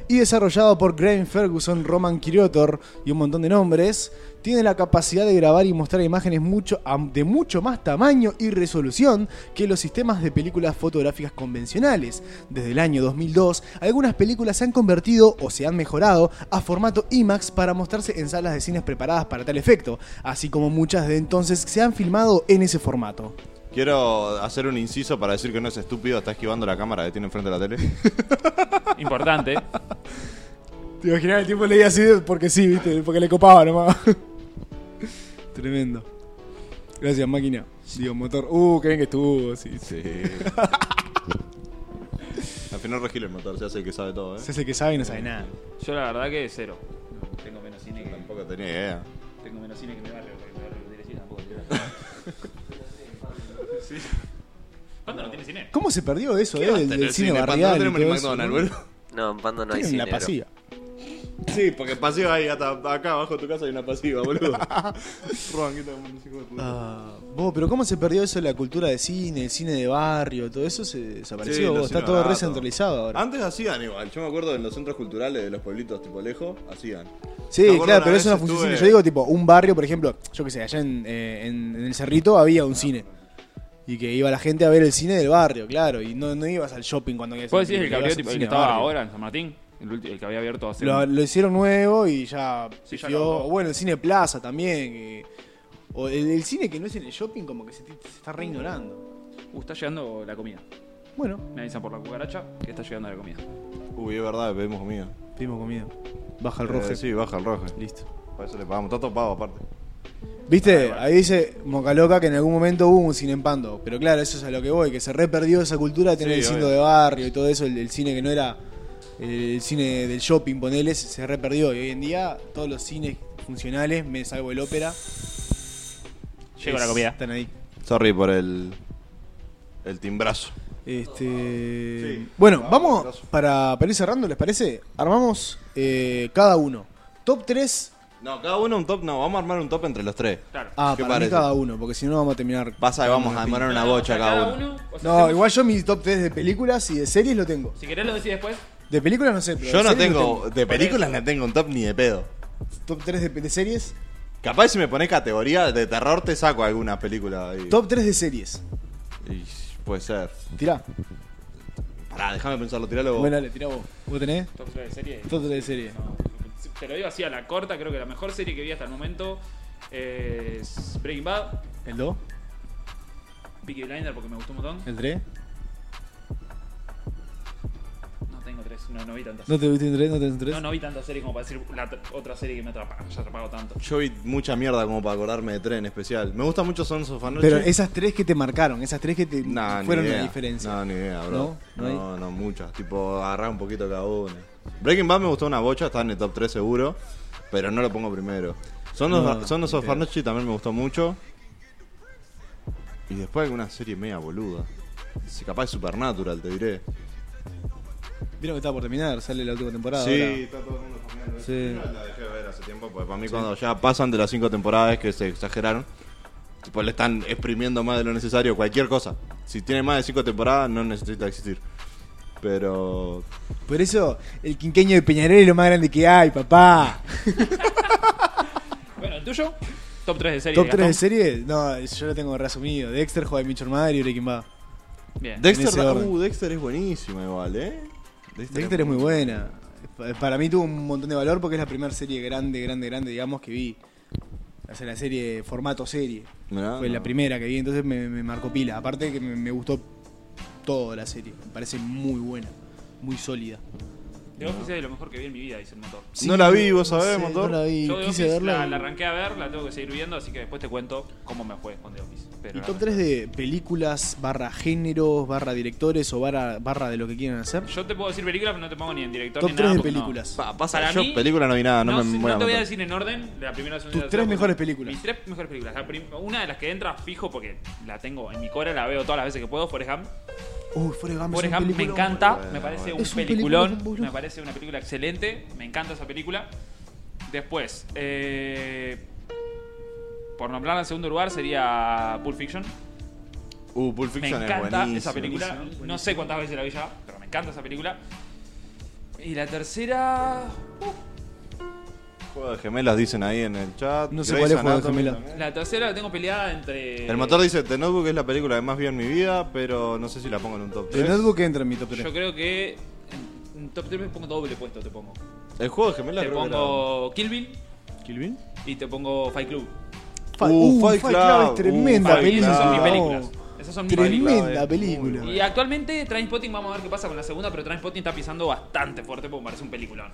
Speaker 1: y desarrollado por Graham Ferguson, Roman Kiriotor y un montón de nombres. Tiene la capacidad de grabar y mostrar imágenes mucho, am- de mucho más tamaño y resolución que los sistemas de películas fotográficas convencionales. Desde el año 2002, algunas películas se han convertido o se han mejorado a formato IMAX para mostrarse en salas de cines preparadas para tal efecto, así como muchas de entonces se han filmado en ese formato.
Speaker 3: Quiero hacer un inciso para decir que no es estúpido, está esquivando la cámara que tiene enfrente de la tele.
Speaker 2: Importante.
Speaker 1: Te imaginas el tipo leía así de- porque sí, viste, porque le copaba nomás. Tremendo. Gracias, máquina. Digo, motor. Uh, creen que estuvo. Sí, sí.
Speaker 3: Sí. Al final regila el motor, se hace el que sabe todo, ¿eh?
Speaker 1: Es el que sabe y no sabe nada.
Speaker 2: Yo la verdad que cero. Tengo menos cine que.
Speaker 3: Tampoco tenía idea.
Speaker 2: Tengo menos cine que mi barrio, porque mi barrio no tiene cine tampoco. Sí. ¿Cuándo no tiene cine?
Speaker 1: ¿Cómo se perdió eso, eh?
Speaker 3: va a
Speaker 1: Del,
Speaker 3: tener
Speaker 1: del cine
Speaker 3: cine?
Speaker 1: barrial.
Speaker 3: Cuando
Speaker 1: y
Speaker 3: no tenemos
Speaker 1: todo
Speaker 3: ni
Speaker 1: eso,
Speaker 3: McDonald's,
Speaker 1: ¿no?
Speaker 3: boludo.
Speaker 4: No, en Pando no hay
Speaker 1: Tienen
Speaker 4: cine.
Speaker 1: la
Speaker 4: bro.
Speaker 1: pasiva.
Speaker 3: Sí, porque pasiva hay hasta acá abajo de tu casa hay una pasiva, boludo. Roban, quita un hijo de puta.
Speaker 1: Ah, vos, pero ¿cómo se perdió eso de la cultura de cine, el cine de barrio? Todo eso se
Speaker 3: Sí,
Speaker 1: desapareció.
Speaker 3: los
Speaker 1: vos, Está
Speaker 3: cines
Speaker 1: todo
Speaker 3: baratos.
Speaker 1: recentralizado ahora.
Speaker 3: Antes hacían igual, yo me acuerdo en los centros culturales de los pueblitos tipo lejos, hacían.
Speaker 1: Sí,
Speaker 3: Me acuerdo
Speaker 1: claro,
Speaker 3: una
Speaker 1: pero
Speaker 3: vez
Speaker 1: eso no funciona.
Speaker 3: estuve-
Speaker 1: Yo digo, tipo, un barrio, por ejemplo, yo que sé, allá en, eh, en- en el Cerrito había
Speaker 3: Ah.
Speaker 1: un cine. Y que iba la gente a ver el cine del barrio, claro. Y no, no ibas al shopping cuando querías.
Speaker 2: ¿Puedo decir el que
Speaker 1: ibas
Speaker 2: abrió
Speaker 1: al
Speaker 2: tipo, el
Speaker 1: cine
Speaker 2: que
Speaker 1: de
Speaker 2: estaba
Speaker 1: barrio.
Speaker 2: ahora en San Martín? El, ulti- el que había abierto hace.
Speaker 1: Lo,
Speaker 2: un-
Speaker 1: lo hicieron nuevo y ya.
Speaker 2: Sí, ya
Speaker 1: pifió.
Speaker 2: acabó.
Speaker 1: O bueno, el cine Plaza también. que- o el, el cine que no es en el shopping, como que se, te- se está reignorando.
Speaker 2: Uh, está llegando la comida.
Speaker 1: Bueno,
Speaker 2: Me avisan por la cucaracha que está llegando la comida.
Speaker 3: Uy, es verdad, pedimos comida.
Speaker 1: pedimos comida. Baja el
Speaker 3: Eh,
Speaker 1: roje.
Speaker 3: sí, baja el roje.
Speaker 1: Listo.
Speaker 3: Para eso le pagamos, está topado aparte.
Speaker 1: Viste, ahí dice Mocaloca que en algún momento hubo un cine en Pando. Pero claro, eso es a lo que voy, que se re perdió esa cultura de tener
Speaker 3: Sí,
Speaker 1: el cine
Speaker 3: obvio.
Speaker 1: de barrio y todo eso, el, el cine que no era el cine del shopping, ponele, se- se re perdió. Y hoy en día todos los cines funcionales, me salvo el ópera,
Speaker 2: Llegó
Speaker 1: es-
Speaker 2: la comida.
Speaker 1: Están ahí.
Speaker 3: Sorry por el. el timbrazo.
Speaker 1: Este,
Speaker 3: Sí.
Speaker 1: Bueno,
Speaker 3: Vamos,
Speaker 1: vamos
Speaker 3: abrazo.
Speaker 1: para, para ir cerrando, ¿les parece? Armamos eh, cada uno. Top 3.
Speaker 3: No, cada uno un top, no, vamos a armar un top entre los tres.
Speaker 2: Claro.
Speaker 1: Ah,
Speaker 3: ¿Qué
Speaker 1: para mí
Speaker 3: parece?
Speaker 1: cada uno, porque si no vamos a terminar.
Speaker 3: Pasa que vamos a demorar una bocha cada uno.
Speaker 2: o sea,
Speaker 1: No,
Speaker 2: hacemos-
Speaker 1: igual yo mi top 3 de películas y de series lo tengo.
Speaker 2: Si querés lo decís después.
Speaker 1: De películas no sé, pero
Speaker 3: Yo
Speaker 1: de
Speaker 3: no
Speaker 1: series
Speaker 3: tengo. De películas no tengo un top ni de pedo.
Speaker 1: Top 3 de, de series.
Speaker 3: Capaz si me pones categoría de terror te saco alguna película ahí.
Speaker 1: Top 3 de series.
Speaker 3: Y puede ser.
Speaker 1: Tirá.
Speaker 3: Pará, déjame pensarlo, tiralo vos.
Speaker 1: Bueno, dale, tirá vos. ¿Vos tenés?
Speaker 2: Top 3 de serie.
Speaker 1: Top 3 de series.
Speaker 2: Te lo digo así a la corta, creo que la mejor serie que vi hasta el momento es Breaking Bad,
Speaker 1: ¿El 2?
Speaker 2: Peaky Blinder porque me gustó un montón.
Speaker 1: ¿El 3?
Speaker 2: No tengo tres, no, no vi tantas.
Speaker 1: ¿No te viste en 3? ¿No te viste en 3?
Speaker 2: No, no vi tantas series como para decir la t- otra serie que me atrapa, me haya atrapado tanto.
Speaker 3: Yo vi mucha mierda como para acordarme de tres en especial. Me gusta mucho Sons of Anarchy.
Speaker 1: Pero esas tres que te marcaron, esas tres que te
Speaker 3: Nah, ni
Speaker 1: fueron
Speaker 3: idea.
Speaker 1: la diferencia.
Speaker 3: No, ni idea, bro.
Speaker 1: ¿No?
Speaker 3: No,
Speaker 1: ¿No hay?
Speaker 3: no, muchas. Tipo, agarrar un poquito cada una. Breaking Bad me gustó una bocha, está en el top 3 seguro. Pero no lo pongo primero. Son los,
Speaker 1: No,
Speaker 3: Son los
Speaker 1: ni
Speaker 3: of
Speaker 1: pedo.
Speaker 3: Anarchy también me gustó mucho. Y después alguna serie media boluda. Si capaz Supernatural, te diré.
Speaker 1: Vieron que estaba por terminar, sale la última temporada. ahora.
Speaker 3: está todo el mundo cambiando.
Speaker 1: Sí.
Speaker 3: Yo La dejé de ver hace tiempo, porque para mí cuando ya pasan de las cinco temporadas que se exageraron, tipo le están exprimiendo más de lo necesario cualquier cosa. Si tiene más de cinco temporadas no necesita existir. Pero
Speaker 1: Por eso, el quinqueño de Peñarol es lo más grande que hay, papá.
Speaker 2: Bueno, ¿el tuyo? Top 3 de serie.
Speaker 1: Top 3 de
Speaker 2: Gastón.
Speaker 1: series. No, yo lo tengo resumido. Dexter, Joder, Mitchell Madre y Breaking Bad.
Speaker 2: Bien.
Speaker 1: En ese
Speaker 3: Dexter,
Speaker 1: orden.
Speaker 3: uh, Dexter es buenísima igual, ¿eh?
Speaker 1: Dexter es muy buena. Pa- Para mí tuvo un montón de valor porque es la primera serie grande, grande, grande, digamos, que vi. O sea, la serie, formato serie.
Speaker 5: Ah,
Speaker 3: Mirá,
Speaker 1: Fue
Speaker 3: no.
Speaker 1: la primera que vi, entonces me, me marcó pila. Aparte que me, me gustó toda la serie. Me parece muy buena, muy sólida.
Speaker 2: The Office es de lo mejor que vi en mi vida, dice el motor.
Speaker 5: No la vi, vos sabés,
Speaker 1: sí,
Speaker 5: motor.
Speaker 1: No la vi,
Speaker 2: Yo The
Speaker 1: quise
Speaker 2: Office
Speaker 1: verla.
Speaker 2: la,
Speaker 1: y-
Speaker 2: la arranqué a ver, la tengo que seguir viendo, así que después te cuento cómo me fue con The Office. Pero
Speaker 1: Y
Speaker 2: la
Speaker 1: top
Speaker 2: verdad-
Speaker 1: 3 de películas, barra géneros, barra directores o barra, barra de lo que quieran hacer.
Speaker 2: Yo te puedo decir películas, pero no te pongo ni en director
Speaker 1: Top
Speaker 2: ni
Speaker 1: 3
Speaker 2: nada.
Speaker 1: de
Speaker 2: porque no.
Speaker 1: películas.
Speaker 3: Pa- pasa,
Speaker 2: Para
Speaker 3: yo
Speaker 2: mí-
Speaker 3: película no vi nada, no,
Speaker 2: No,
Speaker 3: me
Speaker 2: sé- no
Speaker 3: voy
Speaker 2: te voy a
Speaker 3: anotar.
Speaker 2: decir en orden de la primera, segunda,
Speaker 1: Tus
Speaker 2: tercera,
Speaker 1: tres
Speaker 2: porque-
Speaker 1: mejores películas.
Speaker 2: Mis tres mejores películas. La prim- una de las que entra fijo porque la tengo en mi cora, la veo todas las veces que puedo, Forrest Gump.
Speaker 1: Uy, Forrest Gump, es
Speaker 2: Forrest
Speaker 1: un
Speaker 2: Gump me
Speaker 1: peliculón.
Speaker 2: encanta,
Speaker 3: bueno,
Speaker 2: me parece
Speaker 1: bueno. Es
Speaker 2: un
Speaker 1: un
Speaker 2: peliculón,
Speaker 1: peliculón, boludo.
Speaker 2: me parece una película excelente, me encanta esa película. Después, eh, por nombrarla en segundo lugar sería Pulp Fiction.
Speaker 3: Uh, Pulp
Speaker 2: Me
Speaker 3: Fiction es
Speaker 2: encanta
Speaker 3: buenísima.
Speaker 2: esa película, no sé cuántas veces la vi ya, pero me encanta esa película. Y la tercera,
Speaker 5: Juego de gemelas dicen ahí en el chat.
Speaker 1: No sé
Speaker 5: Grey's
Speaker 1: cuál es Juego de
Speaker 5: Anatomy
Speaker 1: Gemelas.
Speaker 5: también.
Speaker 2: la tercera la tengo peleada entre
Speaker 5: El motor dice, The Notebook es la película que más vi en mi vida, pero no sé si la pongo en un top
Speaker 1: The
Speaker 5: 3.
Speaker 1: Notebook entra en mi top 3.
Speaker 2: Yo creo que en, en top 3 me pongo doble puesto, te pongo.
Speaker 5: El juego de gemelas
Speaker 2: Te
Speaker 5: creo que
Speaker 2: pongo Kill Bill
Speaker 1: ¿Kill Bill?
Speaker 2: y te pongo Fight Club.
Speaker 1: Fight,
Speaker 5: Uh,
Speaker 1: uh,
Speaker 5: Fight
Speaker 1: Fight Club
Speaker 5: Club.
Speaker 1: es tremenda
Speaker 5: Uh, Fight Club.
Speaker 1: película.
Speaker 2: Esas son mis películas. eh. Esas son mis películas.
Speaker 1: Tremenda
Speaker 5: es
Speaker 1: película.
Speaker 5: muy
Speaker 2: Y actualmente Trainspotting vamos a ver qué pasa con la segunda, pero Trainspotting está pisando bastante fuerte porque parece un peliculón.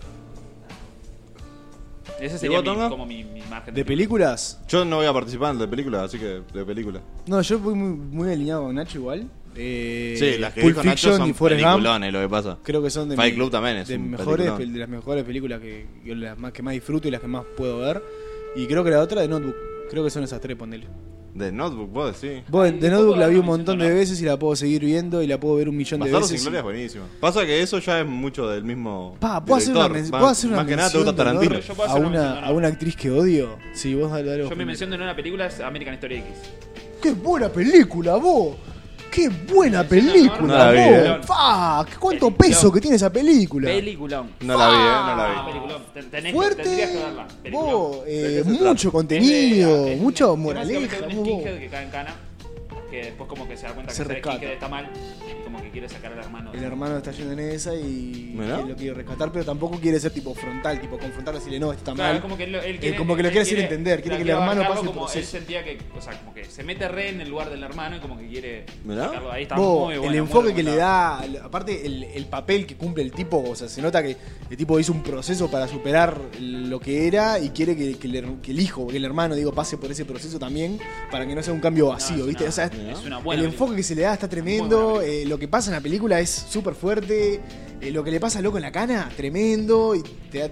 Speaker 2: Ese sería
Speaker 5: vos,
Speaker 2: mi-
Speaker 5: Tonga?
Speaker 2: como mi, mi margen.
Speaker 1: ¿De películas?
Speaker 5: era. Yo no voy a participar en el de película, así que de película.
Speaker 1: No, yo voy muy, muy alineado con Nacho igual. Eh,
Speaker 3: Sí, las que
Speaker 1: Pulp
Speaker 3: dijo Nacho
Speaker 1: Fiction
Speaker 3: son
Speaker 1: y Forrest Gump.
Speaker 3: peliculones, lo que pasa.
Speaker 1: Creo que son de,
Speaker 3: Fight Club también es
Speaker 1: de,
Speaker 3: un
Speaker 1: mejores,
Speaker 3: peliculón.
Speaker 1: pel- de las mejores películas que, yo las más, que más disfruto y las que más puedo ver. Y creo que la otra de Notebook. Creo que son esas tres, ponele.
Speaker 5: De Notebook, vos decís.
Speaker 1: Bueno, de
Speaker 2: un
Speaker 1: Notebook
Speaker 2: poco
Speaker 1: la vi un
Speaker 2: diciendo
Speaker 1: montón de
Speaker 2: no.
Speaker 1: veces y la puedo seguir viendo y la puedo ver un millón de
Speaker 5: Bastardo sin
Speaker 1: veces.
Speaker 5: Gloria es buenísimo. Pasa que eso ya es mucho del mismo.
Speaker 1: Pa, ¿puedo hacer una,
Speaker 5: director.
Speaker 1: men-
Speaker 5: Más-
Speaker 1: ¿puedo hacer una
Speaker 5: Más que nada te
Speaker 1: mención
Speaker 5: gusta
Speaker 1: de honor
Speaker 5: Tarantino.
Speaker 2: Yo puedo
Speaker 1: a
Speaker 2: hacer una
Speaker 1: una,
Speaker 2: mención de
Speaker 1: a
Speaker 2: honor.
Speaker 1: una actriz que odio? Sí, vos dale algo.
Speaker 2: Yo me menciono en una película es American Story X.
Speaker 1: ¡Qué buena película, vos! ¡Qué buena
Speaker 5: No
Speaker 1: película,
Speaker 5: la vi,
Speaker 1: vos!
Speaker 2: eh.
Speaker 1: ¡Fuck! ¿Cuánto
Speaker 2: Película.
Speaker 1: peso que tiene esa película?
Speaker 2: Peliculón.
Speaker 5: No la vi, eh, no
Speaker 2: Ah,
Speaker 5: la vi.
Speaker 2: peliculón. Ten- tenés que- tendrías que verla.
Speaker 1: fuerte,
Speaker 2: Peliculón.
Speaker 1: vos, eh,
Speaker 5: ¿De qué se
Speaker 1: mucho
Speaker 2: Es de-
Speaker 1: contenido,
Speaker 2: es- es
Speaker 1: mucho
Speaker 2: básicamente
Speaker 1: moraleja.
Speaker 2: un
Speaker 1: vos.
Speaker 2: skinhead que cae en cana, que después como que se da cuenta que
Speaker 1: Se
Speaker 2: ser
Speaker 1: rescata.
Speaker 2: skinhead está mal, y como que quiere sacar al hermano.
Speaker 1: El hermano está yendo en esa y
Speaker 5: ¿Mirá?
Speaker 1: él lo quiere rescatar, pero tampoco quiere ser tipo frontal, tipo confrontarlo y decirle no, esto está
Speaker 2: Claro,
Speaker 1: mal.
Speaker 2: como que, él, él
Speaker 1: Eh,
Speaker 2: quiere,
Speaker 1: como que lo
Speaker 2: él
Speaker 1: quiere hacer entender, quiere que el hermano
Speaker 2: abarcarlo
Speaker 1: pase el
Speaker 2: como Él
Speaker 1: proceso.
Speaker 2: sentía que, o sea, como que se mete re en el lugar del hermano y como que quiere
Speaker 5: ¿Mirá?
Speaker 2: sacarlo de ahí. Está
Speaker 1: Vos,
Speaker 2: muy bueno.
Speaker 1: el
Speaker 2: muy
Speaker 1: enfoque que le
Speaker 2: recomendado.
Speaker 1: da, al- aparte el, el papel que cumple el tipo, o sea, se nota que el tipo hizo un proceso para superar lo que era y quiere que, que el, her- que el hijo, que el hermano, digo, pase por ese proceso también para que no sea un cambio vacío,
Speaker 2: es
Speaker 1: ¿viste?
Speaker 2: una-
Speaker 1: o sea,
Speaker 2: es una buena
Speaker 1: el enfoque
Speaker 2: película.
Speaker 1: que se le da está
Speaker 2: Muy buena
Speaker 1: tremendo, eh, lo que pasa en la película es súper fuerte, eh, lo que le pasa al loco en la cana, tremendo, y te da-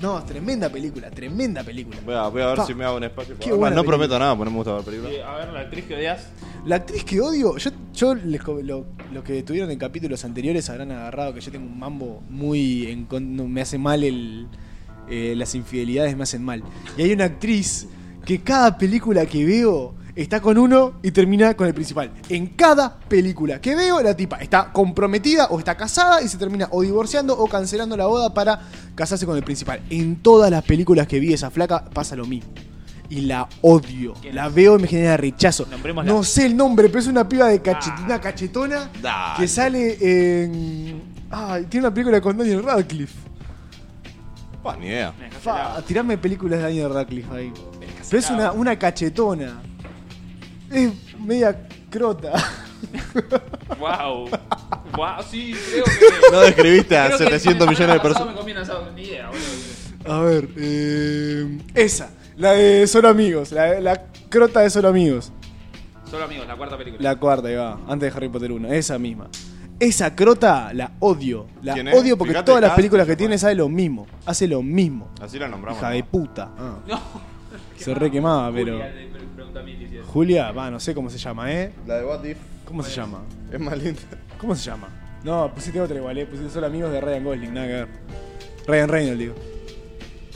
Speaker 1: No, es tremenda película, tremenda película.
Speaker 5: Voy a, voy a ver
Speaker 1: Pa.
Speaker 5: si me hago un espacio.
Speaker 1: Qué
Speaker 5: para-
Speaker 1: buena
Speaker 5: no
Speaker 1: película.
Speaker 5: prometo nada, porque no me gusta ver películas.
Speaker 2: Sí, Eh, a ver, la actriz que odias.
Speaker 1: La actriz que odio, yo, yo les co- lo- los que estuvieron en capítulos anteriores habrán agarrado que yo tengo un mambo muy en con- no, me hace mal el eh, las infidelidades me hacen mal. Y hay una actriz que cada película que veo está con uno y termina con el principal. En cada película que veo la tipa está comprometida o está casada y se termina o divorciando o cancelando la boda para casarse con el principal. En todas las películas que vi esa flaca pasa lo mismo. Y la odio.
Speaker 2: ¿Quién
Speaker 1: La
Speaker 2: es?
Speaker 1: veo y me genera rechazo.
Speaker 2: Nombrémosla.
Speaker 1: No sé el nombre, pero es una piba de cachet- una cachetona
Speaker 3: Dale.
Speaker 1: que sale en. Ah, tiene una película con Daniel Radcliffe.
Speaker 5: Pa, ni idea.
Speaker 2: Me dejaste
Speaker 1: Fa,
Speaker 2: la-
Speaker 1: tirame películas de Daniel Radcliffe ahí.
Speaker 2: dejaste
Speaker 1: Pero es
Speaker 2: la-
Speaker 1: una, una cachetona. Es media crota.
Speaker 2: Wow. wow. Sí, creo que.
Speaker 5: No describiste a
Speaker 2: creo que
Speaker 5: 700
Speaker 2: la
Speaker 5: millones de
Speaker 2: semana pasada
Speaker 5: personas.
Speaker 2: me Ah, comí un asado, ni idea, boludo.
Speaker 1: A ver, eh, esa. La de Solo Amigos. La, la crota de Solo Amigos.
Speaker 2: Solo amigos, la cuarta película.
Speaker 1: La cuarta, ahí va. Antes de Harry Potter 1. Esa misma. Esa crota la odio. La
Speaker 5: ¿Quién es?
Speaker 1: odio porque
Speaker 5: Fíjate,
Speaker 1: todas las
Speaker 5: cada-
Speaker 1: películas que tiene sabe lo mismo. Hace lo mismo.
Speaker 5: Así la nombramos.
Speaker 1: Hija de
Speaker 5: ¿no?
Speaker 1: puta. Ah.
Speaker 2: No.
Speaker 1: Se re quemaba, pero-
Speaker 2: Julia, le pre- pregunta a mí, dice,
Speaker 1: Julia, va, no sé cómo se llama, ¿eh?
Speaker 5: La de What If
Speaker 1: ¿Cómo se llama?
Speaker 5: es más linda.
Speaker 1: ¿Cómo se llama? No, pusiste otra igual, ¿eh? Pusiste solo amigos de Ryan Gosling, nada que ver. Ryan Reynolds, digo.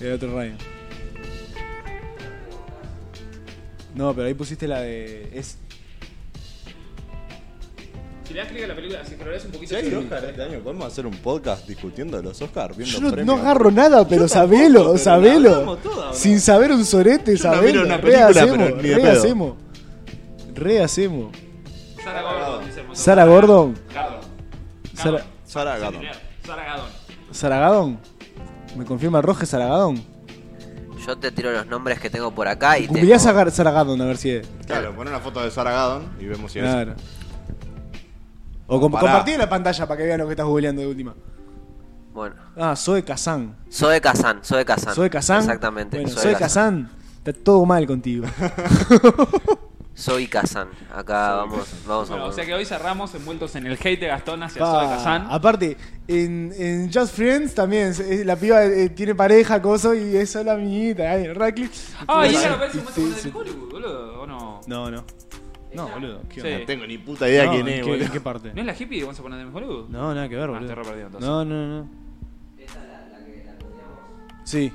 Speaker 1: El otro Ryan. No, pero ahí pusiste la de. Es...
Speaker 2: Si le das clic a la película, si exploras un poquito.
Speaker 5: Si hay
Speaker 2: sobre-
Speaker 5: Oscar este año, podemos hacer un podcast discutiendo de los Oscars. Viendo
Speaker 1: Yo no,
Speaker 5: premios.
Speaker 1: no agarro nada, pero sabelo,
Speaker 5: pero la
Speaker 1: sabelo.
Speaker 5: hablamos toda, boludo.
Speaker 1: Sin saber un sorete,
Speaker 5: Yo no
Speaker 1: sabelo.
Speaker 5: miro una
Speaker 1: Re
Speaker 5: película,
Speaker 1: hacemos,
Speaker 5: pero ni de
Speaker 1: re
Speaker 5: pedo.
Speaker 1: hacemos. Re hacemos.
Speaker 2: Sara Gordon, dice el motor.
Speaker 1: Sara Gordon.
Speaker 2: Gordon.
Speaker 1: Sara-
Speaker 2: Gordon.
Speaker 5: Sara Gato.
Speaker 2: Sara Gadon.
Speaker 1: ¿Saragadón? ¿Me confirma Roger Saragadón?
Speaker 4: Yo te tiro los nombres que tengo por acá y
Speaker 1: Googleás
Speaker 4: tengo-
Speaker 1: a Saragadón a ver si es.
Speaker 5: Claro, pon una foto de Sara Gadon y vemos si es.
Speaker 1: Claro. O comp
Speaker 5: Pará.
Speaker 1: compartí en la pantalla para que vean lo que estás googleando de última.
Speaker 4: Bueno.
Speaker 1: Ah, Zoe Kazan.
Speaker 4: Zoe Kazan, Zoe Kazan.
Speaker 1: Zoe Kazan.
Speaker 4: Exactamente.
Speaker 1: Bueno,
Speaker 4: Zoe
Speaker 1: Zoe
Speaker 4: Kazan.
Speaker 1: Kazan. Está todo mal contigo.
Speaker 4: Zoe Kazan. Acá vamos, vamos
Speaker 2: Bueno,
Speaker 4: a
Speaker 2: o sea que hoy cerramos envueltos en el hate de Gastón hacia
Speaker 1: Pa,
Speaker 2: Zoe Kazan.
Speaker 1: Aparte, en, en Just Friends también, se- eh, la piba eh, tiene pareja, cosa, y es la amiguita, Daniel Radcliffe.
Speaker 2: Ah, y
Speaker 1: Sí,
Speaker 2: ella no parece un
Speaker 1: sí,
Speaker 2: buen de
Speaker 1: sí.
Speaker 2: Hollywood, boludo, ¿o no?
Speaker 1: No, no. No, boludo. ¿qué
Speaker 2: Sí.
Speaker 1: onda?
Speaker 3: No tengo ni puta idea
Speaker 1: No,
Speaker 3: quién
Speaker 1: ¿en
Speaker 3: es,
Speaker 1: qué-
Speaker 3: boludo.
Speaker 1: en qué parte?
Speaker 2: ¿No es la hippie de Once Upon a Time in Hollywood?
Speaker 1: No, nada que ver,
Speaker 2: Ah,
Speaker 1: boludo.
Speaker 2: estoy re perdido, entonces.
Speaker 1: no, no, no. Sí,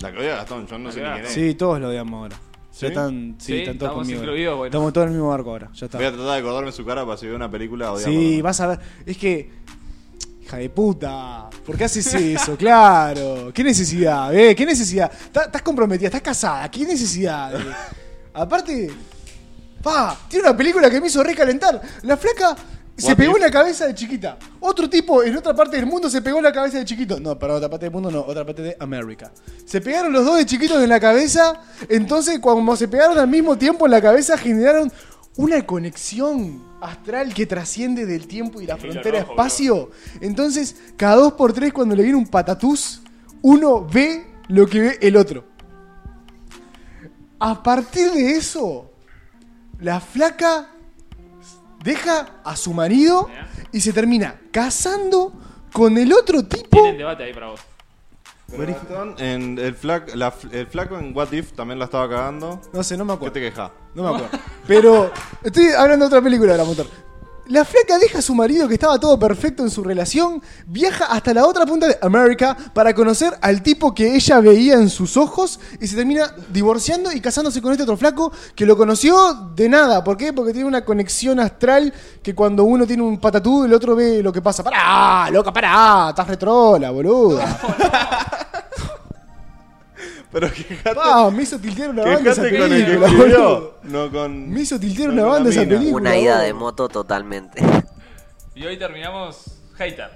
Speaker 3: La que odia a Gastón, yo no sé ni quién es.
Speaker 1: sí, todos lo odiamos ahora.
Speaker 3: ¿Sí?
Speaker 1: Ya están, sí,
Speaker 2: Eh. Sí,
Speaker 1: están todos
Speaker 2: estamos
Speaker 1: conmigo.
Speaker 2: incluidos,
Speaker 1: ahora.
Speaker 2: bueno.
Speaker 1: Estamos todos en el mismo barco ahora, ya está.
Speaker 3: Voy a tratar de acordarme su cara para si veo una película odiada.
Speaker 1: Sí, vas a ver. Es que. Hija de puta. ¿Por qué haces eso? claro. ¿Qué necesidad? ¿Eh? ¿Qué necesidad? Ta- Estás comprometida, estás casada. ¿Qué necesidad? eh? Aparte. Pa, tiene una película que me hizo recalentar. La flaca se
Speaker 3: What
Speaker 1: pegó
Speaker 3: if?
Speaker 1: en la cabeza de chiquita. Otro tipo en otra parte del mundo se pegó en la cabeza de chiquito. No, para otra parte del mundo no, otra parte de América. Se pegaron los dos de chiquitos en la cabeza. Entonces, cuando se pegaron al mismo tiempo en la cabeza, generaron una conexión astral que trasciende del tiempo y la
Speaker 2: hilo
Speaker 1: frontera
Speaker 2: rojo,
Speaker 1: espacio. Entonces, cada dos por tres, cuando le viene un patatús, uno ve lo que ve el otro. A partir de eso, la flaca deja a su marido
Speaker 2: Mirá.
Speaker 1: y se termina casando con el otro tipo.
Speaker 2: Tienen debate ahí para vos.
Speaker 5: Pero Gastón, en el, flac- la fl- el flaco en What If también la estaba cagando.
Speaker 1: No sé, no me
Speaker 5: ¿Qué
Speaker 1: acuerdo.
Speaker 5: te quejas?
Speaker 1: No me acuerdo. Pero estoy hablando de otra película de la motor. La flaca deja a su marido que estaba todo perfecto en su relación, viaja hasta la otra punta de América para conocer al tipo que ella veía en sus ojos y se termina divorciando y casándose con este otro flaco que lo conoció de nada. ¿Por qué? Porque tiene una conexión astral que cuando uno tiene un patatú el otro ve lo que pasa. ¡Pará, loca, pará! Estás retrola, boluda.
Speaker 5: Pero quejate,
Speaker 1: Ah, me hizo tiltear una banda esa
Speaker 5: quejate con el que
Speaker 1: película,
Speaker 5: escribió.
Speaker 1: boludo.
Speaker 5: No con.
Speaker 1: Me hizo tiltear
Speaker 5: no
Speaker 1: una
Speaker 5: con la
Speaker 1: banda esa
Speaker 5: mina.
Speaker 1: película.
Speaker 4: Una ida de
Speaker 1: boludo.
Speaker 4: moto totalmente.
Speaker 2: Y hoy terminamos hater.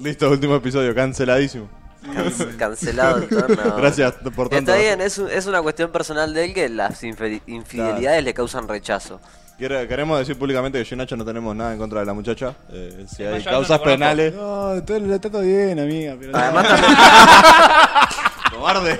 Speaker 5: Listo, último episodio, canceladísimo.
Speaker 4: Can- Cancelado el torneo.
Speaker 5: Gracias por tanto.
Speaker 4: Está bien, es, un- es una cuestión personal de él que las infe- infidelidades le causan rechazo.
Speaker 5: Quiero- queremos decir públicamente que yo y Nacho no tenemos nada en contra de la muchacha. Eh, si hay
Speaker 2: más, yo no
Speaker 5: causas
Speaker 2: lo conozco.
Speaker 5: penales.
Speaker 1: No, todo lo trato bien, amiga. Pero
Speaker 4: Además,
Speaker 5: ¡Cobarde!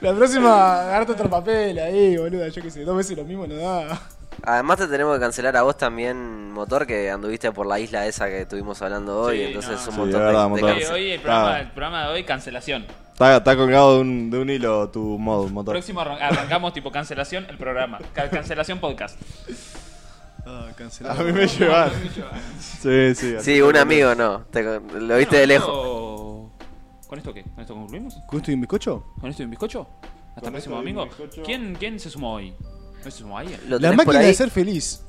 Speaker 1: la próxima, agarrate otro papel ahí, boluda. Yo qué sé, dos veces lo mismo no da.
Speaker 4: Además te tenemos que cancelar a vos también, Motor, que anduviste por la isla esa que estuvimos hablando hoy,
Speaker 2: Sí,
Speaker 4: entonces
Speaker 2: no,
Speaker 4: es un
Speaker 5: sí,
Speaker 4: montón
Speaker 5: es verdad,
Speaker 4: de, de
Speaker 5: Motor.
Speaker 2: Eh,
Speaker 4: cáncer.
Speaker 2: hoy el programa,
Speaker 5: Ah.
Speaker 2: el programa de hoy, cancelación.
Speaker 5: está, está colgado de un, de un hilo tu modo, motor.
Speaker 2: Próximo arran- arrancamos tipo cancelación el programa. Ca- cancelación podcast.
Speaker 1: Ah,
Speaker 5: A
Speaker 1: cancelado.
Speaker 5: mí me llevan. Sí, sí.
Speaker 4: Sí, un amigo no, te- lo viste de lejos.
Speaker 2: ¿Con esto qué? ¿Con esto concluimos?
Speaker 1: ¿Gusto y un bizcocho?
Speaker 2: ¿Con esto y un bizcocho? Hasta el próximo
Speaker 5: esto y un
Speaker 2: domingo.
Speaker 5: bizcocho.
Speaker 2: ¿Quién, ¿Quién se sumó hoy? ¿No se sumó ayer?
Speaker 4: ¿Lo
Speaker 1: La
Speaker 4: tenés por
Speaker 1: máquina
Speaker 4: ahí?
Speaker 1: de ser feliz.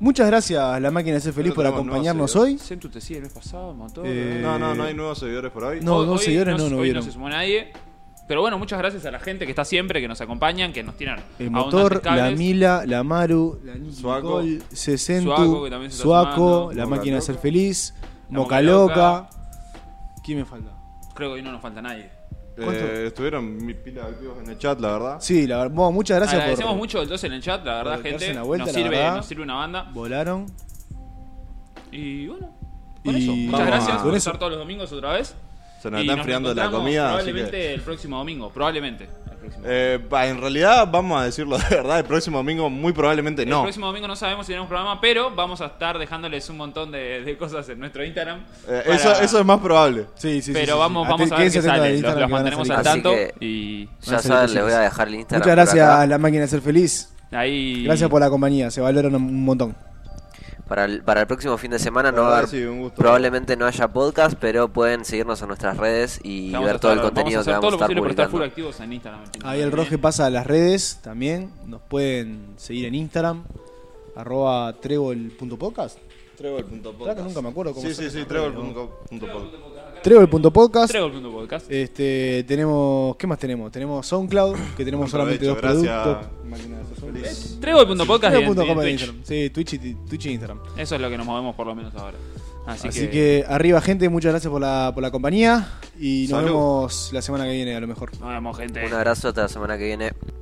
Speaker 1: Muchas gracias, la máquina de ser feliz,
Speaker 5: No ¿eh?
Speaker 1: por
Speaker 5: tenemos
Speaker 1: acompañarnos
Speaker 5: nuevos
Speaker 1: hoy.
Speaker 2: Centu te sigue el mes pasado, motor.
Speaker 1: Eh,
Speaker 5: No, no, no hay nuevos seguidores por hoy.
Speaker 1: No,
Speaker 2: Hoy-
Speaker 1: dos
Speaker 2: hoy
Speaker 1: seguidores no,
Speaker 2: se-
Speaker 1: no
Speaker 2: hoy
Speaker 1: vieron.
Speaker 2: se sumó nadie. Pero bueno, muchas gracias a la gente que está siempre, que nos acompañan, que nos tiran.
Speaker 1: El
Speaker 2: abundantes
Speaker 1: Eh, motor, la
Speaker 2: cables.
Speaker 1: Mila, la Maru, la
Speaker 5: Suaco.
Speaker 1: Nicole, Sesentu,
Speaker 2: Suaco, que también se está
Speaker 1: Suaco,
Speaker 2: sumando.
Speaker 1: la
Speaker 5: Moca
Speaker 1: máquina de
Speaker 5: Loca.
Speaker 1: ser feliz,
Speaker 2: La
Speaker 1: Moca
Speaker 2: Moca
Speaker 1: Loca. ¿Quién me falta?
Speaker 2: Creo que hoy no nos falta nadie.
Speaker 5: Eh,
Speaker 1: ¿cuánto?
Speaker 5: estuvieron mis pilas activos en el chat, la verdad.
Speaker 1: Sí, la verdad, bueno, muchas gracias
Speaker 2: Agradecemos
Speaker 1: por.
Speaker 2: mucho el 2 en el chat, la verdad,
Speaker 1: por darse
Speaker 2: gente.
Speaker 1: una vuelta,
Speaker 2: nos,
Speaker 1: la
Speaker 2: sirve,
Speaker 1: verdad.
Speaker 2: nos sirve una banda.
Speaker 1: Volaron.
Speaker 2: Y bueno, con
Speaker 1: Y
Speaker 2: eso. Muchas
Speaker 5: vamos
Speaker 2: gracias
Speaker 5: a-
Speaker 2: por
Speaker 1: con eso.
Speaker 2: estar todos los domingos otra vez.
Speaker 5: Se nos
Speaker 2: Y
Speaker 5: está enfriando la
Speaker 2: encontramos
Speaker 5: comida, así
Speaker 2: Probablemente
Speaker 5: que.
Speaker 2: el próximo domingo, probablemente. El próximo.
Speaker 5: Eh, pa, en realidad, vamos a decirlo de verdad, el próximo domingo muy probablemente
Speaker 2: El
Speaker 5: no.
Speaker 2: próximo domingo no sabemos si tenemos programa, pero vamos a estar dejándoles un montón de, de cosas en nuestro Instagram.
Speaker 5: Eh,
Speaker 2: para-
Speaker 5: eso, eso es más probable.
Speaker 1: Sí, sí, sí, sí,
Speaker 2: pero
Speaker 1: sí. Ah,
Speaker 2: vamos, vamos a ver
Speaker 1: Quédense
Speaker 2: qué
Speaker 1: atentos al
Speaker 2: sale. Los,
Speaker 1: Instagram
Speaker 2: los
Speaker 1: que van a
Speaker 2: mantenemos
Speaker 1: salir
Speaker 2: al
Speaker 4: cosas.
Speaker 2: tanto.
Speaker 4: Así que-
Speaker 2: Y
Speaker 4: Ya
Speaker 1: Lanza
Speaker 4: saben,
Speaker 1: de
Speaker 4: les voy a
Speaker 1: cosas.
Speaker 4: dejar el Instagram.
Speaker 1: Muchas
Speaker 4: por
Speaker 1: gracias
Speaker 4: acá.
Speaker 1: a la máquina de ser feliz.
Speaker 2: ahí.
Speaker 1: Gracias por la compañía, se valoran un montón.
Speaker 4: Para el, para el próximo fin de semana
Speaker 5: La
Speaker 4: no va a
Speaker 5: verdad,
Speaker 4: haber,
Speaker 5: sí, un gusto.
Speaker 4: probablemente no haya podcast, pero pueden seguirnos en nuestras redes y
Speaker 2: Vamos a
Speaker 4: ver todo el
Speaker 2: estar-
Speaker 4: contenido
Speaker 2: vamos a hacer
Speaker 4: que
Speaker 2: todo
Speaker 4: vamos
Speaker 2: lo
Speaker 4: a estar
Speaker 2: posible por estar
Speaker 4: publicando.
Speaker 2: full activos en Instagram. Eh, el fin de
Speaker 1: Ahí el
Speaker 2: semana que
Speaker 1: Roje pasa a las redes también. Nos pueden seguir en Instagram, arroba trébol.podcast. Claro que nunca me acuerdo cómo
Speaker 5: Sí, sí,
Speaker 1: se llama.
Speaker 5: sí, trevor.com.
Speaker 1: Trébol.podcast.
Speaker 2: viene. Trébol Podcast.
Speaker 1: Este, tenemos, ¿qué más tenemos? Tenemos SoundCloud, que tenemos solamente dos
Speaker 5: Aprovecho,
Speaker 1: productos.
Speaker 5: gracias.
Speaker 1: Máquina de ser feliz.
Speaker 2: Trébol.podcast y en-
Speaker 1: Trébol.com
Speaker 2: y en
Speaker 1: en
Speaker 2: Twitch.
Speaker 1: Instagram. Sí, Twitch y, Twitch e Instagram.
Speaker 2: Eso es lo que nos movemos por lo menos ahora. Así,
Speaker 1: Así, que... arriba gente, muchas gracias por la, por la compañía y nos
Speaker 5: Salud.
Speaker 1: vemos la semana que viene a lo mejor.
Speaker 2: Nos vemos, gente.
Speaker 4: Un abrazo hasta la semana que viene.